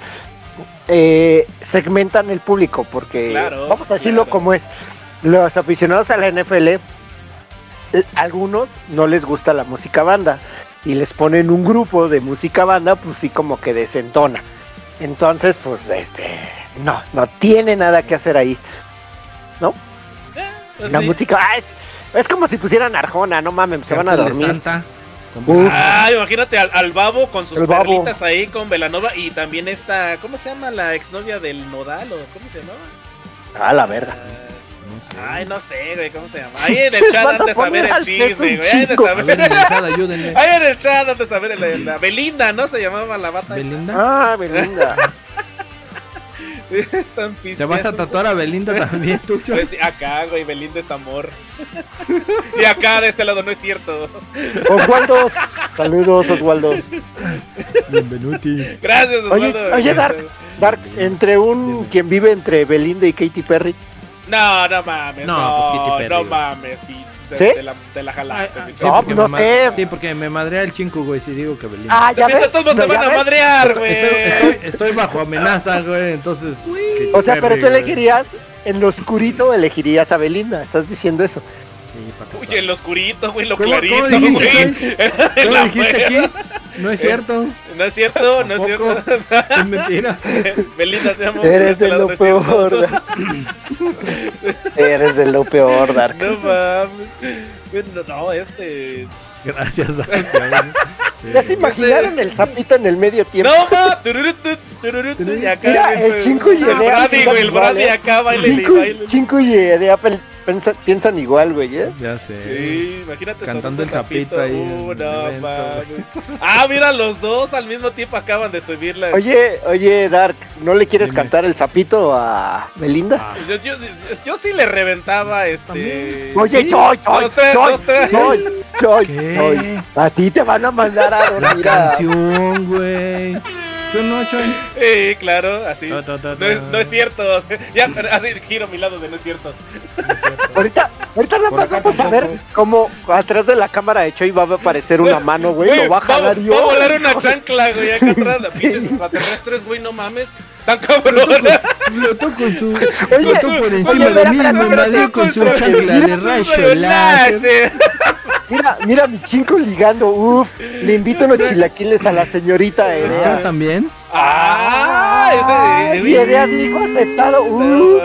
eh, segmentan el público, porque Claro, vamos a decirlo claro. como es, los aficionados a la NFL, eh, algunos no les gusta la música banda y les ponen un grupo de música banda, pues sí como que desentona. Entonces, pues este, no, no tiene nada que hacer ahí. La Sí. música ah, es, es como si pusieran Arjona, no mames, se van a Cartel de dormir. Santa. Uf, Ah, imagínate al, al babo con sus El Babo. perlitas ahí con Velanova y también esta, ¿cómo se llama? La exnovia del Nodal o ¿cómo (laughs) se llamaba? a la verga. ¿Eh? Ay, no sé, güey, ¿cómo se llama? Ahí (laughs) en el chat Van a antes a ver poner el al peso chisme, un güey. Ahí de chingo. A ver, saber. Melchor, ayúdenme. Ahí en el chat antes a ver la, la Belinda, ¿no? Se llamaba la bata. (laughs) Belinda. Ah, Belinda. esta. Están ¿Te vas a pisteando. tatuar a Belinda también, tú? Choy? Pues sí, acá, güey, Belinda es amor. (laughs) y acá de este lado no es cierto. Oswaldo, saludos Oswaldo. Bienvenuti. Gracias, Oye, Osvaldo. Este, oye Dark, Dark, entre un quien vive entre Belinda y Katy Perry. No, no mames. No, No, pues Katy no, Perry, güey. mames. ti- Te, ¿Sí? te la, te la jalaste, Ah, mi ah, No, pues, chavo. porque no me sé. ma- Sí, porque me madrea el chinco, güey, si digo que Belinda. Ah, ya También ves. todos modos No, se van ya a ves. madrear, estoy, güey. estoy- estoy bajo amenaza, güey, entonces. qué O sea, pero perri, tú güey. elegirías en lo oscurito elegirías a Belinda, estás diciendo eso. Sí, para Uy, el oscurito, güey, lo ¿Cómo- clarito, cómo güey. dijiste, (laughs) ¿Tú La lo dijiste fea. aquí? No es cierto. No es cierto, no es Tampoco. cierto. (laughs) Es mentira. (laughs) Belinda te amo. Eres de de este lo lado no es cierto. peor. (laughs) Dark. Eres de lo peor, Dark. No mames. No, no, este. Gracias, Dante. ¿Ya se imaginaron el sapito en el medio tiempo? No, ma. tururú, tu, tururú, tu, y acá, Mira, güey, el chingo y el el Brady, Eddie güey, el igual, Brady ¿eh? acá, baile, Chinco y- Chinco y Edea pel- pensa- piensan igual, güey, ¿eh? Ya sé. Sí, imagínate Cantando sonando el sapito ahí Uh, en no, el evento, mames. Ah, mira, los dos al mismo tiempo acaban de subir las. Oye, oye, Dark, ¿no le quieres Pues, Dime. cantar el sapito a Belinda? Ah, Yo, yo, yo sí le reventaba este. Oye, yo, yo, Dos, tres, yo, dos, tres. yo, yo, yo. ¿Qué? A ti te van a mandar a La dormir a... canción, güey. Yo no, Choy. Sí, claro, así. Ta, ta, ta, ta. No es, no es cierto. (laughs) ya, pero así giro mi lado de no es cierto. Ahorita, ahorita nada Por más acá vamos a tampoco. ver cómo atrás de la cámara de Choi va a aparecer una mano, güey, Güey, lo va a va, jalar va yo. a volar una chancla, (laughs) güey, acá atrás. Las Sí. pinches extraterrestres, güey, no mames. Tan cabrón. Lo toco en su. Oye, lo toco por oye, encima de espérate, mí, me espérate, invadió con su chancla de Su rayo rayo láser. láser. Mira, mira a mi chingo ligando, uf. Le invito unos chilaquiles a la señorita Ah, Edea. ¿También? Ah, ese Y Edea dijo aceptado, uh, uf.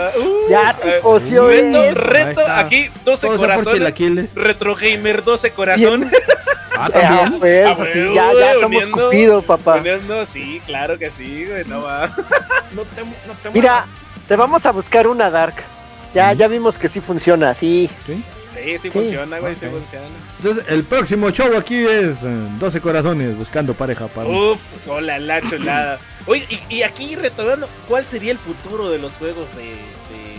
ya se coció Reto, esto. uh, reto, Ahí está. aquí 12 Todo sea por corazones. chilaquiles. Retro Gamer 12 corazón. Ah, Ah, ¿también? pues, Ah, así, güey, ya, ya güey, somos uniendo- cupido, papá. Poniendo, sí, claro que sí, güey, no va. (laughs) No te, no te Mira, te vamos a buscar una Dark. Ya, ya vimos que sí funciona, sí. Sí, sí funciona, güey, sí ok. funciona. Entonces, el próximo show aquí es eh, 12 corazones buscando pareja para. Uf, hola la chulada. Oye, y, y aquí retomando, ¿cuál sería el futuro de los juegos de. de-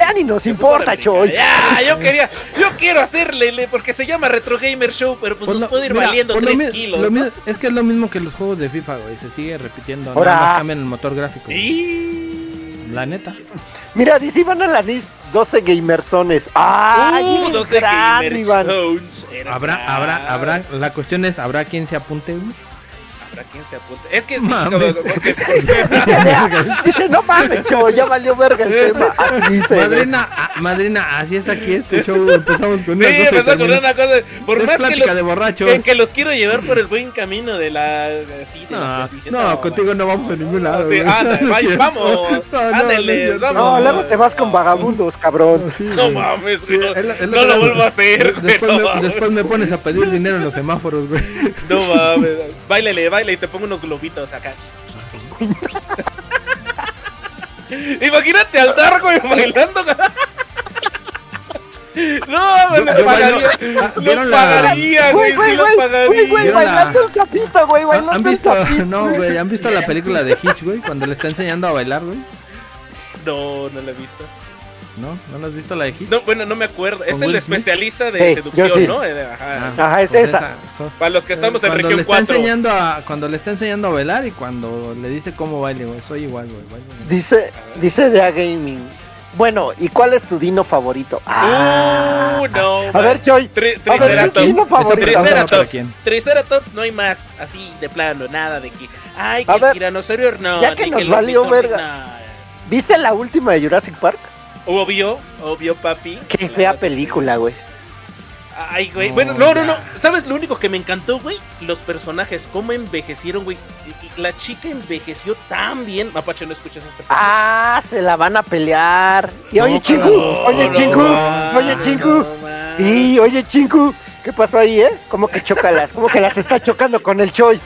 Ya ni nos de importa, fútbol americano? Choy. Ya, yo quería, yo quiero hacerle, le- porque se llama Retro Gamer Show, pero pues, Pues lo- nos puede ir mira, valiendo pues lo 3 mi- kilos. lo ¿no? mi- es que es lo mismo que los juegos de FIFA, güey. Se sigue repitiendo. Ahora. Nada más cambian el motor gráfico. güey. Y... La neta. Mira, dice Iván Alanis, 12 gamersones. ¡Ah! Uh, eres 12 grande, Gamers Iván. (laughs) Jones, eres grande. Habrá, habrá, habrá. La cuestión es, ¿habrá quien se apunte, güey? Habrá quien se apunte. Es que sí, Mames. (laughs) como- porque- Edea, Dice, no mames, Choy, ya valió verga el tema. Así dice. Madrina, ah, madrina, así es aquí este show. Empezamos con una sí, cosa y empezó con termina- una cosa. Por es más que plática los, de borrachos. que, que los quiero llevar por el buen camino de la. así, de la No, felicidad. no, contigo no vamos a ningún lado. güey. sí, anda, (laughs) No vaya, quiero. vamos, ándale, yo- vamos. No, luego te vas con vagabundos, cabrón. sí, No güey. mames, Sí, güey. es No, es no lo que- vuelvo a hacer, güey. Después, no me, mames. después me pones a pedir dinero en los semáforos, güey. No mames. Báilale, baila y te pongo unos globitos acá. Imagínate al Dark, güey, bailando. No, Yo- güey, lo yo bailo- pagaría. ah, Lo ¿vieron la- pagaría, Güey, güey, sí güey, lo güey, güey, güey, Viola. pagaría. bailando el sapito, güey, ¿Han, han bailando el visto, sapito. no, güey, ¿han visto la película de Hitch, güey? Cuando le está enseñando a bailar, güey. No, no lo he visto. ¿No? ¿No lo has visto la de Hitch? No, bueno, no me acuerdo. Es ¿Con el Will Smith? especialista de Sí, seducción, yo sí. ¿no? Eh, Ajá. Ah, Ajá, es pues esa. so- Para los que estamos en cuando le región está 4. enseñando a, cuando le está enseñando a bailar y cuando le dice cómo baile, güey. Soy igual, güey. bailo igual. Dice, dice Dea Gaming. Bueno, ¿y cuál es tu dino favorito? Ah. ¡Uh, no! a man. ver, Choy. Tri- A ver, ¿tu Triceratops. dino favorito? pregunta no para Triceratops, quién. Triceratops no hay más, así de plano, nada de que. Ay, que A el ver, tiranosaurio no. ya que ni nos el valió unicornio, verga. ¿Viste la última de Jurassic Park? no. Obvio, obvio, papi. Qué La fea neta, sí. película, güey. Ay, güey. No, bueno, no, no, no. ya. ¿Sabes lo único que me encantó, güey? Los personajes, cómo envejecieron, güey. Y- y La chica envejeció tan bien. Mapache, no escuchas este. Ah, se la van a pelear. Y oye, No, Chinku, pero- oye, no, Chinku, no, oye, Chinku. Y Y oye, Chinku, ¿qué pasó ahí, eh? ¿Cómo que chocalas? ¿Cómo que las está chocando con el Choy?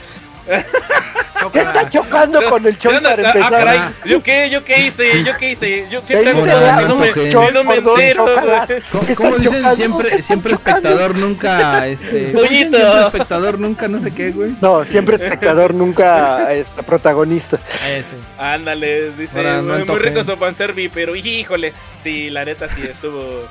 ¿Qué está Ah. chocando con el Choy ah, para empezar? ah. ¿Yo qué? ¿Yo qué hice? ¿yo qué hice? Yo Ahí siempre hago se Con ve cosas y al no me, antoje. Choy y no me por dos entero, "Ah, chócalas. güey. Co- ¿Qué Como están dicen chocando? ¿Qué siempre, están siempre chocando? espectador (laughs) nunca, este. ¿cómo dicen Pollito. siempre espectador nunca, no sé qué, güey. No, siempre espectador, nunca este, protagonista. Eh, Ese. Ándale, dice, Ahora, no muy, muy antojen. rico su panservi, pero híjole, sí, la neta sí estuvo.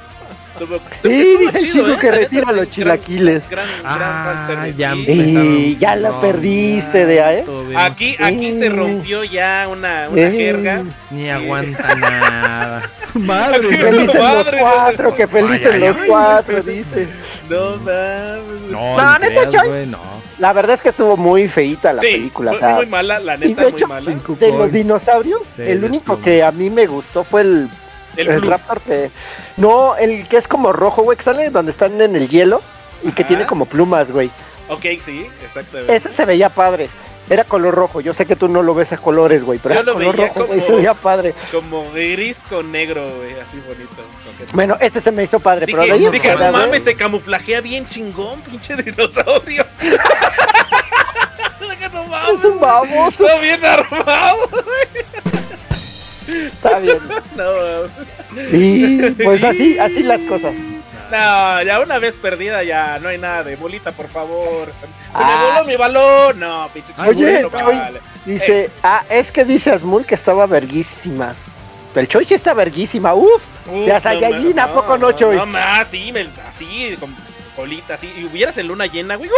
estuvo Y estuvo dice el chido, chico ¿eh? que La neta, retira sí, los gran- chilaquiles. Gran, gran, Ah, fanservice, ya sí. Y ya la perdiste ¿eh? de ahí. Todo bien. Aquí, aquí se Mm. rompió ya una, una Eh. jerga. Ni aguanta (laughs) nada. (laughs) Madre. Felices los Madre, cuatro, que felices Ay, ay, los cuatro, dice. No mames. No, ni neta, creas, Choy. güey, no. La verdad es que estuvo muy feíta la sí, película, o muy, sea, muy mala, la Y neta, de muy hecho, mala. de los dinosaurios, Sí, el único estuvo. que a mí me gustó fue el, El el blue. raptor que... No, el que es como rojo, güey, que sale donde están en el hielo y que Ajá. tiene como plumas, güey. Ok, sí, exactamente. Ese se veía padre. Era color rojo. Yo sé que tú no lo ves a colores, güey, pero Yo era lo color veía rojo, güey, como- se veía padre. Como gris con negro, güey, así bonito. Ok. Bueno, ese se me hizo padre, pero de ahí Dije, en dije, fuera, no güey, mames, se camuflajea bien chingón, pinche dinosaurio. (laughs) Dije, no mames. Es un baboso, Está bien armado. (laughs) está bien. No, mames. Y pues así, así las cosas. no, ya una vez perdida ya no hay nada de bolita, por favor. Se, se Ah. me voló mi balón. No, pinche Oye, chingón, no Choy. vale. Dice, Eh. ah, es que dice Asmul que estaba verguísimas. Pero el Choy sí está verguísima, uf. Uf, De Asayajin, no, ¿a poco no, Choy? No, más, sí, me- así, con colita, así. Y hubieras en luna llena, güey.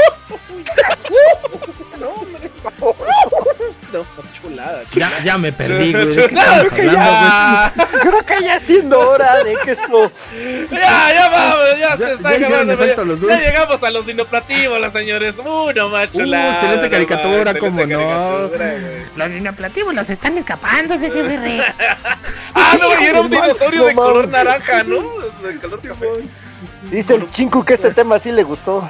No, chulada, chulada. Ya, ya me perdí, güey. (laughs) ¿de qué Chulada, estamos que hablando, güey? ya. Creo que ya es siendo hora de que esto. Ya, ya vamos, ya, se Ya- está ya hicieron acabando. efecto ya- los ya dos. llegamos a los dinoplativos, las señores. Uno más Uh, chulada. excelente no caricatura, más, cómo excelente no. caricatura, güey. Los dinoplativos los están escapando, (laughs) de jefe Rex. Ah, no, y era un No mames, dinosaurio no de color mames. naranja, ¿no? De color café. Dice el Chinku que este tema sí le gustó.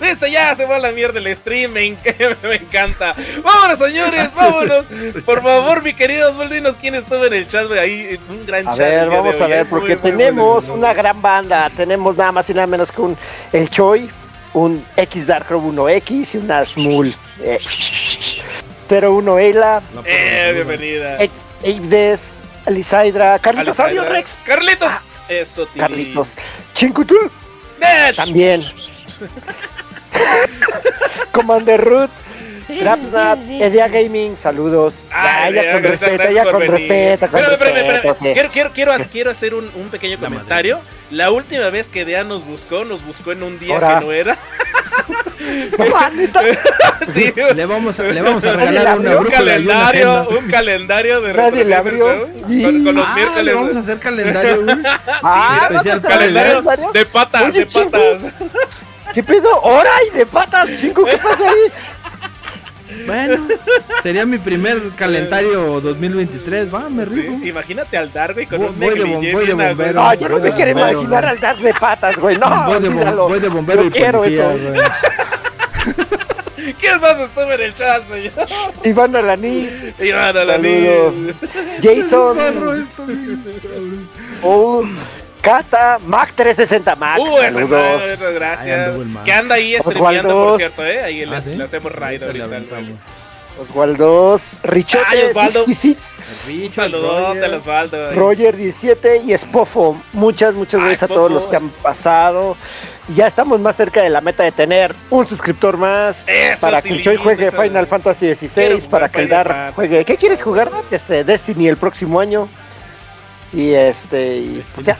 Dice, ya se va a la mierda el stream, me, enc- (laughs) me encanta. Vámonos, señores, vámonos. Por favor, mi querido Osvaldo, dinos quién estuvo en el chat, güey. Ahí, eh, un gran A chat. el día ver, de vamos a hoy, eh. ver, porque Muy, muy tenemos bueno. una gran banda. Tenemos nada más y nada menos que un El Choi, un X Dark Rob 1X y un Asmul. eh, 01 Eila, La porra, Eh, seguro. bienvenida. Eh, Aibdes, Alisaidra, Carlitos Sabio Alessandra. Rex. Carlitos. Ah. Eso, tío. Carlitos. Chincutul, (laughs) Nash. También. Commander Root, Grabsnap, Edia Gaming, saludos. Ah, ya, ya ya, con gracias, respeto, gracias ya por con venir. respeto, con Espérame, espérame, respeto. espérame. sí. Quiero, quiero, quiero, quiero hacer un, un pequeño La madre. comentario. La última vez que Dea nos buscó, nos buscó en un día Ahora. que (laughs) no era. Ah, neta, (laughs) sí, Le vamos a, le vamos a Nadie regalar la una abrió. un brújula y una calendario, agenda. un calendario de Nadie le Retro Gamer abrió. Show, Con, con los Ah, le miércoles. vamos a hacer (laughs) calendario, güey. Ah, ¿no te especial sabes el Calendario calendario? de patas, Oye, de patas. ¿Qué pedo? ¡Hora y de patas! ¡Chingo, qué pasa ahí! Bueno, sería mi primer calendario 2023, va, me Sí, rico. imagínate al Darby con Voy- un voy de negligé bom- voy de bien a bombero. No, gusto. Ah, yo no me Bueno, quiero bueno, imaginar bueno. al dar de patas, güey. No, voy, de bom- olvídalo. voy de bombero Yo y Ah, quiero policía, eso. güey. ¿Quién más estuvo en el chat, señor? Iván Alanis, Y bueno, la Saludos. niña. Barro Jason, esto, güey. Old, Kata, Mac360, Mac, Uh, ese Ah, saludos. man, bueno, Ahí gracias. anduvo el man. Que anda ahí Osvaldo. streameando, por cierto, ¿eh? Ahí le, Ah, ¿sí? le hacemos raid Ahorita le ahorita. al aventamos. Oswaldos, Ay, Richote, Osvaldo. 66, Un saludote a eh. Osvaldo. ahí. Roger17 y Spofo. Muchas, muchas Ay, gracias a todos Spofo. los que han pasado. Ya estamos más cerca de la meta de tener un suscriptor más. Eso, para que el Choy Tilín, juegue muchas Final gracias. Fantasy Quiero XVI, jugar para que el Final Dar Fantasy. juegue. ¿Qué quieres jugar? Dar? Este, Destiny el próximo año. Y este, y pues ya.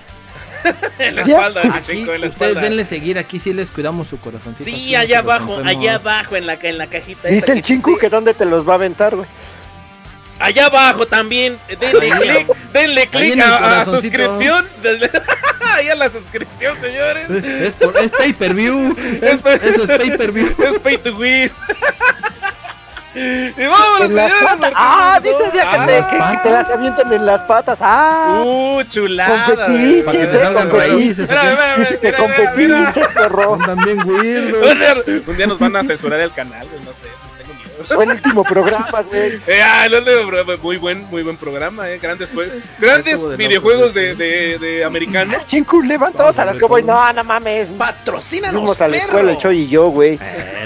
(laughs) En la Ya. espalda, el Aquí, chico, en la ustedes espalda. denle seguir, aquí sí les cuidamos su corazoncito. Sí, aquí allá nosotros abajo, rompemos. allá abajo, en la, ca- en la cajita. esa Dice el que dice- Chinku que dónde te los va a aventar, güey. Allá abajo también, eh, denle Ahí. clic, denle Ahí clic en el a, a corazoncito. suscripción. Denle- (laughs) Ahí a la suscripción, señores. Es, es por- es pay per view. Es- eso es pay per view. Es pay to win. (laughs) y vámonos, En las señores. patas. porque Ah, no- dices ya que, Ah, te, que- que te las avientan en las patas. Ah, Uh, chulada. Con fetiches, Para que eh, le salgan con raíces, fetiches, Espérame, ¿ok? espérame, dice que mira, con mira, mira. fetiches, (laughs) perro. Andan bien (laughs) weirdos. Un día- Un día nos van a censurar el canal, güey, no sé, no tengo miedo. Fue el último programa, güey. Eh, ah, el último programa, muy buen, muy buen programa, eh, grandes jue- grandes Estuvo de videojuegos locos, de, de, de americano. Chingu, levantados a las cowboys. No, no mames. Patrocínanos, Fuimos a la escuela, el perro. Choy y yo, güey. Eh,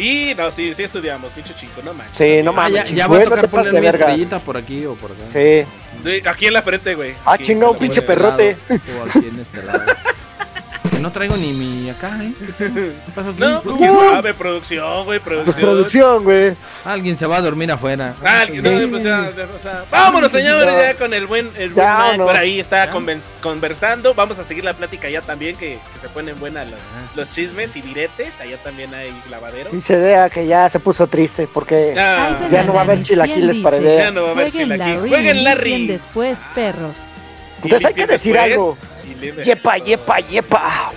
Y no, sí, sí estudiamos, pinche chingo, no manches. Sí, no Ah, mames. ya, Chingu, ya va a eh, no tocar te pases poner de una verga. estrellita por aquí o por acá. Sí. Pues De- aquí en la frente, güey. Ah, Aquí, chinga, un la- pinche Por este perrote. lado, o aquí en este lado. Que no traigo ni mi acá, ¿eh? ¿Qué pasó aquí? No, pues quién sabe, producción, Pues güey, producción. producción, güey. Alguien se va a dormir afuera. (laughs) Ah, el- no, pues, ya, ya, o sea, vámonos, señores, ya con el buen, el buen Ya, Mike vámonos. por ahí está Ya. conven- conversando. Vamos a seguir la plática ya también, que, que se ponen buenas los, los chismes y diretes. Allá también hay lavadero. Dice Dea que ya se puso triste porque Ya, ya no va a haber chilaquiles para Dea. ya no va a haber Jueguen chilaquil. Larry, Jueguen limpien Larry. después, perros. Entonces hay que limpien decir después. algo. Y limpien Yepa, eso. yepa, yepa.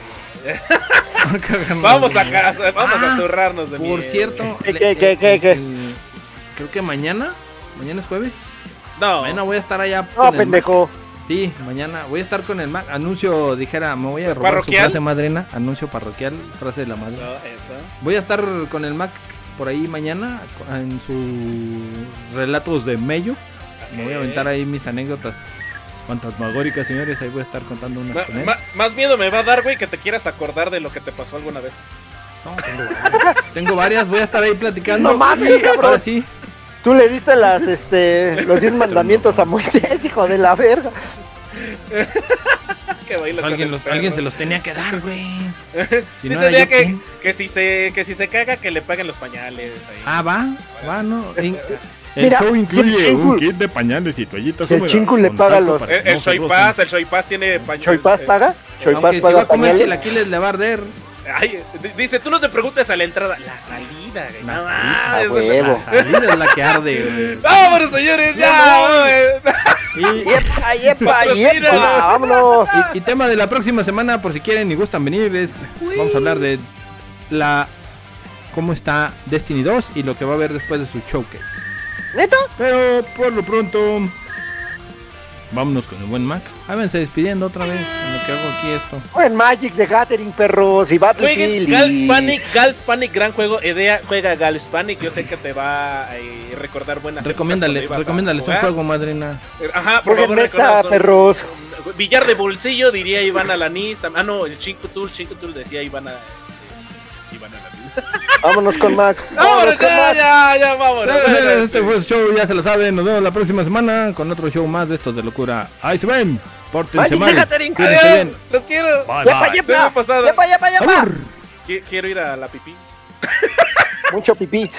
Vamos a, ca- vamos Ah, a zurrarnos de Por miedo. cierto, ¿Qué, le- qué, qué, eh, qué, qué? eh, creo que mañana, mañana es jueves. No, Mañana voy a estar allá. con No, el Mac. pendejo. Sí, mañana voy a estar con el Mac. Anuncio, dijera, me voy a robar ¿Parroquial? su frase madrina. Anuncio parroquial, frase de la madre. eso, eso. Voy a estar con el Mac por ahí mañana en sus relatos de Mello. Me voy a aventar ahí mis anécdotas fantasmagóricas, señores. Ahí voy a estar contando unas Ma- con él. ma- más miedo me va a dar, güey, que te quieras acordar de lo que te pasó alguna vez. No, tengo, varias. Tengo varias, voy a estar ahí platicando. No mames, cabrón. Ahora sí. Tú le diste las, este, los (laughs) 10 mandamientos a Moisés, hijo de la verga. Que baila con Alguien, el los- perro. alguien se los tenía que dar, (laughs) güey. Si no Dice era Dea yo, que, ¿quién? que si se que si se caga que le paguen los pañales ahí. Ah, va, va, no. In- El Mira, show si el incluye Chingu- un kit de pañales y toallitas. si el húmedas Chingu le con paga talco los- para el que el no se Soy rocen. Paz, el Soy Paz tiene pañales. Choy Paz eh, paga. Choy Paz Aunque si va paga a comer pañales. chilaquiles le va a arder. Ay, d- dice, tú no te preguntes a la entrada, la salida, güey. La No salida, mames, a huevo. La salida es la que arde, güey. (laughs) Vámonos, señores, ya. eh, güey. Y- Yepa, yepa, yepa. Patrocínanos. Vámonos. Y, y tema de la próxima semana, por si quieren y gustan venir, es vamos a hablar de la cómo está Destiny 2 y lo que va a haber después de su showcase. ¿Neta? Pero por lo pronto, Vámonos con el buen Mac. Háganse despidiendo otra vez en lo que hago aquí esto. Jueguen Magic de Gathering, perros. Y Jueguen Battlefield. Gals y- Panic, Gals Panic, gran juego. Idea, juega Gals Panic. Yo sé que te va a eh, recordar buenas épocas Recomiéndale, cuando ibas a recomiéndales un jugar. juego, madrina. Eh, Ajá, por favor, Jueguen mesa, recuérdanos, son- perros. Billar de bolsillo, diría Iván Alanis. tam- Ah, no, el Chinkutul, Chinkutul decía Iván a- eh, Iván Alanis. Vámonos con Mac. (laughs) Vámonos, ya, ya, ya, vámonos. Señores, Este fue el show, ya se lo saben. Nos vemos la próxima semana con otro show más de estos de locura. Ahí se ven. Pórtense Magic de mal. Gathering. Cuídense bien. Adiós, los quiero. Yepa, bye bye. Te veo yepa. pasada. Yepa, yepa, yepa. Qui- Quiero ir a la pipí. Mucho pipí.